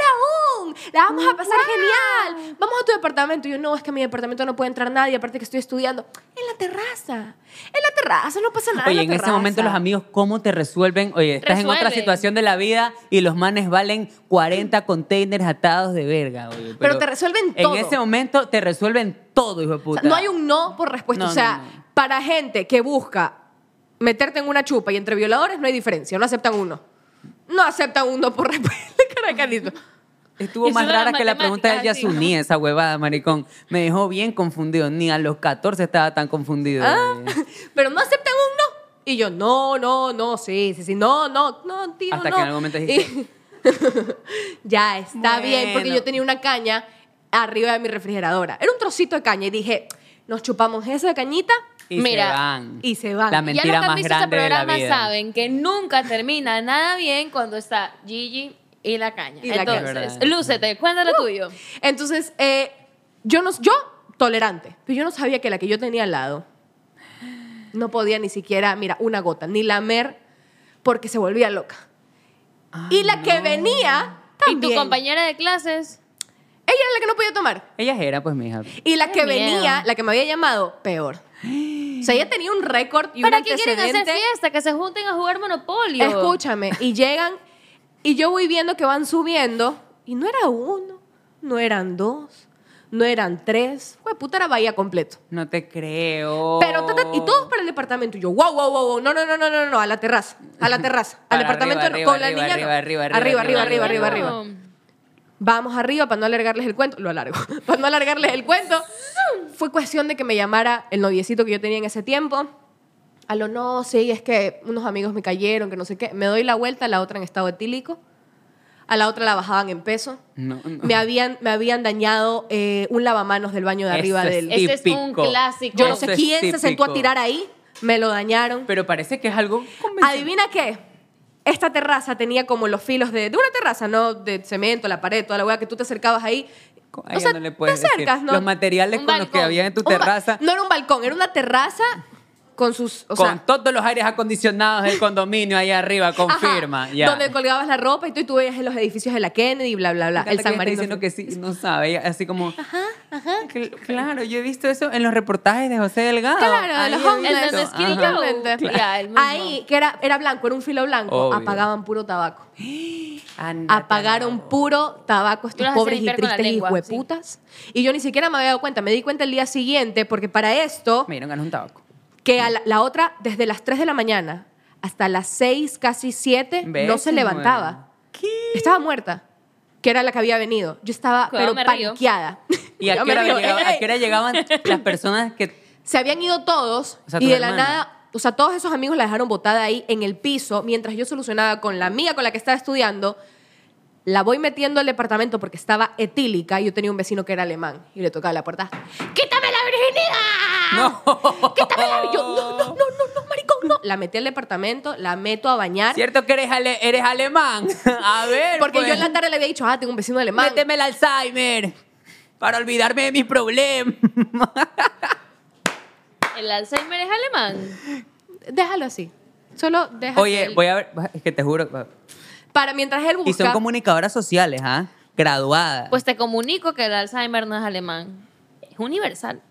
A: aún! ¡La vamos a pasar genial! Vamos a tu departamento. Y yo, no, es que a mi departamento no puede entrar nadie, aparte que estoy estudiando. En la terraza. En la terraza, no pasa nada.
B: Oye,
A: en
B: en
A: la
B: ese momento
A: terraza".
B: los amigos, ¿cómo te resuelven? Oye, estás en otra
D: Resuelven.
B: situación de la vida y los manes valen 40 containers atados de verga, oye.
A: Pero te resuelven todo.
B: En ese momento te resuelven todo, hijo de
A: O
B: puta.
A: sea, no hay un no por respuesta.
B: No,
A: o sea,
B: no, no.
A: para gente que busca meterte en una chupa y entre violadores no hay diferencia. No aceptan uno. No aceptan uno por respuesta. Cara de Carlito.
B: Estuvo
D: Y
B: más
D: solo las
B: rara que la pregunta del
D: matemáticas,
B: Yasuní, esa huevada, maricón. Me dejó bien confundido. Ni a los 14 estaba tan confundido.
A: Ah,
B: oye.
A: Pero no aceptan un no. Y yo, no, no, no, sí, sí, sí, no, no, no, tío,
B: Hasta
A: no.
B: que en algún momento dijiste.
A: Y- ya, está bien, porque
B: Bueno.
A: yo tenía una caña arriba de mi refrigeradora. Era un trocito de caña y dije, nos chupamos esa cañita
B: Y
D: Mira,
B: se van.
A: y se van.
B: La
A: Y
D: Ya
B: mentira
D: los que han
B: más
D: visto este
B: grande de la
D: programa
B: vida.
D: saben que nunca termina nada bien cuando está Gigi y la caña.
A: Y la caña.
D: Entonces,
B: Es verdad.
D: lúcete, cuéntalo tuyo.
A: Entonces, eh, yo no, yo tolerante, pero yo no sabía que la que yo tenía al lado no podía ni siquiera, mira, una gota, ni lamer, porque se volvía loca. y la que venía también.
D: Y tu compañera de clases.
A: Ella era la que no podía tomar.
B: Ellas eran, pues, mija.
A: Y la
D: Qué
A: que
D: miedo.
A: venía, la que me había llamado, peor. O sea, ella tenía un récord y un
D: ¿Para qué quieren
A: antecedente.
D: hacer fiesta? Que se junten a jugar Monopolio.
A: Escúchame, y llegan, y yo voy viendo que van subiendo, y no era uno, no eran dos, no eran tres. Fue puta, era Bahía completo.
B: No te creo.
A: Pero, ta, ta, y todos para el departamento. Y yo, wow, wow, wow, wow, no, no, no, no, no, no, a la terraza, a la terraza, al
B: Para
A: departamento,
B: arriba,
A: no, con
B: arriba,
A: la niña. no.
B: arriba, arriba,
A: arriba, arriba, arriba,
B: arriba.
A: arriba. Vamos arriba para no alargarles el cuento. Lo alargo. Para no alargarles el cuento. Fue cuestión de que me llamara el noviecito que yo tenía en ese tiempo. A lo no, sí, es que unos amigos me cayeron, que no sé qué. Me doy la vuelta, la otra en estado etílico. a la otra la bajaban en peso.
B: No, no.
A: Me, habían, me habían dañado eh, un lavamanos del baño de arriba
B: Eso es
A: del...
D: Ese es un
B: típico.
D: clásico.
A: Yo no
B: Eso
A: sé
B: es
A: quién se sentó a
B: típico.
A: tirar ahí, me lo dañaron.
B: Pero parece que es algo convencional.
A: ¿Adivina qué? Esta terraza tenía como los filos de, de una terraza, no de cemento, la pared, toda la hueá que tú te acercabas ahí.
B: A
A: O
B: ella
A: sea,
B: no le
A: te
B: puedes decir.
A: acercas, ¿no?
B: Los materiales
D: Un
B: con los que
D: balcón.
B: había en tu
A: Un ba-
B: terraza,
A: No era un balcón, era una terraza con sus. O
B: con
A: sea,
B: todos los aires acondicionados del condominio ahí arriba,
A: ajá,
B: confirma. ya.
A: Donde colgabas la ropa y tú, y tú veías los edificios de la Kennedy, bla, bla, bla.
B: Me encanta que
A: El
B: ella
A: San
B: está
A: Marino.
B: diciendo que sí, no sabe, ella así como... Ajá, ajá. claro, yo he visto eso en los reportajes de José Delgado.
A: Claro, de
B: Ahí
A: los
B: he
A: hombres.
B: visto,
D: En donde Skill
B: ajá.
D: Joe. Claro. Ya, el mismo.
A: Ahí, que era, era blanco, era un filo blanco,
B: Obvio.
A: apagaban puro tabaco.
B: Ándate a la-
A: apagaron puro tabaco
D: Tú
A: estos
D: las haces
A: pobres y
D: limpiar con la
A: tristes
D: lengua,
A: hijueputas. Y yo ni siquiera me había dado cuenta. Me di cuenta el día siguiente, porque para esto,
B: Me dieron ganas de un tabaco.
A: que a la, la otra, desde las 3 de la mañana hasta las 6, casi 7,
B: ¿Ves?
A: no se levantaba. Estaba muerta, que era la que había venido. Yo estaba,
D: Cuidado,
A: pero
D: me río.
A: paniqueada.
B: ¿Y a qué,
A: Yo me
B: hora
A: río,
B: llegaba-
A: ey,
B: a
A: ey.
B: qué hora llegaban las personas que...
A: Se habían ido todos
B: O sea,
A: y
B: tu
A: de la
B: hermana.
A: nada, o sea, todos esos amigos la dejaron botada ahí en el piso mientras yo solucionaba con la amiga con la que estaba estudiando. La voy metiendo al departamento porque estaba etílica y yo tenía un vecino que era alemán y le tocaba la puerta. ¡Quítame la virginidad!
B: No.
A: ¡Quítame la virginidad! Yo, no, no, no, no, no, maricón, no. La metí al departamento, la meto a bañar.
B: Cierto que eres, ale- eres alemán. A ver,
A: Porque
B: pues.
A: yo en la tarde le había dicho, ah, tengo un vecino alemán.
B: Méteme el Alzheimer para olvidarme de mis problemas.
D: El Alzheimer es alemán.
A: Déjalo así. Solo déjalo.
B: Oye, voy a ver, es que te juro.
A: Para mientras él busca.
B: Y son comunicadoras sociales, ¿ah? Graduadas.
D: Pues te comunico que el Alzheimer no es alemán. Es universal.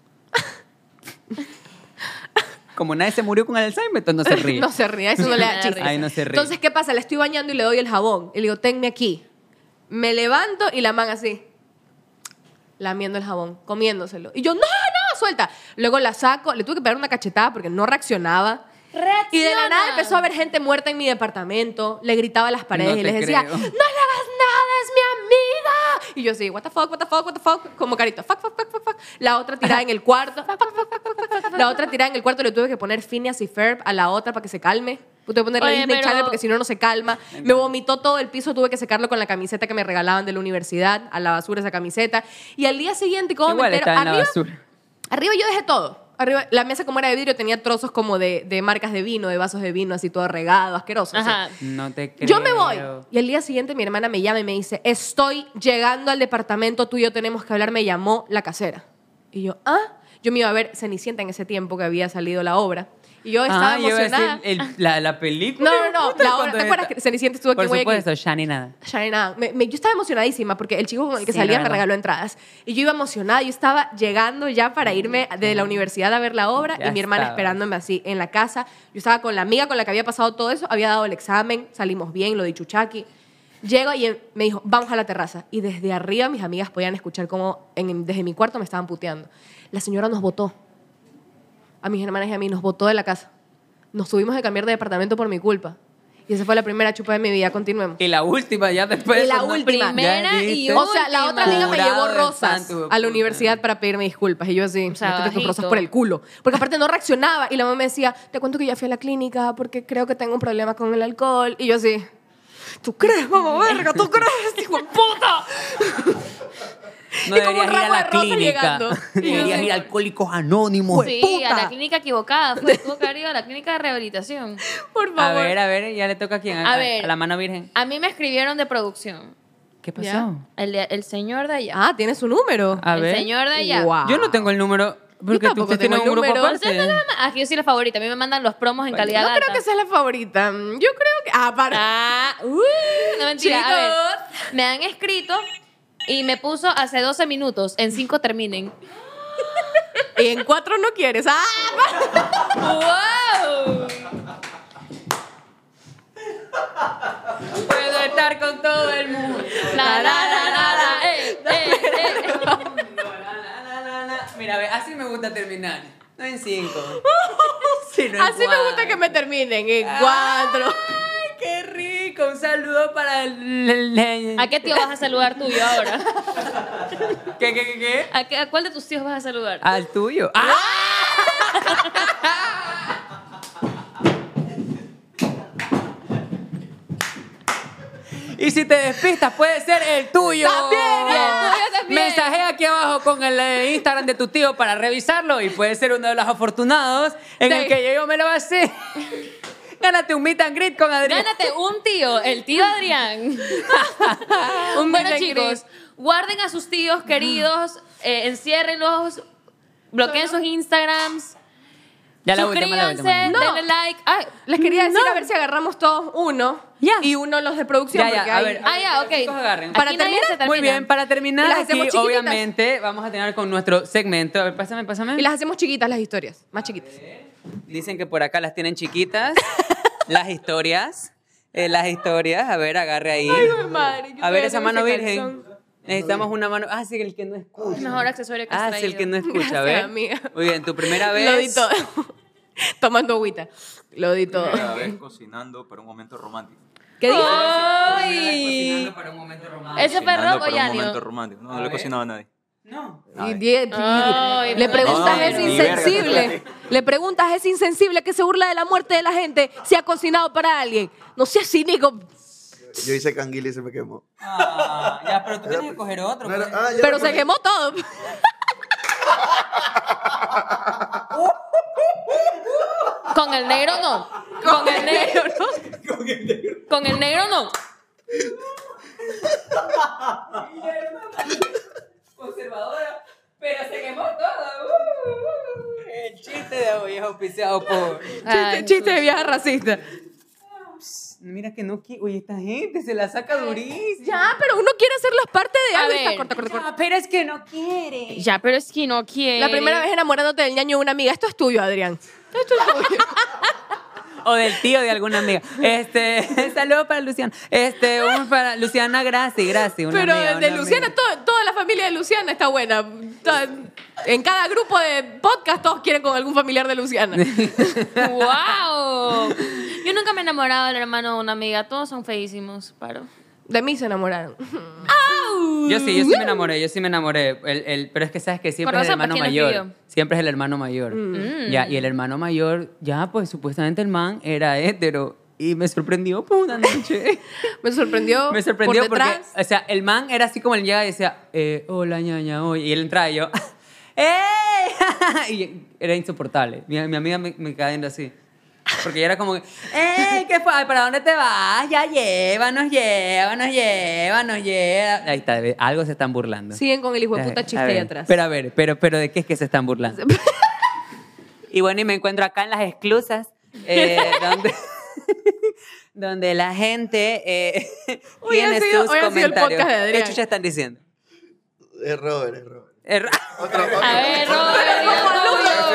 B: Como nadie se murió con el Alzheimer, entonces no se ríe.
A: No se ríe, eso no le da chiste.
B: Ahí no se ríe.
A: Entonces, ¿qué pasa? La estoy bañando y le doy el jabón. Y le digo, tenme aquí. Me levanto y la man así, lamiendo el jabón, comiéndoselo. Y yo, no, no, suelta. Luego la saco, le tuve que pegar una cachetada porque no reaccionaba. Y de la nada empezó a haber gente muerta en mi departamento. Le gritaba a las paredes
B: No
A: y
B: te
A: les decía,
B: creo.
A: no le hagas nada, es mi amiga. Y yo así, what the fuck, what the fuck, what the fuck. Como carito, fuck, fuck, fuck, fuck, fuck. La otra tirada en el cuarto. fuck, fuck, fuck, fuck, fuck, fuck, fuck. La otra tirada en el cuarto. Le tuve que poner Phineas y Ferb a la otra para que se calme. Tuve que ponerle
D: Oye,
A: Disney
D: pero-
A: Channel porque si no, no se calma. Me vomitó todo el piso. Tuve que secarlo con la camiseta que me regalaban de la universidad. A la basura esa camiseta. Y al día siguiente, ¿cómo
B: Igual
A: me entero?
B: está en la
A: Arriba-
B: basura.
A: Arriba yo dejé todo. Arriba, la mesa como era de vidrio tenía trozos como de, de marcas de vino, de vasos de vino, así todo regado, asqueroso. o sea.
D: Ajá.
B: No te creo.
A: Yo me voy. Y al día siguiente mi hermana me llama y me dice, estoy llegando al departamento, tú y yo tenemos que hablar, me llamó la casera. Y yo, ah, yo me iba a ver Cenicienta en ese tiempo que había salido la obra. Y yo estaba
B: Ah, yo iba a decir,
A: emocionada.
B: el- la, la película.
A: No, no, no,
B: puta,
A: la obra.
B: cuando
A: ¿Te acuerdas
B: está-
A: que Cenicienta estuvo aquí
B: Por
A: en Guayaquil?
B: supuesto, Shani nada.
A: Shaina, me- me- yo estaba emocionadísima porque el chico con el que
B: Sí, la
A: salía me
B: verdad.
A: regaló entradas. Y yo iba emocionada, yo estaba llegando ya para irme de la universidad a ver la obra
B: Mm, Ya
A: y mi hermana
B: estaba.
A: esperándome así en la casa. Yo estaba con la amiga con la que había pasado todo eso, había dado el examen, salimos bien, lo de Chuchaki. Llego y él me dijo, vamos a la terraza. Y desde arriba mis amigas podían escuchar cómo en- desde mi cuarto me estaban puteando. La señora nos votó. A mis hermanas y a mí nos votó de la casa. Nos tuvimos de cambiar de departamento por mi culpa. Y esa fue la primera chupa de mi vida. Continuemos.
B: Y la última, ya después.
A: Y la
B: ¿no?
A: última.
D: Primera y
B: dijiste.
A: O sea, la otra amiga me
B: Jurado
A: llevó
B: del
A: rosas
B: santo,
A: a
B: puta.
A: la universidad para pedirme disculpas. Y yo así,
D: O sea,
A: métete tus
D: bajito.
A: rosas por el culo. Porque aparte no reaccionaba. Y la mamá me decía, te cuento que ya fui a la clínica porque creo que tengo un problema con el alcohol. Y yo así, ¿tú crees, mamá verga? ¿Tú crees, hijo de puta?
B: No
A: Y como un
B: deberías ir a
A: ramo de
B: la
A: rosa
B: clínica.
A: llegando.
B: Deberías ir a Alcohólicos Anónimos.
D: Sí, a
A: puta.
D: la clínica equivocada. Fue, tuvo que haber ido a la clínica de rehabilitación.
A: Por favor.
B: A ver, a ver, ya le toca a quién.
D: A ver.
B: A la mano virgen.
D: A mí me escribieron de producción.
B: ¿Qué pasó?
A: Ya.
D: El, de- el señor de allá.
A: Ah, tiene su número.
B: A
D: el
B: ver.
D: señor de allá.
A: Guau.
B: Yo no tengo el número. Porque tú
A: tampoco
B: usted
A: tengo
B: tiene un
A: el
B: grupo
A: número.
B: aparte.
D: Ustedes no la ma- Ah, que yo soy la favorita. A mí me mandan los promos en calidad
A: No
D: alta.
A: creo que sea la favorita. Yo creo que... Ah, para...
D: Ah, uh, no mentira. A ver, me han escrito y me puso hace 12 minutos. En 5 terminen.
A: Y en cuatro no quieres. Ah,
D: ¡Wow!
B: Puedo estar con todo el mundo.
D: La, la, la, la, la, eh, eh, eh.
B: Mira, ve, así me gusta terminar. No en cinco. sino en
A: así me gusta
B: cuatro.
A: que me terminen. eh, En
B: Ah.
A: cuatro.
B: Ay, qué rico. Un saludo para el. el- el-
D: ¿A qué tío vas a saludar tuyo ahora?
B: ¿Qué, qué, qué, qué?
D: ¿A, qué- a cuál de tus tíos vas a saludar?
B: Al tuyo. ¡Ah! Y si te despistas, puede ser el tuyo.
D: También, el tuyo también.
B: Mensaje aquí abajo con el eh, Instagram de tu tío para revisarlo y puede ser uno de los afortunados en
D: Sí.
B: el que yo me lo vacío. Gánate un meet and greet con Adrián.
D: Gánate un tío, el tío Adrián. un bueno,
B: Miren,
D: chicos, guarden a sus tíos queridos, eh, enciérrenlos, bloqueen sus Instagrams,
B: Ya la
D: suscríbanse,
B: última, la última.
A: No.
D: denle like. Ay,
A: Ah, Les quería decir
D: No.
A: a ver si agarramos todos uno
B: Ya.
A: y uno los de producción.
B: Ya, ya,
A: porque
B: a
A: hay-
B: ver.
D: Ah, ya, ok.
B: Chicos, agarren.
D: Aquí
A: Para
D: nadie
A: terminar,
D: se
B: Muy
D: termina.
B: bien, para terminar,
A: Las
B: aquí
A: hacemos chiquititas.
B: obviamente vamos a terminar con nuestro segmento. A ver, pásame, pásame.
A: Y las hacemos chiquitas las historias, más chiquitas.
B: Dicen que por acá las tienen chiquitas. las historias. eh, las historias. A ver, agarre ahí.
A: madre, yo
B: a ver
A: todavía
B: esa
A: tengo
B: mano
A: ese
B: virgen.
A: calzón.
B: Necesitamos una mano. Ah, sí, el que no escucha.
D: Mejor accesorio que has
B: Ah, sí, el
D: traído.
B: que no escucha,
A: Gracias,
B: a ver.
A: amiga.
B: Muy bien, tu primera vez.
A: Lo di todo. Tomando agüita. Lo di todo.
H: Primera vez cocinando para un momento romántico.
A: ¿Qué dices?
D: ¡Ay!
B: Para un momento
D: Ese fue
H: Cocinando
D: Rob o
H: para un
D: Yanio?
H: momento romántico. No, no le he cocinado a nadie.
B: No.
A: Y die-
D: Ay,
A: le
D: no.
A: preguntas
H: Ay,
A: es
H: ni verga,
A: insensible. Le preguntas es insensible que se burla de la muerte de la gente si ha cocinado para alguien. No seas cínico.
G: Yo hice canguil y se me quemó.
B: Ah, ya, pero tú tienes que coger otro.
G: No era-
B: pues.
G: ah, ya
A: Pero
G: lo
A: se
G: comí.
A: quemó todo.
D: Con el negro no. Con el negro no. Con el negro no.
B: conservadora, pero se quemó Uh, todo. El chiste de hoy es auspiciado por.
D: Ay,
A: Chiste, chiste de vieja racista.
B: Mira que no. qui- Oye, esta gente se la saca durísimo.
A: Ya, pero uno quiere hacerlas parte de
D: A
A: algo. y está
D: ver.
A: corta, corta, corta.
B: pero es que no quiere.
D: Ya, pero es que no quiere.
A: La primera vez enamorándote del ñaño de una amiga. Esto es tuyo, Adrián. Esto es tuyo.
B: O del tío de alguna amiga. Este, saludos para Luciana. Este, un para Luciana Graci, Graci. una
A: Pero
B: amiga,
A: de
B: una
A: Luciana,
B: amiga.
A: todo- toda la familia de Luciana está buena. Toda- En cada grupo de podcast todos quieren con algún familiar de Luciana.
D: ¡Wow! Yo nunca me he enamorado del hermano de una amiga. Todos son feísimos, paro.
A: De mí se enamoraron.
B: Yo sí, yo sí me enamoré, yo sí me enamoré. El- el- pero es que sabes que siempre
D: Con
B: es el
D: razón,
B: hermano
D: ¿para quién nos
B: mayor.
D: pidió?
B: Siempre es el hermano mayor. Ya, y el hermano mayor, ya, pues supuestamente el man era hétero. Y me sorprendió pues, una noche.
A: Me sorprendió.
B: Me sorprendió
A: por
B: porque,
A: detrás.
B: o sea, el man era así como él llegaba y decía, eh, hola, ñaña, hoy. Y él entraba y yo, ¡eh! y era insoportable. Mi, mi amiga me, me quedaba viendo así. Porque ella era como, ¡eh! ¿Qué fue? Ay, ¿Para dónde te vas? Ya llévanos, llévanos, llévanos, llévanos. Ahí está, ve, algo se están burlando.
A: Siguen con el hijo de
B: A
A: puta
B: ver,
A: chiste
B: Eh, a
A: ahí
B: ver,
A: atrás.
B: Pero a ver, pero, pero ¿de qué es que se están burlando? y bueno, y me encuentro acá en las exclusas, eh, donde, donde la gente eh,
A: Hoy ha
B: tiene
A: sido-
B: sus
A: hoy ha sido el
B: comentarios.
A: podcast de
B: ¿Qué
A: Adrián.
B: chucha están diciendo?
G: Es Robert, es Robert.
B: Er-
G: Otro, otro.
D: A ver, Robert.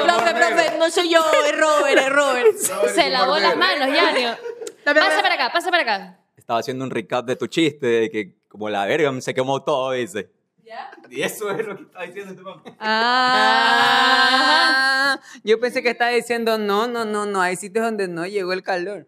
A: Profe, profe, no soy yo, es Robert, es Robert.
D: Robert, Se lavó las manos, Yanio. Pasa para acá, pasa para acá.
H: Estaba haciendo un recap de tu chiste, de que como la verga se quemó todo, dice. Y eso es lo que estaba diciendo este man.
B: Ah, yo pensé que estaba diciendo, no, no, no, no, hay sitios donde no llegó el calor.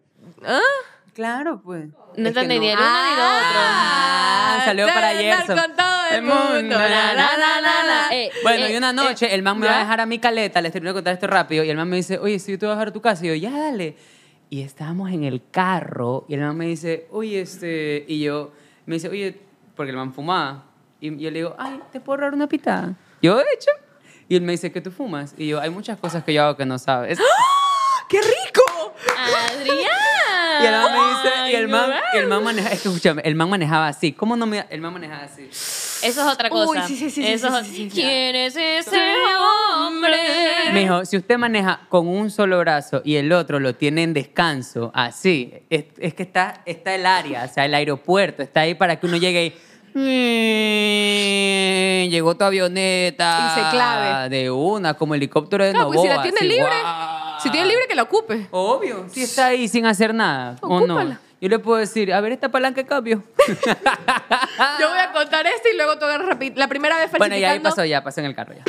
B: Claro, pues.
D: No
B: Es que
D: entendí ni el uno ni lo otro.
B: Ah, salió para
A: Debe andar
B: Gerson.
A: con todo el mundo.
B: Na, na, na, na, na.
D: Eh,
B: bueno,
D: eh,
B: y una noche el man me va a dejar a mi caleta, les termino de contar esto rápido, y el man me dice, oye, si yo te voy a dejar a tu casa, y yo, ya, dale. Y estábamos en el carro, y el man me dice, oye, este, y yo, me dice, oye, porque el man fumaba, y yo le digo, ay, ¿te puedo robar una pitada? Yo, de hecho. Y él me dice, ¿qué tú fumas? Y yo, hay muchas cosas que yo hago que no sabes.
A: ¡Qué rico!
D: ¡Adrián!
B: Y el man me dice, y el man,
D: Ay,
B: y el man maneja, es que escúchame, el man manejaba así. ¿Cómo no me, el man manejaba así?
D: Eso es otra
A: Uy,
D: cosa.
A: sí, sí, sí, sí,
D: Eso es-
A: sí, sí, sí, sí.
D: ¿Quién es ese hombre?
B: Me dijo, si usted maneja con un solo brazo y el otro lo tiene en descanso, así, es, es que está, está el área, o sea, el aeropuerto, está ahí para que uno llegue y... "Mm, Llegó tu avioneta.
A: Y se clave.
B: De una, como helicóptero de
A: Claro,
B: Novoa.
A: porque si la tiene
B: así,
A: libre,
B: guau.
A: si tiene libre que la ocupe.
B: Obvio, si está ahí sin hacer nada. ¿O no?
A: Ocúpala.
B: Yo le puedo decir, a ver, esta palanca de cambio.
A: Yo voy a contar esto y luego tú agarras rapid- La primera vez
B: Ah. Bueno, ya ahí
A: falsificando-
B: pasó, ya pasó en el carro. Ya.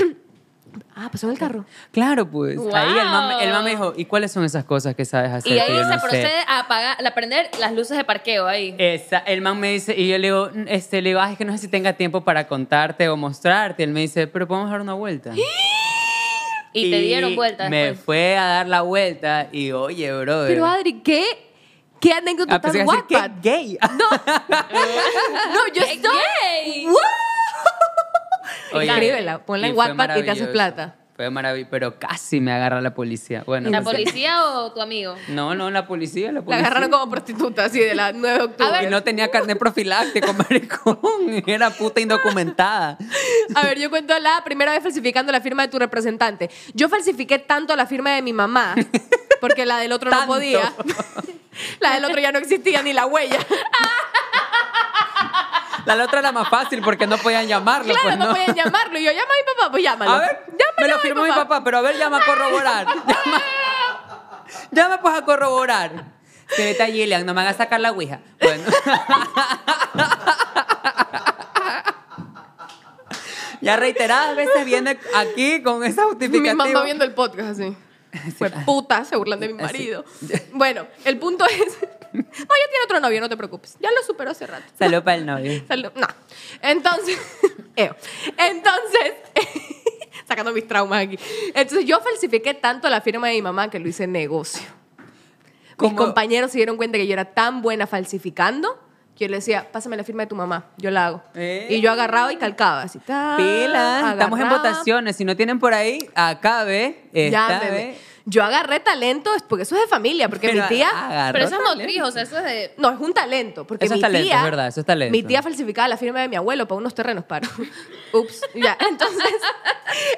A: Ah, pasó en el carro.
B: Claro, pues. Ahí el man,
D: Wow.
B: el man me dijo, ¿y cuáles son esas cosas que sabes hacer?
D: Y
B: que
D: ahí
B: yo no
D: se
B: sé?" Eh,
D: procede a apagar, a prender las luces de parqueo ahí.
B: Esa, el man me dice, y yo le digo, "Mm, este, le digo, "Ay, es que no sé si tenga tiempo para contarte o mostrarte. Él me dice, pero podemos dar una vuelta.
D: Y, te dieron vueltas. pues.
B: Me fue a dar la vuelta y, oye, brother.
A: Pero Adri, ¿qué? ¿Qué anécdota
B: Ah, pensé
A: tan
B: que ibas a
A: guapa?
B: decir, "Qué gay.
A: No, yo estoy.
D: ¡Yay!
B: Oye,
A: Escríbela, ponla en
B: y fue
A: WhatsApp y te haces
B: maravilloso.
A: plata.
B: Fue maravilloso, pero casi me agarra la policía. Bueno,
D: ¿La
B: no sé.
D: policía o tu amigo?
B: No, no, la policía, la
A: La
B: policía.
A: agarraron como prostituta, así, de la 9 de octubre.
B: Y no tenía carnet profiláctico, maricón. Era puta indocumentada.
A: A ver, yo cuento la primera vez falsificando la firma de tu representante. Yo falsifiqué tanto la firma de mi mamá, porque la del otro no
B: Tanto.
A: podía. La del otro ya no existía ni la huella.
B: Pues La otra era más fácil porque no podían llamarlo.
A: Claro,
B: pues,
A: no podían llamarlo. Y yo, llama a mi papá, pues llámalo.
B: A ver,
A: Llama,
B: me
A: llama
B: lo
A: a
B: firmó mi papá, pero a ver, llama a corroborar. Llama, llama pues a corroborar. Señorita Gillian, no me hagas sacar la ouija. Bueno. Ya reiteradas veces viene aquí con esa
A: Mi
B: justificativa.
A: mamá viendo el podcast así. Fue puta, se burlan de mi
B: Así.
A: marido. Bueno, el punto es. No, ya tiene otro novio, no te preocupes. Ya lo superó hace rato.
B: Salud para el novio.
A: Salud. No. Entonces, eo. entonces, sacando mis traumas aquí. Entonces, yo falsifiqué tanto la firma de mi mamá que lo hice negocio.
B: ¿Cómo?
A: Mis compañeros se dieron cuenta que yo era tan buena falsificando que yo le decía, pásame la firma de tu mamá, yo la hago.
B: Eh.
A: Y yo agarraba y calcaba así. ta,
B: Pilas, estamos en
A: agarraba.
B: votaciones. Si no tienen por ahí, acá ve. Está,
A: Llámeme.
B: ve.
A: Yo agarré talento, porque eso es de familia, porque
B: Pero
A: mi tía...
B: agarró
D: Pero eso es
B: talento.
D: motriz, o sea, eso es de...
A: No, es un talento. Porque
B: Eso es
A: mi
B: talento,
A: tía,
B: es verdad, eso es talento.
A: Mi tía falsificaba la firma de mi abuelo para unos terrenos, paro. Ups, ya. Entonces,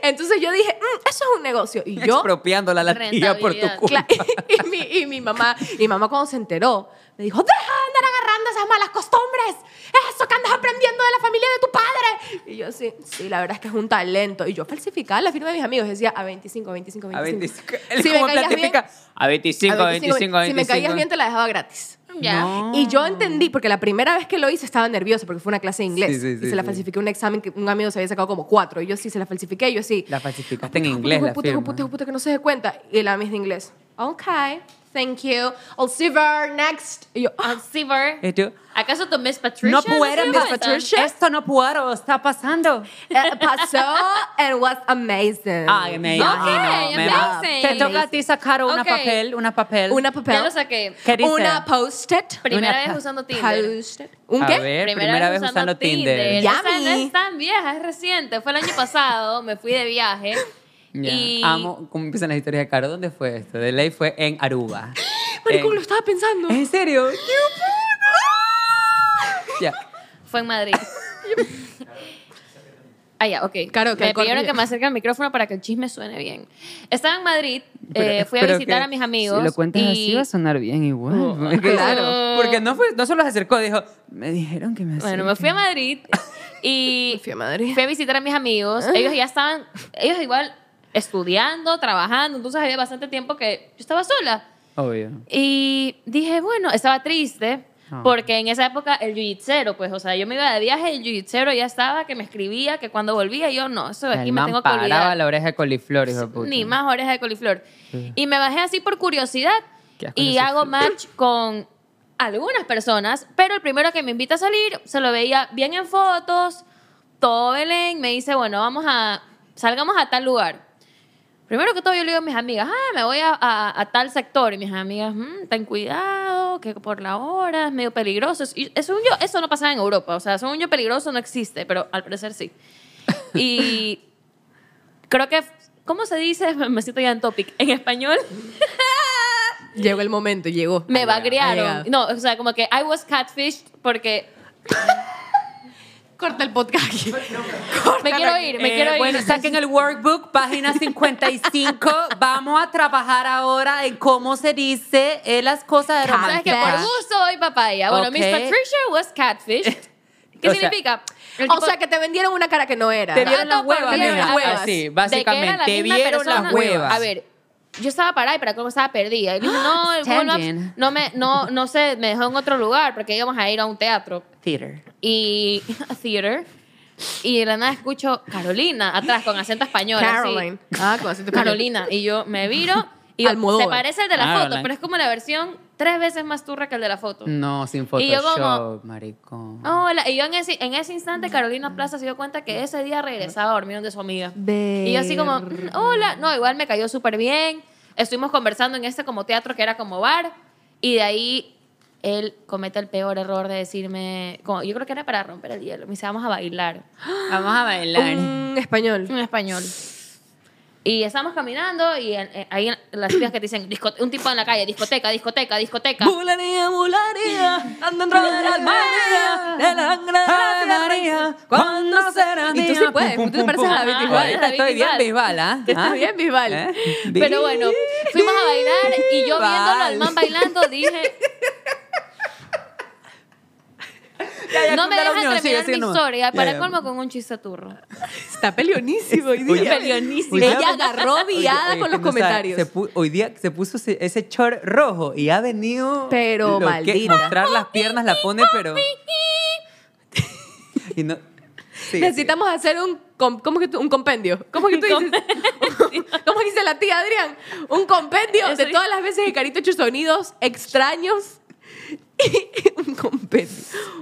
A: entonces yo dije, "Mm, eso es un negocio. Y yo,
B: Expropiándola a la tía por tu
D: Rentabilidad.
B: culpa.
A: cla- y, mi, y mi mamá, y mi mamá cuando se enteró, me dijo, deja de andar agarrando esas malas costumbres. Eso que andas aprendiendo de la familia de tu padre. Y yo, sí, sí, la verdad es que es un talento. Y yo falsificaba la firma de mis amigos. Decía, a 25, 25, 25.
B: A 25.
A: Si
B: Él
A: me
B: como
A: caías bien-
B: platifica. A 25,
A: a
B: 25, 25.
A: Si me caías bien, te la dejaba gratis.
D: Ya.
A: Y yo entendí, porque la primera vez que lo hice estaba nerviosa porque fue una clase de inglés.
B: Sí, sí,
A: y
B: sí,
A: se la
B: sí.
A: falsifiqué un examen que un amigo se había sacado como cuatro. Y yo sí, se la falsifiqué. Y yo sí.
B: La falsificaste en inglés,
A: Hijo
B: la
A: de puta, hijo de
B: firma.
A: puta, hijo de puta, que no se dé cuenta. Y la miss de inglés. Ok, thank you. I'll see you next. Y yo, ah,
D: Ah, sí, ver.
B: ¿Y tú?
D: ¿Acaso tu Miss Patricia?
C: No
D: se
C: puedo,
D: llama
C: Miss
D: esa?
C: Patricia. Esto no puedo, está pasando.
A: eh, pasó and was amazing.
B: Ay, me
D: Ok,
B: imagino. me va-
D: amazing.
C: Te toca a ti sacar una
D: Ok.
C: papel, una papel.
A: Una papel.
D: Ya lo saqué.
C: ¿Qué dice?
A: Una post-it.
D: Primera
C: Una-
D: vez usando Tinder.
A: Post-it. ¿Un
B: A
A: qué?
D: Eh,
B: ver. primera vez usando Tinder.
D: Esa no
A: Yummy.
D: es tan vieja, es reciente. Fue el año pasado, me fui de viaje.
B: Ya.
D: Y
B: Amo cómo empiezan las historias de Caro. ¿Dónde fue esto? De ley fue en Aruba.
A: Maricón,
B: En-
A: lo estaba pensando.
B: ¿En serio? Ya.
D: fue en Madrid. Ah, ya, ok.
A: Claro, que
D: me
A: el corte-
D: pidieron que me acerque al micrófono para que el chisme suene bien. Estaba en Madrid, eh,
B: Pero-
D: fui a
B: pero
D: visitar
B: que
D: a mis amigos.
B: Si lo cuentas
D: y- Oh,
B: así va a sonar bien igual. porque,
D: claro.
B: Porque no, fue, no solo se acercó, dijo, me dijeron que me acerque.
D: Bueno, me fui a Madrid y
A: Fui a Madrid.
D: fui a visitar a mis
B: Ah.
D: amigos. Ellos ya estaban, ellos igual estudiando, trabajando, entonces había bastante tiempo que yo estaba sola.
B: Obvio.
D: Y dije, bueno, estaba triste.
B: Ah.
D: Porque en esa época el jiu-jitsu, pues, o sea, yo me iba de viaje y el jiu-jitsu ya estaba, que me escribía, que cuando volvía yo no, eso de
B: El
D: aquí me
B: man
D: tengo que
B: paraba
D: olvidar.
B: la oreja de coliflor, hijo de puta.
D: Ni más orejas de coliflor. Y me bajé así por curiosidad
B: Qué asco
D: y
B: ese
D: hago
B: frío.
D: match con algunas personas, pero el primero que me invita a salir se lo veía bien en fotos, todo Belén, me dice, bueno, vamos a, salgamos a tal lugar. Primero que todo yo le digo a mis amigas, ah, me voy a, a- a tal sector. Y mis amigas, "Mm, ten cuidado, que por la hora es medio peligroso. Y según yo, eso no pasaba en Europa. O sea, según yo, peligroso no existe, pero al parecer sí. Y creo que, ¿cómo se dice? Me siento ya en topic. En español,
A: Llegó el momento, llegó.
D: me
A: Ha
D: bagrearon.
A: llegado.
D: No, o sea, como que I was catfished porque
A: Corta el podcast. aquí.
D: me quiero ir, me
B: Eh,
D: quiero ir.
B: Bueno, saquen el workbook, página 55. Vamos a trabajar ahora en cómo se dice eh, las cosas de
D: ¿Sabes que Por
B: romántica.
D: gusto doy papaya. Bueno,
B: Ok.
D: Miss Patricia was catfished. ¿Qué
B: O sea,
D: significa? El
A: O
D: tipo-
A: sea, que te vendieron una cara que no era.
B: Te vieron las
D: Tanto por
B: huevas,
D: vieron
B: mija.
D: las huevas.
B: Así,
D: De que
B: básicamente.
D: era la
B: Te
D: misma
B: vieron
D: persona.
B: las huevas.
D: A ver, yo estaba parada y para cómo estaba perdida. Y le dije, no, el Google
C: Standing.
D: Maps no me, no, no sé, me dejó en otro lugar porque íbamos a ir a un teatro
C: Theater.
D: y a theater. Y de la nada escucho Carolina atrás con acento español. así.
A: Caroline. Ah, con acento español.
D: Carolina. Y yo me viro y
A: Almodóvar.
D: se parece al de la
B: Caroline.
D: foto, pero es como la versión tres veces más turra que el de la foto.
B: No, sin
D: Y yo
B: Photoshop,
D: como-
B: maricón.
D: Hola, y yo en ese, en ese instante Carolina Plaza se dio cuenta que ese día regresaba a dormir donde su amiga. Y yo así como, "Mm, hola, no, igual me cayó súper bien. Estuvimos conversando en este como teatro que era como bar y de ahí él comete el peor error de decirme, como- yo creo que era para romper el hielo, me dice, vamos a bailar.
C: Vamos a bailar.
A: Un español.
D: En español. Y estábamos caminando y en- eh, ahí en- las tías que te dicen, disco- un tipo en la calle, discoteca, discoteca, discoteca.
A: Bularía, bularía, ando en droga de la almaría, de la sangre de la
B: Ay,
A: tierra.
B: María, ¿cuándo será
A: Y tú
B: mía?
A: sí puedes,
B: Pum,
A: tú te
B: pum,
A: pareces
B: pum.
A: a la Vicky
B: Ah,
D: Val.
B: ahorita
D: A la
B: Estoy
D: Vicky
B: bien
D: Val.
B: Bisbal, ¿ah?
A: Tú estás
B: ¿Ah?
A: bien, Bisbal.
B: ¿Eh?
D: Pero bueno, fuimos a bailar y yo viéndolo al man bailando dije,
B: Ya, ya,
D: no me
B: da la
D: dejan
B: unión,
D: terminar
B: sigue, sigue
D: mi
B: nomás.
D: historia,
B: Ya,
D: para
B: ya.
D: colmo con un chistaturro.
A: Está peleonísimo hoy día.
B: Hoy
A: Ella
B: día-
A: agarró
B: Oye,
A: viada
B: oye,
A: con
B: que no
A: los
B: sabe,
A: comentarios.
B: se pu- hoy día se puso ese- ese short rojo y ha venido.
A: Pero
B: lo que-
A: maldita.
B: mostrar las piernas la pone, pero. y no. sí,
A: Necesitamos hacer un, com- ¿cómo que tú- un compendio. ¿Cómo que tú dices? ¿Cómo dice la tía Adrián? Un compendio de
D: Eso-
A: todas las veces que Carito ha hecho sonidos extraños. un compendio.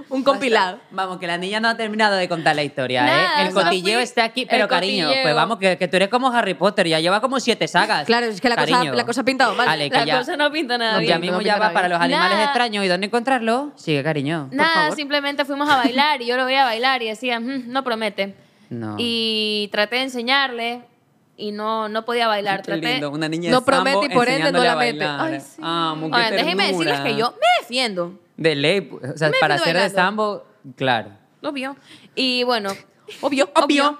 A: Un compilado.
C: Vamos, que la niña no ha terminado de contar la historia,
D: Nada,
C: ¿eh? El
D: solo
C: cotilleo
D: fui-
C: está aquí,
D: el
C: pero cariño,
D: cotilleo.
C: pues vamos, que, que tú eres como Harry Potter, ya lleva como siete sagas.
A: Claro, es que la cosa-
C: Cariño.
A: la cosa ha pintado mal.
C: Ale, que
D: La
C: ya,
D: cosa no pinta nada
C: ya
D: bien.
C: mismo
A: no
C: ya
A: pinta
C: va
A: nada
C: para
A: bien.
C: los animales
D: Nada.
C: extraños y dónde encontrarlo. Sigue, cariño. por
D: Nada,
C: favor.
D: simplemente fuimos a bailar y yo lo veía bailar y decía, "Mm, no promete.
C: No.
D: Y traté de enseñarle y no, no podía bailar.
B: Qué
D: Traté.
B: lindo, una niña de
A: No promete
B: sambo
A: y por ende no
B: enseñándole
A: la
B: a
A: mete.
B: bailar.
A: Ay, sí.
C: Ah,
B: Amo, qué
D: Ahora, déjenme
B: ternura.
D: decirles que yo me defiendo.
B: De ley, pues, o sea,
D: Me
B: para
D: vino
B: ser de
D: bailando.
B: sambo, claro.
D: Obvio. Y bueno,
A: Obvio,
D: obvio.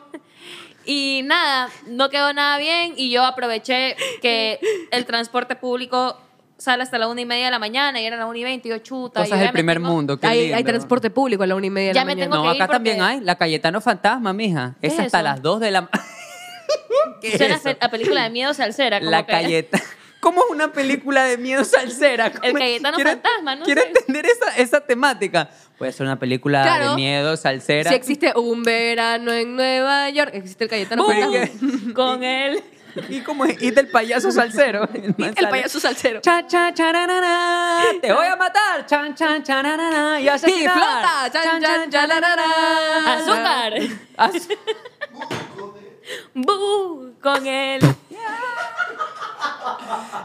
D: Y nada, no quedó nada bien y yo aproveché que el transporte público sale hasta la una y media de la mañana y era la una y veinte y yo chuta. y yo
B: Cosas
D: ya
B: del
D: me
B: primer
D: tengo-
B: mundo, qué
A: Hay,
B: lindo.
A: hay transporte público a la una y media de
D: Ya
A: la
D: me
A: mañana.
D: tengo
B: No,
D: que ir
B: acá también
D: porque-
B: hay. La Cayetano Fantasma, mija.
D: ¿Qué
B: Esa
D: es
B: hasta
D: eso?
B: las 2 de la... ¿Qué es
D: Suena
B: eso?
D: a película de miedo salsera. como
B: La
D: que-
B: Cayetano. ¿Cómo es una película de miedo salsera? ¿Cómo
D: El
B: es?
D: Cayetano
B: Quiero-
D: fantasma, no
B: Quiero
D: sé.
B: entender esa, esa temática. Puede ser una película de
A: Claro.
B: miedo salsera.
A: Si existe un verano en Nueva York, existe el Cayetano
B: Pero
A: Fantasma.
B: ¿y qué?
D: Con él.
B: ¿Y cómo es? ¿Y del payaso salsero?
A: El payaso salsero.
B: Cha, cha, chararara, te voy a matar. Chan, chan, chararara, y
A: Sí,
B: asesinar.
A: flota. Chan, chan, chanarara.
D: Azúcar.
B: Azú-
D: Bu, con él.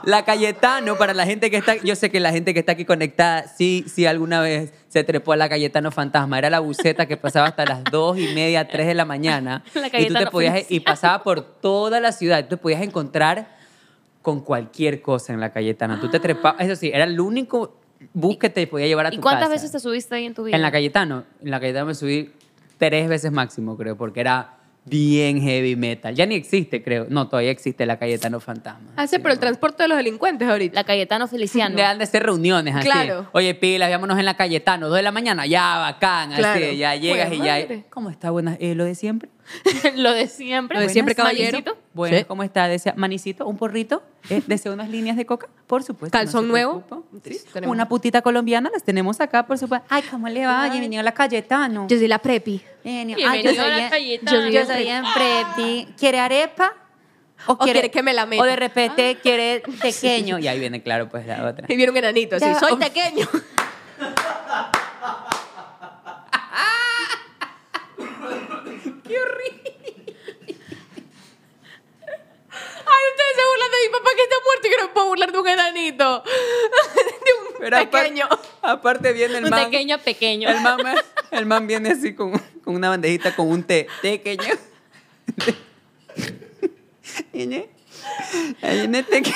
B: La Cayetano, para la gente que está, yo sé que la gente que está aquí conectada, sí, sí, alguna vez se trepó a la Cayetano Fantasma. Era la buceta que pasaba hasta las dos y media, tres de la mañana.
D: La
B: y tú te
D: Cayetano
B: podías, y
D: Fantasma.
B: pasaba por toda la ciudad. Tú te podías encontrar con cualquier cosa en la Cayetano. Tú te trepabas, eso sí, era el único bus que te podía llevar a tu
D: ¿Y cuántas
B: casa.
D: veces te subiste ahí en tu vida?
B: En la Cayetano, en la Cayetano me subí tres veces máximo, creo, porque era bien heavy metal. Ya ni existe, creo. No, todavía existe la Cayetano Fantasma.
A: Hace
B: Sí,
A: por el
B: no.
A: transporte de los delincuentes ahorita.
D: La Cayetano Feliciano.
B: Le han de hacer reuniones así.
A: Claro.
B: Oye, pilas, vámonos en la Cayetano, dos de la mañana, ya, bacán,
A: Claro.
B: así, ya llegas
A: Pues,
B: y ya.
A: madre.
B: ¿Cómo está? Buenas, eh, lo de siempre.
D: Lo de siempre.
A: Lo de siempre,
D: Buenas,
A: caballero.
D: manicito.
B: Bueno,
A: Sí.
B: ¿cómo está? ¿Desea manicito? ¿Un porrito? Eh, ¿Desea unas líneas de coca? Por supuesto.
A: ¿Calzón
B: se
A: nuevo?
B: preocupa.
A: Sí,
B: Sí.
A: tenemos.
B: Una putita colombiana, las tenemos acá, por supuesto. Ay, ¿cómo le va? Bienvenido a la Cayetano.
A: Yo soy la prepi.
C: Genio. Ay, yo
D: Bienvenido
C: soy
D: a la
B: eh,
C: en-
D: Cayetano.
C: yo- Yo soy en Preppy. ¿Quiere arepa? ¿O,
A: quiere que me la meta? Ah.
C: O de repente quiere pequeño.
B: Y ahí viene, claro, pues la otra.
A: Y viene un enanito así.
F: Ya,
A: Soy
F: uf.
A: pequeño. Ay, ustedes se burlan de mi papá que está muerto y que no me puedo burlar de un enanito. De un
B: Pero apar-
A: pequeño.
B: aparte viene el
D: Un
B: man.
D: pequeño pequeño.
B: El man, el man viene así con, con una bandejita con un té. Tequeño. Viene- ahí viene teque-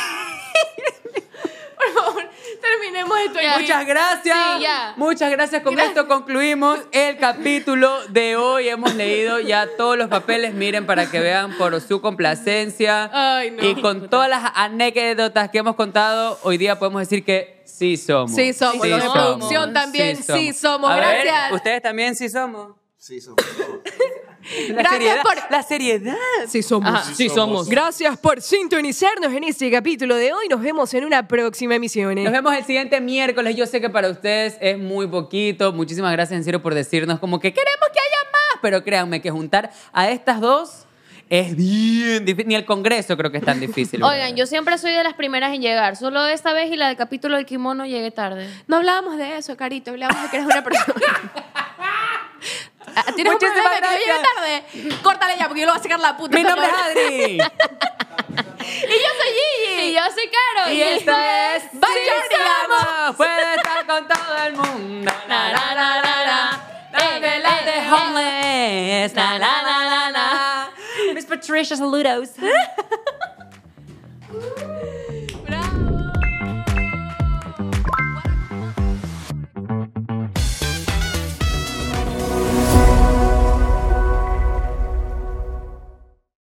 A: Por favor, terminemos esto
D: Ya.
A: aquí.
B: Muchas gracias.
D: Sí, ya.
B: Muchas gracias. Con esto concluimos el capítulo de hoy. Hemos leído ya todos los papeles. Miren para que vean por su complacencia.
A: Ay, no.
B: Y con todas las anécdotas que hemos contado, hoy día podemos decir que sí somos.
A: Sí somos. Los de producción también, sí somos.
B: A ver,
A: Gracias.
B: Ustedes también sí somos.
G: Sí, son.
B: La
A: Gracias
B: seriedad.
A: por-
B: La seriedad.
A: Sí somos.
B: sí somos.
A: Gracias por sintonizarnos en este capítulo de hoy. Nos vemos en una próxima emisión. ¿eh?
B: Nos vemos el siguiente miércoles. Yo sé que para ustedes es muy poquito. Muchísimas gracias, en serio, por decirnos como que queremos que haya más. Pero créanme que juntar a estas dos es bien difícil. Ni el Congreso creo que es tan difícil.
D: Oigan, yo siempre soy de las primeras en llegar. Solo esta vez y la del capítulo del kimono llegué tarde.
A: No hablábamos de eso, Carito. Hablábamos de que eres una persona. Ah, ¿Tienes un
B: Muchísimas
A: problema que yo llegue
B: gracias.
A: tarde? Córtale ya, porque yo lo voy a sacar la puta.
B: Mi nombre es Adri.
D: Y yo soy Gigi. Y yo soy Caro.
B: Y esto es
D: Bye,
B: Sí Somos. Pueden estar con todo el mundo.
D: Na, na, na, na, na.
B: Dame
D: Eh,
B: la
D: eh,
B: de
D: eh.
B: homeless. Na, na, na, na, na.
C: Miss Patricia, saludos.